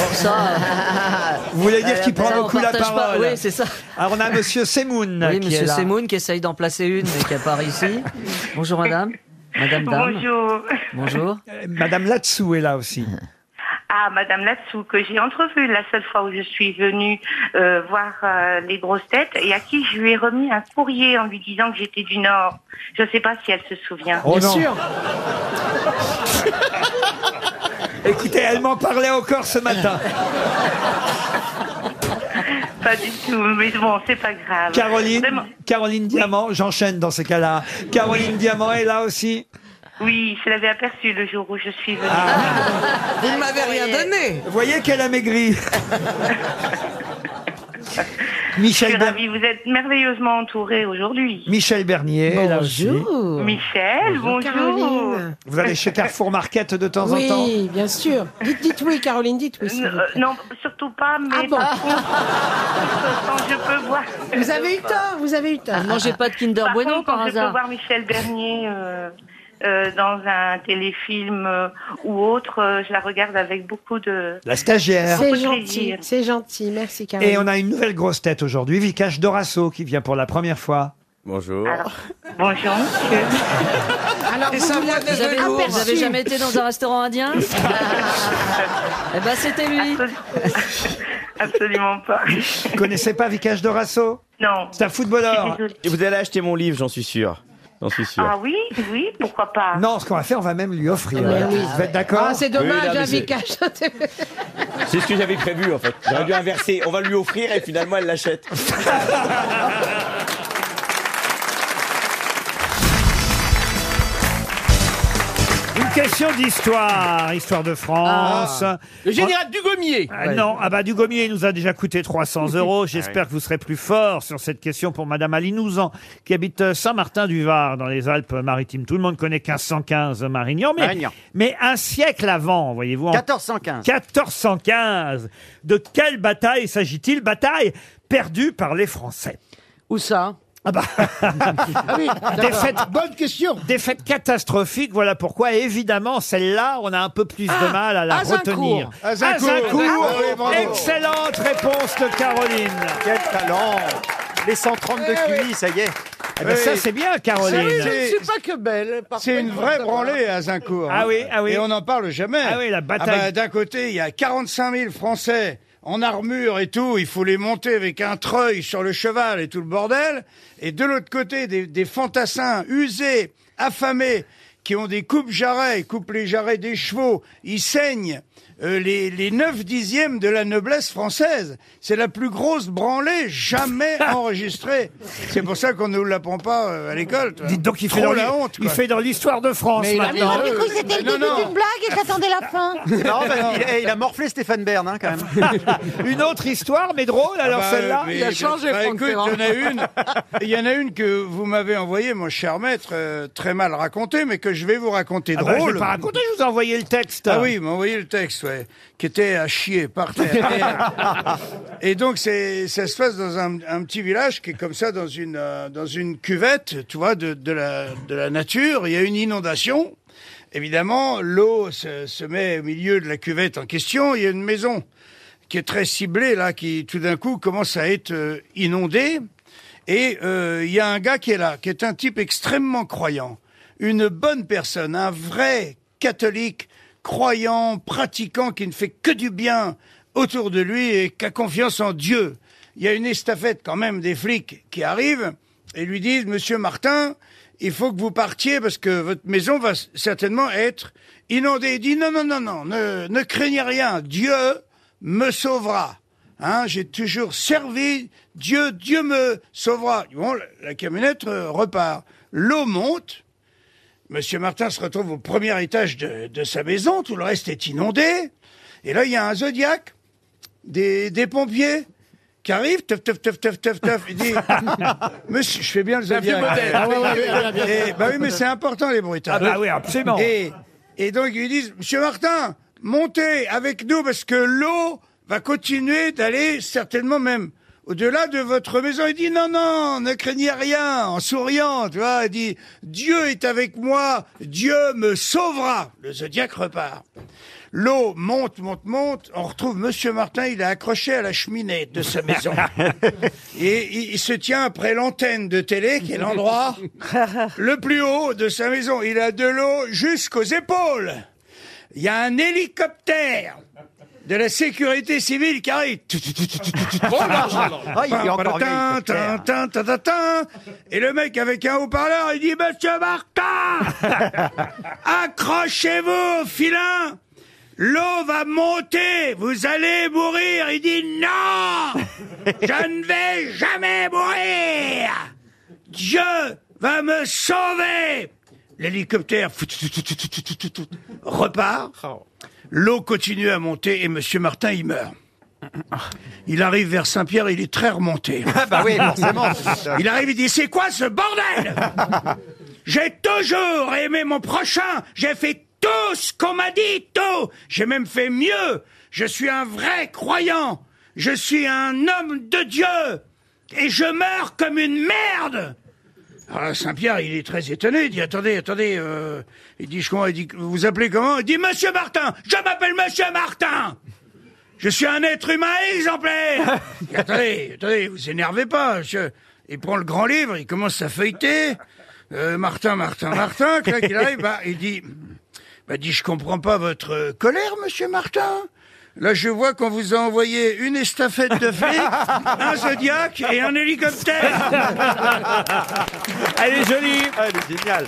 euh, Vous voulez dire qui Ah, ça, prend on beaucoup la partage pas. parole Oui, c'est ça. Alors on a Monsieur Semoun Oui, qui monsieur est là. Semoun qui essaye d'en placer une, mais qui n'a pas réussi. Bonjour madame. Madame dame. Bonjour. Bonjour. Euh, Madame Latsou est là aussi. Ah, Madame Latsou, que j'ai entrevue la seule fois où je suis venue euh, voir euh, les grosses têtes et à qui je lui ai remis un courrier en lui disant que j'étais du Nord. Je ne sais pas si elle se souvient. Oh Bien non. sûr. Écoutez, elle m'en parlait encore ce matin. Ah Pas du tout, mais bon, c'est pas bah, grave. Caroline, Vraiment. Caroline Diamant, j'enchaîne dans ces cas-là. Caroline Diamant est là aussi. Oui, je l'avais aperçu le jour où je suis venue. Vous ne m'avez rien donné. Ah. Vous voyez qu'elle a maigri. Je suis Michel, Ber- ravie, vous êtes merveilleusement entourée aujourd'hui. Michel Bernier est là aussi. Michel, bonjour. Vous allez chez Carrefour Market de temps en temps Oui, bien sûr. Dites, dites oui, Caroline, dites oui. s'il vous plaît. Euh, Non, surtout pas, mais Ah bon. par contre, quand je peux voir... Vous avez eu tort, vous avez eu tort. Ah, mangez pas de Kinder Par Bueno contre, quand par je peux hasard. voir Michel Bernier euh, euh, dans un téléfilm euh, ou autre, euh, je la regarde avec beaucoup de... La stagiaire. C'est beaucoup de gentil, plaisir. c'est gentil. Merci, Caroline. Et on a une nouvelle grosse tête aujourd'hui, Vikash Dorasso, qui vient pour la première fois. Bonjour. bonjour, monsieur. Alors, Et vous ça vous voit l'avez Vous avez, vous aperçu. avez jamais été dans un restaurant indien Eh ben c'était lui. Ah, Absolument pas. Vous connaissez pas Vikash Dorasso Non. C'est un footballeur. Et vous allez acheter mon livre, j'en suis sûr. J'en suis sûr. Ah oui, oui, pourquoi pas Non, ce qu'on va faire, on va même lui offrir. Mais oui. Vous êtes d'accord Ah, c'est Oui, dommage, là, mais hein, c'est- Vikash. C'est ce que j'avais prévu en fait. J'aurais dû inverser. On va lui offrir et finalement elle l'achète. Une question d'histoire, histoire de Ah. France. Ah. Le général Dugommier. Ah Non, ah bah Dugommier nous a déjà coûté 300 euros. J'espère que vous serez plus fort sur cette question pour Madame Alinouzan, qui habite euh, Saint-Martin-du-Var, dans les Alpes-Maritimes. Tout le monde connaît 1515 Marignan, mais, Marignan. mais un siècle avant, voyez-vous. en- 1415. 1415. De quelle bataille s'agit-il Bataille perdue par les Français. Où ça ah bah. Ah Défaite, bonne question. Défaite catastrophique, voilà pourquoi évidemment celle-là, on a un peu plus de mal à la Ah, Azincourt. retenir. Azincourt. Ah oui, bravo. excellente réponse de Caroline. Quel talent Les 132 QI, ça y est. Eh ben, ça, c'est bien, Caroline. C'est- Je ne suis pas que belle. C'est une vraie branlée à Zincourt. Ah oui, ah oui. Et on n'en parle jamais. Ah oui, la bataille. bah, D'un côté, il y a 45 000 Français en armure et tout. Il faut les monter avec un treuil sur le cheval et tout le bordel. Et de l'autre côté, des, des fantassins usés, affamés, qui ont des coupes jarrets, ils coupent les jarrets des chevaux, ils saignent euh, les, les 9 dixièmes de la noblesse française. C'est la plus grosse branlée jamais enregistrée. C'est pour ça qu'on ne nous l'apprend pas euh, à l'école. tu vois. Dites donc, il fait, Trop dans la l'hi- honte. il fait dans l'histoire de France Mais il a- maintenant. Mais Du coup, c'était le euh, Non, début non. d'une blague et t'attendais la fin. Non, mais il- il, a morflé Stéphane Bern, quand même. hein, Une autre histoire, mais drôle, alors Ah bah, celle-là. mais- bah, écoute, il y en a une. Il y en a une que vous m'avez envoyée, mon cher maître, euh, très mal racontée, mais que je vais vous raconter Ah bah, drôle. je l'ai pas raconté, je vous ai envoyé le texte. Ah oui, vous m'avez envoyé le texte, ouais, qui était à chier par terre. Et donc, c'est, ça se passe dans un, un petit village qui est comme ça, dans une, euh, dans une cuvette, tu vois, de, de la, de la nature. Il y a une inondation. Évidemment, l'eau se, se met au milieu de la cuvette en question. Il y a une maison qui est très ciblée, là, qui tout d'un coup commence à être euh, inondée. Et euh, il y a un gars qui est là, qui est un type extrêmement croyant, une bonne personne, un vrai catholique, croyant, pratiquant, qui ne fait que du bien autour de lui et qui a confiance en Dieu. Il y a une estafette quand même des flics qui arrivent et lui disent, Monsieur Martin, il faut que vous partiez parce que votre maison va s- certainement être inondée. Il dit, non, non, non, non, ne, ne craignez rien, Dieu me sauvera. Hein, j'ai toujours servi Dieu, Dieu me sauvera. Bon, la, la camionnette euh, repart. L'eau monte. Monsieur Martin se retrouve au premier étage de, de sa maison. Tout le reste est inondé. Et là, il y a un zodiaque, des, des pompiers qui arrivent. Teuf, teuf, teuf, teuf, teuf, teuf. Il dit, Monsieur, je fais bien le C'est un vieux zodiaque. modèle. Ah ouais, ouais, bien, bien, bien. Et- bah oui, mais c'est important les bruitages. Ah bah oui, absolument. Et, et donc ils disent, Monsieur Martin, montez avec nous parce que l'eau va continuer d'aller certainement même au-delà de votre maison. Il dit, non, non, ne craignez rien, en souriant, tu vois. Il dit, Dieu est avec moi, Dieu me sauvera. Le zodiaque repart. L'eau monte, monte, monte. On retrouve Monsieur Martin, il est accroché à la cheminée de sa maison. Et il, il se tient après l'antenne de télé, qui est l'endroit le plus haut de sa maison. Il a de l'eau jusqu'aux épaules. Il y a un hélicoptère de la sécurité civile qui arrive. Oh là là. Ah, il y a encore eu un Tin, tin, tin, tin, tin. Et le mec avec un haut-parleur, il dit Monsieur Martin, accrochez-vous, filin L'eau va monter, vous allez mourir. Il dit non, je ne vais jamais mourir. Dieu va me sauver. L'hélicoptère repart. L'eau continue à monter et Monsieur Martin y meurt. Il arrive vers Saint-Pierre, il est très remonté. Ah bah oui, forcément. Il arrive, il dit c'est quoi ce bordel J'ai toujours aimé mon prochain. J'ai fait tout ce qu'on m'a dit, tout. J'ai même fait mieux. Je suis un vrai croyant. Je suis un homme de Dieu. Et je meurs comme une merde. Alors là, Saint-Pierre, il est très étonné. Il dit attendez, attendez. euh, il dit je comprends. Il dit vous vous appelez comment Il dit Monsieur Martin. Je m'appelle Monsieur Martin. Je suis un être humain exemplaire. Il dit, attendez, attendez, vous énervez pas. monsieur. Il prend le grand livre, il commence à feuilleter. Euh, Martin, Martin, Martin, clac, il arrive, bah, il dit, bah, dit, je comprends pas votre euh, colère, monsieur Martin. Là, je vois qu'on vous a envoyé une estafette de flics, un zodiaque et un hélicoptère. Elle est jolie. Elle est géniale.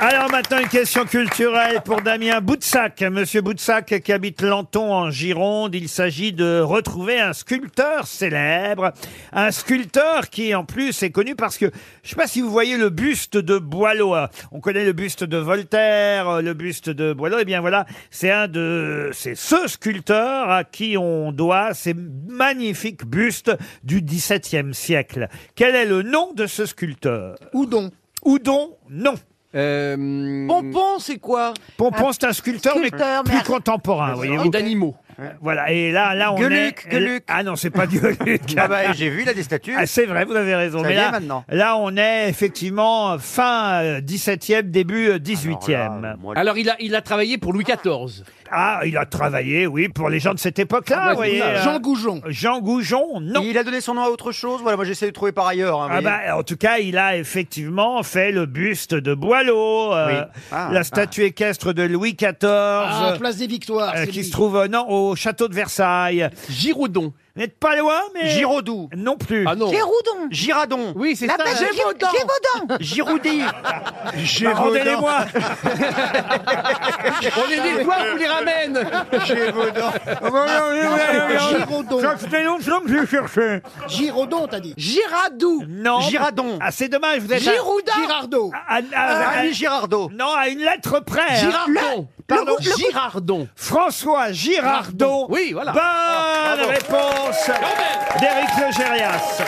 Alors maintenant, une question culturelle pour Damien Boutsac. Monsieur Boutsac qui habite Lanton en Gironde, il s'agit de retrouver un sculpteur célèbre. Un sculpteur qui en plus est connu parce que, je sais pas si vous voyez le buste de Boileau. hein. On connaît le buste de Voltaire, euh, le buste de Boileau. Et bien voilà, c'est un de, c'est ce sculpteur à qui on doit ces magnifiques bustes du XVIIe siècle. Quel est le nom de ce sculpteur Oudon. Oudon, non. Pompon, c'est quoi Pompon, c'est un sculpteur, Sculpteur, Euh, mais mais- plus contemporain, voyez-vous. d'animaux. Voilà, et là, là, on Gueuluc, est... Gueuluc. Ah non, c'est pas Gueuluc. Ah bah, j'ai vu, il a des statues. Ah, c'est vrai, vous avez raison. Ça mais y est, là, maintenant. là, on est effectivement fin euh, 17e, début euh, Ah 18e. Alors, il a, il a travaillé pour Louis XIV. Ah, il a travaillé, oui, pour les gens de cette époque-là, Ah, bah, vous voyez. euh, Goujon. Jean Goujon, non. Ah, il a donné son nom à autre chose. Voilà, moi j'essaie de trouver par ailleurs. hein, Ah vous voyez. bah, en tout cas, il a effectivement fait le buste de Boileau, euh, Oui. Ah, la statue équestre de Louis XIV. Ah, euh, place des Ah, Victoires. Euh, qui se trouve euh, non, au château de Versailles. Giraudon. Vous n'êtes pas loin, mais. Giraudoux. Non plus. Ah non. Géroudon. Giradon. Oui, c'est La ça. place de Gévaudan. Gévaudan. Giroudi. Bah, Rendez-les-moi On les nettoie, on vous les Ah, ramène. Gévaudan. Giraudon. Ça, c'était longtemps que j'ai cherché. Giraudon, t'as dit. Girardoux. Non. Giradon. Ah, Ah, c'est dommage, vous êtes. à- Giroudin. Girardo. à- à- à- Girardot. Non, à une lettre près. hein. Girardon. Pardon, Girardon. François Girardon. Oui, voilà. Ah, Bonne réponse d'Éric Legérias.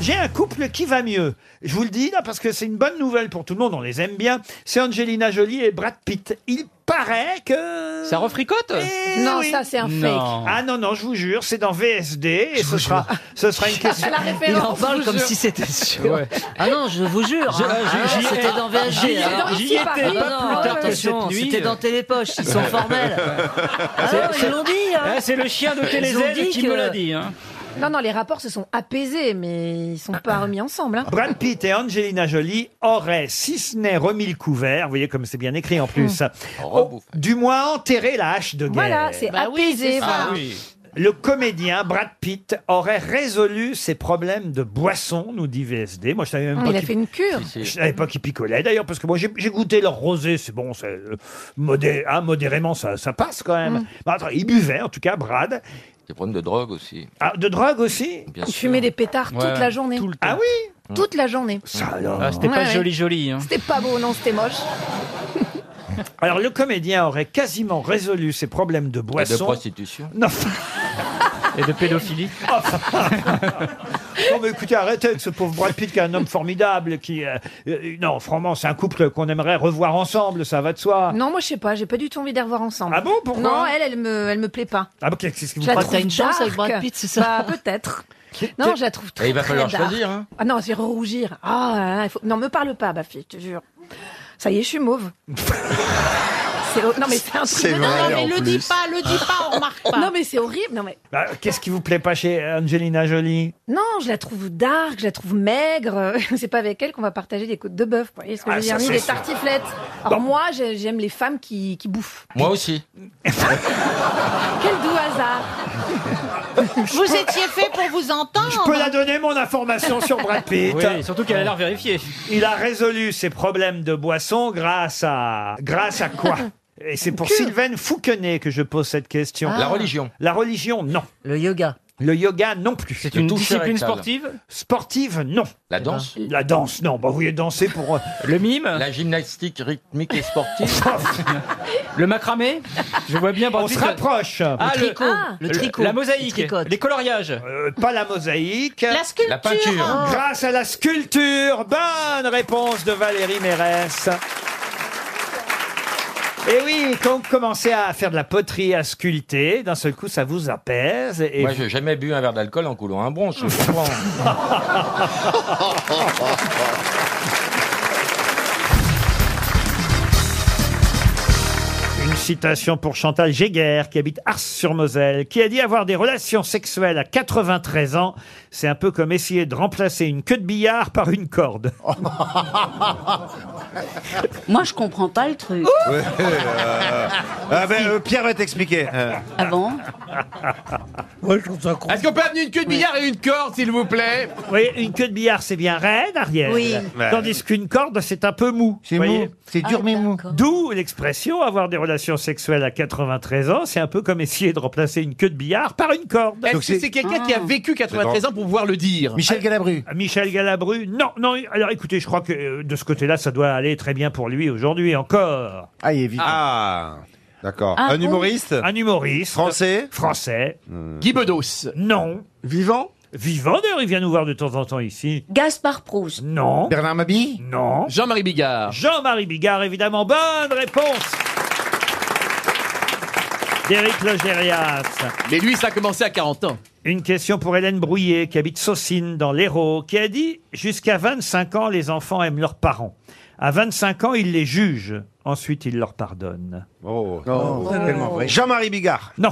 J'ai un couple qui va mieux. Je vous le dis là parce que c'est une bonne nouvelle pour tout le monde, on les aime bien. C'est Angelina Jolie et Brad Pitt. Il paraît que... Ça refricote Eh Non, oui. ça c'est un Non. Ah non, non, je vous jure, c'est dans VSD et ce sera, ce sera une question... La Il référence. en parle comme si c'était sûr. Ah non, je vous jure. Je- euh, hein. j'y- Ah non, j'y c'était étais- dans VHG. j'y alors. étais Ah pas non, plus non, tard que attention, cette nuit. C'était dans Télépoche, ils sont formels. Ah non, ils l'ont dit. hein. Ah, Eh, c'est le chien de Ils ont Télézède dit qui que- me l'a dit. Hein. Non, non, les rapports se sont apaisés, mais ils sont pas remis ensemble. hein. Brad Pitt et Angelina Jolie auraient, si ce n'est remis le couvert, vous voyez comme c'est bien écrit en plus, au- du moins Oh, enterré la hache de guerre. Bah Voilà, c'est apaisé. voilà. le comédien Brad Pitt aurait résolu ses problèmes de boisson, nous dit VSD. Moi, je savais même Ah, pas il a qu'il- fait une cure. Je savais pas qu'il picolait d'ailleurs, parce que moi j'ai j'ai goûté leur rosé, c'est bon, c'est euh, modé- hein, modérément, ça, ça passe quand même. Mm. Bah, attends, il buvait en tout cas, Brad. Des problèmes de drogue aussi. Ah, de drogue aussi Bien Il sûr. fumait des pétards Ouais. toute la journée. Ah oui Toute la journée. Ah, c'était Ouais, pas ouais. joli joli. Hein. C'était pas beau, non, c'était moche. Alors le comédien aurait quasiment résolu ses problèmes Et de de boisson. prostitution. Non. Et de pédophilie. Non mais écoutez, arrêtez de ce pauvre Brad Pitt qui est un homme formidable, qui... euh, euh, non, franchement, c'est un couple qu'on aimerait revoir ensemble, ça va de soi. Non, moi je sais pas, j'ai pas du tout envie de les revoir ensemble. Ah bon, pourquoi Non, elle, elle me, elle me plaît pas. Ah bah, qu'est-ce que vous Je la pensez trouve dark. Bah, peut-être. Non, je la trouve très Et il va très falloir dark. choisir, hein. Ah non, je vais rougir. Ah, là, là, il faut... Non, me parle pas, ma fille, je te jure. Ça y est, je suis mauve. C'est ho- Non mais c'est un truc. C'est de- vrai, non, non, mais en le plus. dis pas, le dis pas, on remarque pas. Non mais c'est horrible. Non mais Bah, Qu'est-ce qui vous plaît pas chez Angelina Jolie non, je la trouve dark, je la trouve maigre. C'est pas avec elle qu'on va partager des côtes de bœuf. Vous voyez ce que Ah, je veux dire ça, Ni c'est des sûr. tartiflettes. Alors moi, j'ai- j'aime les femmes qui, qui bouffent. Moi aussi. Quel doux hasard. Vous étiez fait pour vous entendre. Je peux la donner, mon information sur Brad Pitt. Oui, surtout qu'elle a l'air vérifiée. Il a résolu ses problèmes de boisson grâce à... Grâce à quoi Et c'est pour Sylvaine Fouquenet que je pose cette question. Ah. La religion. La religion, non. Le yoga. Le yoga, non plus. C'est une toucher discipline rectale. sportive Sportive, non. La danse La danse, non. Bah, vous voulez danser pour... Le mime La gymnastique rythmique et sportive. Le macramé Je vois bien On se rapproche. Ah, le- Ah. le tricot. La mosaïque. Les coloriages. Euh, pas la mosaïque. La sculpture. La peinture. Ah. Grâce à la sculpture. Bonne réponse de Valérie Mérès. Et oui, quand vous commencez à faire de la poterie, à sculpter, d'un seul coup, ça vous apaise. Et Moi, j'ai jamais bu un verre d'alcool en coulant un bronche. je comprends. Une citation pour Chantal Jéguer, qui habite Ars-sur-Moselle, qui a dit avoir des relations sexuelles à 93 ans, c'est un peu comme essayer de remplacer une queue de billard par une corde. Moi, je comprends pas le truc. Ah ben, euh, Pierre va t'expliquer. Euh. Ah bon Est-ce qu'on peut amener une queue de billard et une corde, s'il vous plaît Oui, une queue de billard, c'est bien raide, Ariel. Oui. Ouais. Tandis qu'une corde, c'est un peu mou. C'est mou. C'est dur, Ah, mais mou. D'où l'expression avoir des relations sexuelles à 93 ans, c'est un peu comme essayer de remplacer une queue de billard par une corde. Est-ce que c'est quelqu'un qui a vécu 93 ans pour pouvoir le Ah. dire Galabru. Ah, Michel Galabru. Non, non. Alors écoutez, je crois que euh, de ce côté-là, ça doit aller très bien pour lui aujourd'hui encore. Ah, il est vivant. Ah, d'accord. Ah, un bon humoriste Un humoriste. Français Euh. Français. Guy Bedos. Non. Vivant Vivant, d'ailleurs, il vient nous voir de temps en temps ici. Gaspard Proust. Non. Bernard Mabille Non. Jean-Marie Bigard. Jean-Marie Bigard, évidemment. Bonne réponse D'Éric Logérias. Mais lui, ça a commencé à 40 ans. Une question pour Hélène Brouillet, qui habite Saucine, dans l'Hérault, qui a dit « Jusqu'à 25 ans, les enfants aiment leurs parents. À 25 ans, ils les jugent. Ensuite, ils leur pardonnent. Oh, Oh. c'est tellement vrai. Jean-Marie Bigard. Non.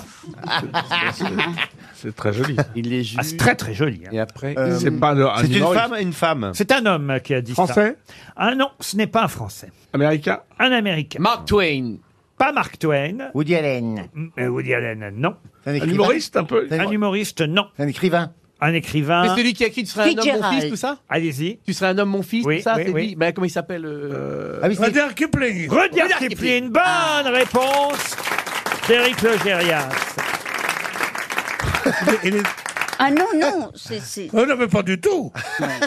C'est très joli. Il est Ah, c'est très très joli. Et après, Euh, c'est pas le- un C'est une humoriste. femme, une femme. C'est un homme qui a dit ça. Français Ah non, ce n'est pas un Français. Américain Un Américain. Mark Twain. Pas Mark Twain. Woody Allen. Euh, Woody Allen, non. Un écrivain Un humoriste, un peu Un humoriste, non. Un écrivain Un écrivain. Mais c'est lui qui a écrit Tu serais un homme, mon fils, tout ça Allez-y. Tu serais un homme, mon fils, Oui, tout ça oui, C'est oui. Ah, lui. Mais comment il s'appelle euh... Rudyard Kipling. Rudyard Rudyard Kipling. Bonne réponse d'Éric Logérias. Ah non, non, c'est- c'est... Oh non, mais pas du tout.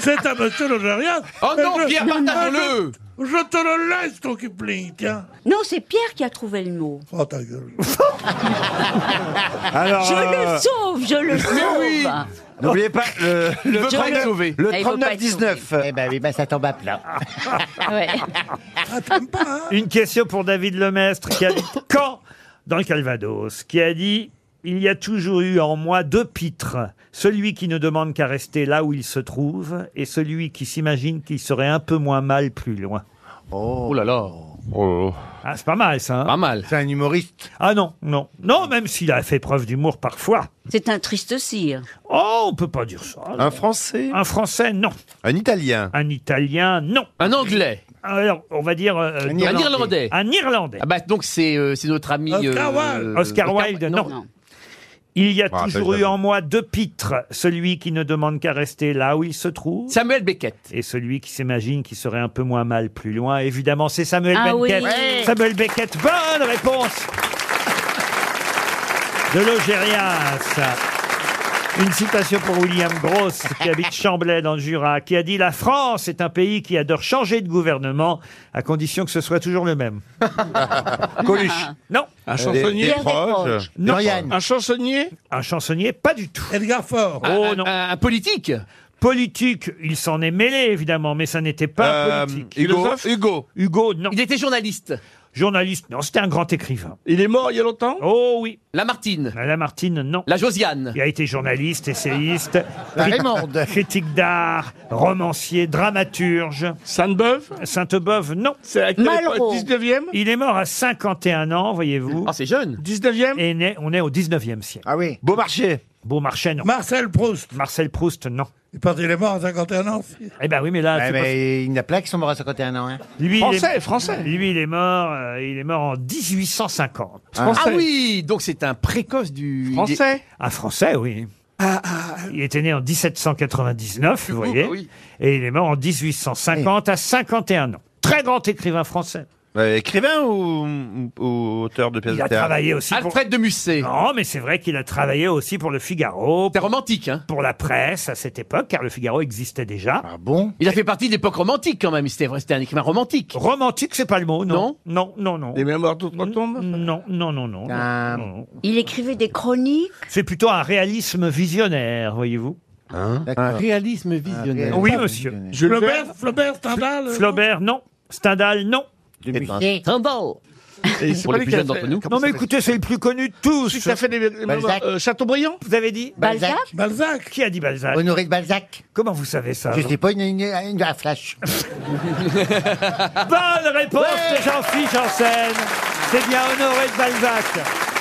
C'est à monsieur Logérias. Oh non, Pierre, partage-le partageons-le. Je je te le laisse, ton Kipling, tiens. Non, c'est Pierre qui a trouvé le mot. Oh, ta gueule. Alors, je euh, le sauve, je le sauve. N'oubliez pas le, le, veut pas être 39, sauvé. le Ah, il veut pas être 19 Eh ben oui, bah, ben ça tombe à plat. Ah, hein Une question pour David Lemestre qui habite Caen, dans le Calvados, qui a dit Il y a toujours eu en moi deux pitres. Celui qui ne demande qu'à rester là où il se trouve et celui qui s'imagine qu'il serait un peu moins mal plus loin. Oh. là là. Ah, c'est pas mal ça. Pas mal. C'est un humoriste. Ah non, non. Non, même s'il a fait preuve d'humour parfois. C'est un triste cire. Oh, on peut pas dire ça. Un Français Un Français, non. Un Italien Un Italien, non. Un Anglais Alors, on va dire... euh, Un Irlandais. Un Irlandais. Ah bah donc c'est euh, c'est notre ami... Oscar euh, Wilde. Oscar Wilde, non. Il y a Bah, Je me rappelle toujours eu jamais. en moi deux pitres, celui qui ne demande qu'à rester là où il se trouve. Samuel Beckett. Et celui qui s'imagine qu'il serait un peu moins mal plus loin. Évidemment, c'est Samuel Ah oui. Beckett. Ouais. Samuel Beckett, bonne réponse de l'Augérias. Une citation pour William Gross, qui habite Chamblay dans le Jura, qui a dit La France est un pays qui adore changer de gouvernement, à condition que ce soit toujours le même. Coluche. Non. Un chansonnier. Pierre Desproges. Non. Dorian. Un chansonnier Un chansonnier, pas du tout. Edgar Faure. Oh non. Un, politique Politique, il s'en est mêlé évidemment, mais ça n'était pas Euh, politique. Hugo- Philosophe Hugo. Hugo, non. Il était journaliste. Journaliste, non, c'était un grand écrivain. Il est mort il y a longtemps Oh oui. Lamartine. Lamartine, non. La Josiane. Il a été journaliste, essayiste, La crit- Raymonde. critique d'art, romancier, dramaturge. Sainte-Beuve Sainte-Beuve, non. C'est à quelle époque, Malraux. 19e Il est mort à 51 ans, voyez-vous. Ah, c'est jeune. 19e Et né- on est au 19e siècle. Ah oui. Beaumarchais Beaumarchais, non. Marcel Proust Marcel Proust, non. Il pense qu'il est mort à 51 ans Eh ben oui, mais là... Ouais, c'est pas- mais il y en a plein qui sont morts à 51 ans. Hein. Lui, il est... français. Lui, il est mort, euh, il est mort en 1850. Ah. Français. Ah oui, donc c'est un précoce du Français. Un français, Ah, oui. Il était né en 1799, vous voyez, et il est mort en 1850 à 51 ans. Très grand écrivain français. Euh, écrivain ou, ou auteur de pièces Il de a théâtre travaillé aussi. Alfred de Musset. Non, mais c'est vrai qu'il a travaillé aussi pour le Figaro. C'est romantique, hein Pour la presse à cette époque, car le Figaro existait déjà. Ah bon Il a fait partie de l'époque romantique quand même. C'était vrai, c'était un écrivain romantique. Romantique, c'est pas le mot, non Non, non, non. Les mémoires d'outre-tombe Non, non, non, non. Ah. Il écrivait des chroniques. C'est plutôt un réalisme visionnaire, voyez-vous. Hein Un réalisme visionnaire. Oui, monsieur. Flaubert, Flaubert, Stendhal. euh, Flaubert, non. Stendhal, non. Rimbaud. Et c'est Pour pas les lui plus qui a jeunes fait- d'entre nous. Non, mais écoutez, c'est le plus connu de tous. Celui qui a fait les- les- Balzac. euh, Chateaubriand Vous avez dit Balzac. Balzac. Qui a dit Balzac Honoré de Balzac. Comment vous savez ça Je vous sais pas, une, une, une- un flash. Bonne réponse de Jean-Philippe Janssen. C'est bien honoré de Balzac.